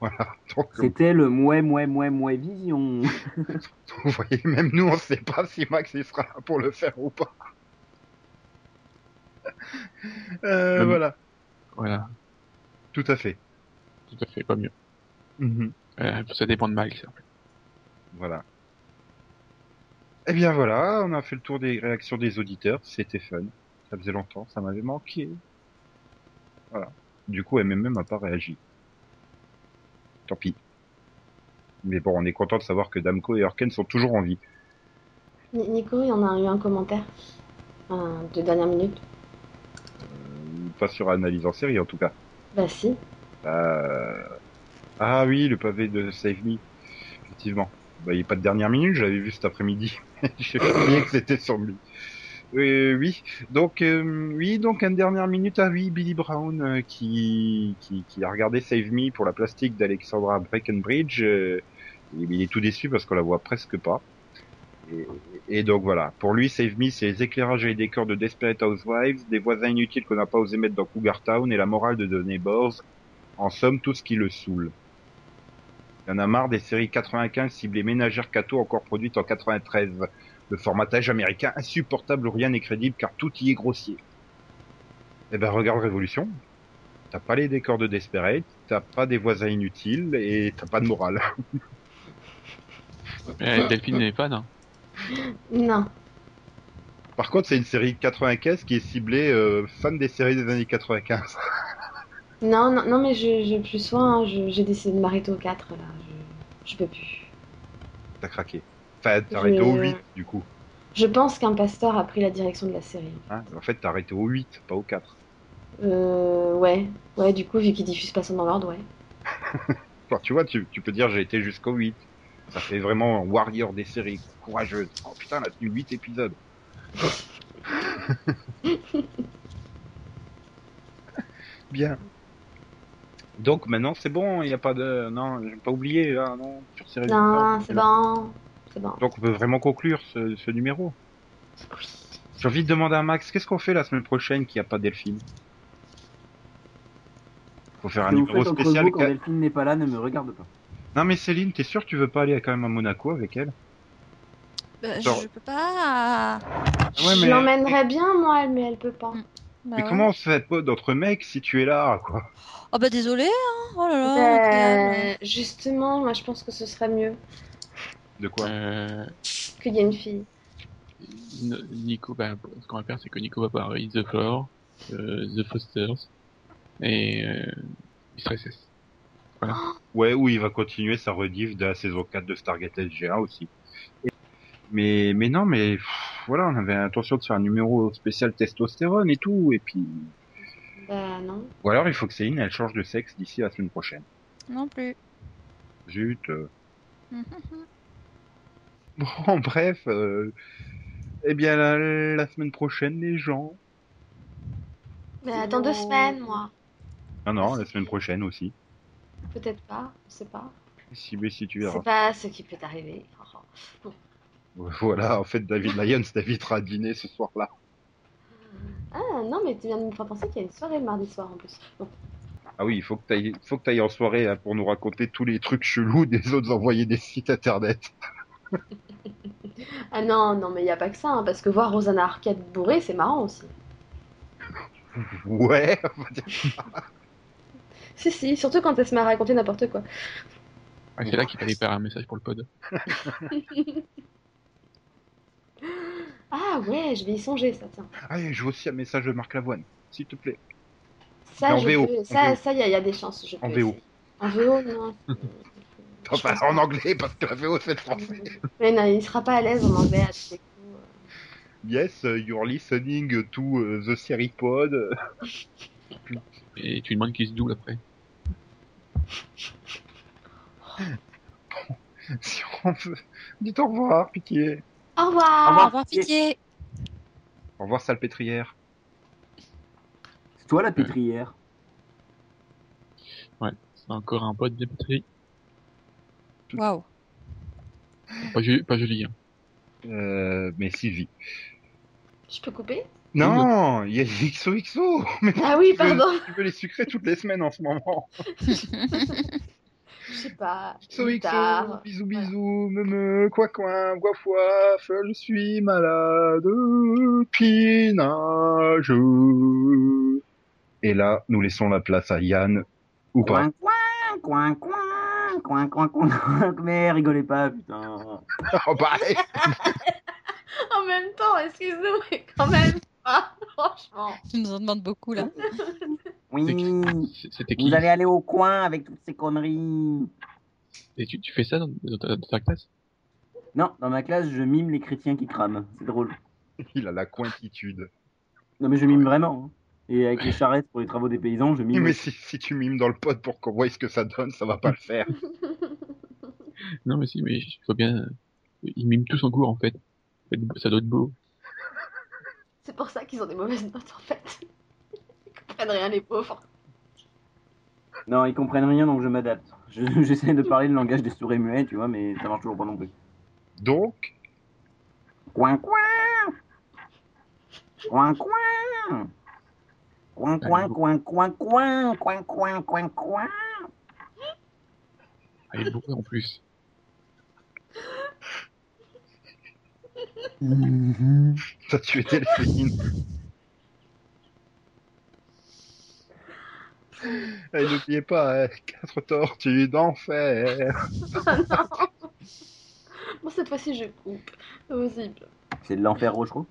Speaker 1: Voilà. Donc,
Speaker 4: C'était le mouais, mouais, mouais, mouais vision.
Speaker 1: vous voyez, même nous, on sait pas si Max il sera là pour le faire ou pas. Euh,
Speaker 5: Même-
Speaker 1: Voilà.
Speaker 5: Voilà,
Speaker 1: Tout à fait.
Speaker 5: tout à fait, pas mieux.
Speaker 1: Mhm.
Speaker 5: Euh, ça dépend de Max. en fait.
Speaker 1: Voilà. Eh bien voilà, on a fait le tour des réactions des auditeurs, c'était fun. Ça faisait longtemps, ça m'avait manqué. Voilà. Du coup, MMM n'a pas réagi. Tant pis. Mais bon, on est content de savoir que Damco et Orken sont toujours en vie.
Speaker 2: Ni- Nico, il y en a eu un commentaire euh, de dernière minute.
Speaker 1: Euh, Pas sur analyse en série, en tout cas.
Speaker 2: Bah si.
Speaker 1: Euh, Ah oui, le pavé de Save Me. Effectivement. Bah, il n'est pas de dernière minute, j'avais vu cet après-midi. J'ai oublié que c'était sur lui. Euh, oui, donc euh, oui, donc une dernière minute ah oui Billy Brown euh, qui, qui qui a regardé Save Me pour la plastique d'Alexandra Breckenbridge. euh, et il est tout déçu parce qu'on la voit presque pas. Et, et donc voilà, pour lui Save Me c'est les éclairages et les décors de Desperate Housewives, des voisins inutiles qu'on n'a pas osé mettre dans Cougar Town et la morale de The Neighbors en somme, tout ce qui le saoule. Il y en a marre des séries 95 ciblées ménagères cato encore produites en 93. Le formatage américain insupportable où rien n'est crédible car tout y est grossier. Eh ben regarde Révolution. T'as pas les décors de Desperate, t'as pas des voisins inutiles et t'as pas de morale.
Speaker 5: Eh, Delphine n'est fan. Hein.
Speaker 2: Non.
Speaker 1: Par contre, c'est une série 95 qui est ciblée euh, fan des séries des années 95.
Speaker 2: Non, non, non, mais je, je plus soin, hein, je- j'ai décidé de m'arrêter au 4 là. Je, je peux plus.
Speaker 1: T'as craqué. Enfin, t'as arrêté au 8 du coup.
Speaker 2: Je pense qu'un pasteur a pris la direction de la série.
Speaker 1: Hein en fait, t'as arrêté au 8, pas au 4.
Speaker 2: Euh, ouais. Ouais, du coup, vu qu'il diffuse pas ça dans l'ordre, ouais.
Speaker 1: Enfin, tu vois, tu, tu peux dire j'ai été jusqu'au 8. Ça fait vraiment un warrior des séries, courageuse. Oh putain, elle a tenu 8 épisodes. Bien. Donc maintenant c'est bon, il n'y a pas de... Non, j'ai pas oublié là, non, sur séries
Speaker 2: Non,
Speaker 1: de-
Speaker 2: c'est bon. C'est bon.
Speaker 1: Donc on peut vraiment conclure ce, ce numéro. J'ai envie de demander à Max, qu'est-ce qu'on fait la semaine prochaine qu'il n'y a pas Delphine Faut faire un
Speaker 4: Que vous
Speaker 1: numéro
Speaker 4: faites entre
Speaker 1: spécial.
Speaker 4: vous quand Delphine n'est pas là, ne me regarde pas.
Speaker 1: Non mais Céline, t'es sûr que tu veux pas aller quand même à Monaco avec elle
Speaker 3: Bah,
Speaker 1: Genre-
Speaker 3: Je peux pas.
Speaker 1: Ah Ouais, mais-
Speaker 2: Je l'emmènerais bien, moi, elle, mais elle peut pas.
Speaker 3: Bah
Speaker 1: Mais
Speaker 3: ouais.
Speaker 1: comment on se fait pote entre mecs si tu es là, quoi
Speaker 3: Oh bah désolé. Hein. Oh là là. Océane.
Speaker 2: Euh, justement, moi, je pense que ce serait mieux
Speaker 1: De quoi
Speaker 5: Euh,
Speaker 2: qu'il y ait une fille.
Speaker 5: N- Nico, bah, ce qu'on va faire, c'est que Nico va par Is the Floor, euh, The Fosters et euh, Stresses.
Speaker 1: Ouais, ou il va continuer sa rediff de la saison 4 de Stargate SG1 aussi. Et- Mais, mais non, mais pff, voilà, on avait l'intention de faire un numéro spécial testostérone et tout, et puis...
Speaker 2: Bah non.
Speaker 1: Ou alors il faut que Céline, elle change de sexe d'ici la semaine prochaine.
Speaker 3: Non plus.
Speaker 1: Zut. euh.
Speaker 3: Mhm.
Speaker 1: Bon, bref. Euh... Eh bien, la, la semaine prochaine, les gens.
Speaker 2: Mais attends deux semaines, moi.
Speaker 1: Non, Ah non, la semaine prochaine aussi.
Speaker 2: Peut-être pas, je sais pas.
Speaker 1: Si, mais si tu verras.
Speaker 2: C'est pas ce qui peut arriver. Oh, oh.
Speaker 1: Voilà, en fait, David Lyons t'invitera à dîner ce soir-là.
Speaker 2: Ah non, mais tu viens de me faire penser qu'il y a une soirée le mardi soir en plus. Bon.
Speaker 1: Ah oui, il faut que t'ailles, faut que t'ailles en soirée hein, pour nous raconter tous les trucs chelous des autres envoyés des sites internet.
Speaker 2: Ah non, non, mais il n'y a pas que ça, hein, parce que voir Rosanna Arquette bourrée, c'est marrant aussi.
Speaker 1: Ouais, on va dire.
Speaker 2: Si, si, surtout quand elle se met à raconter n'importe quoi.
Speaker 5: Ah, c'est là qu'il fallait faire un message pour le pod.
Speaker 2: Ah ouais, je vais y songer, ça, tiens.
Speaker 1: Ah, et je veux aussi un message de Marc Lavoine, s'il te plaît.
Speaker 2: Ça,
Speaker 1: En
Speaker 2: je
Speaker 1: VO,
Speaker 2: peux-
Speaker 1: en
Speaker 2: ça,
Speaker 1: VO.
Speaker 2: ça, il y, a- il y a des chances. Je
Speaker 1: En
Speaker 2: peux
Speaker 1: VO.
Speaker 2: essayer. En VO, non.
Speaker 1: Enfin,
Speaker 2: pense
Speaker 1: en anglais, parce que la VO c'est français.
Speaker 2: Mais non, il sera pas à l'aise en anglais. à tous les coups.
Speaker 1: Yes, uh, you're listening to uh, the series pod.
Speaker 5: Et tu lui demandes qu'il se double après.
Speaker 1: si on veut. Dites au revoir, pitié.
Speaker 2: Au revoir.
Speaker 4: Au
Speaker 3: Au
Speaker 4: revoir.
Speaker 3: revoir, pitié.
Speaker 1: Au revoir, salpêtrière.
Speaker 4: C'est toi la pétrière.
Speaker 5: C'est encore un pod de pétri.
Speaker 1: Mm.
Speaker 3: Waouh.
Speaker 5: Pas, joli- pas joli, hein.
Speaker 1: Euh, mais Sylvie.
Speaker 2: Je peux couper
Speaker 1: Non, il y a les XOXO. Mais
Speaker 2: Ah oui,
Speaker 1: tu veux-
Speaker 2: pardon.
Speaker 1: Tu veux les sucrer toutes les semaines en ce moment.
Speaker 2: Je sais pas. plus
Speaker 1: XOXO,
Speaker 2: tard.
Speaker 1: bisous bisous, me me, quoi coin, guaf waf, je suis malade, pinage. Et là, nous laissons la place à Yann, ou pas.
Speaker 4: Coin, coin, coin, coin, coin, coin, coin. Mais rigolez pas, putain.
Speaker 1: Oh, bah, allez.
Speaker 2: En même temps, excuse-nous, mais quand même pas, franchement.
Speaker 3: Tu nous en demandes beaucoup, là.
Speaker 4: Oui.
Speaker 5: C'est- C'était qui
Speaker 4: Vous allez aller au coin avec toutes ces conneries.
Speaker 5: Et tu, tu fais ça dans, dans ta, dans ta classe
Speaker 4: Non, dans ma classe, je mime les chrétiens qui crament. C'est drôle.
Speaker 1: il a la cointitude.
Speaker 4: Non, mais je mime vraiment. hein. Et avec les charrettes pour les travaux des paysans, je mime.
Speaker 1: Mais si, si tu mimes dans le pod pour qu'on voie ce que ça donne, ça va pas le faire.
Speaker 5: Non, mais si, mais je vois bien. euh, Ils miment tous en cours, en fait. Ça doit être- Ça doit être beau.
Speaker 2: C'est pour ça qu'ils ont des mauvaises notes en fait. Ils comprennent rien, les pauvres.
Speaker 4: Non, ils comprennent rien, donc je m'adapte. Je- J'essaie de parler le langage des sourds et muets, tu vois, mais ça marche toujours pas non plus.
Speaker 1: Donc,
Speaker 4: Coin, coin Coin, coin Coin, coin, coin, coin, coin, coin, coin, coin, coin.
Speaker 5: Elle est bourrée en plus.
Speaker 1: t'as tué Delphine. Et n'oubliez pas, hein, quatre tortues d'enfer.
Speaker 2: Bon, cette fois-ci, je coupe. C'est possible.
Speaker 4: C'est de l'enfer rochereau.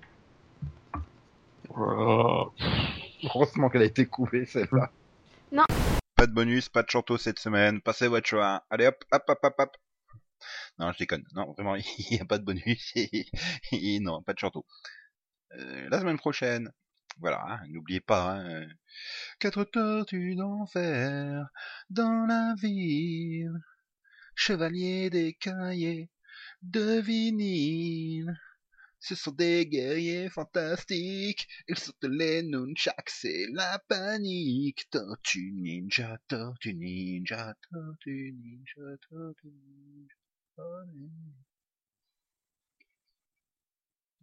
Speaker 5: Oh.
Speaker 1: Heureusement qu'elle a été coupée, celle-là.
Speaker 2: Non.
Speaker 1: Pas de bonus, pas de chanteau cette semaine. Passez votre choix. Allez hop, hop, hop, hop, hop. Non, je déconne. Non, vraiment, il n'y a pas de bonus. Et- et non, pas de chanteau. Euh, la semaine prochaine. Voilà, hein, n'oubliez pas. hein, euh, Quatre tortues d'enfer dans la ville. Chevalier des cahiers de vinyle. Ce sont des guerriers fantastiques. Ils sont les nunchaks, c'est la panique. Tortue ninja, tortue ninja, tortue ninja, tortue ninja. tortue ninja.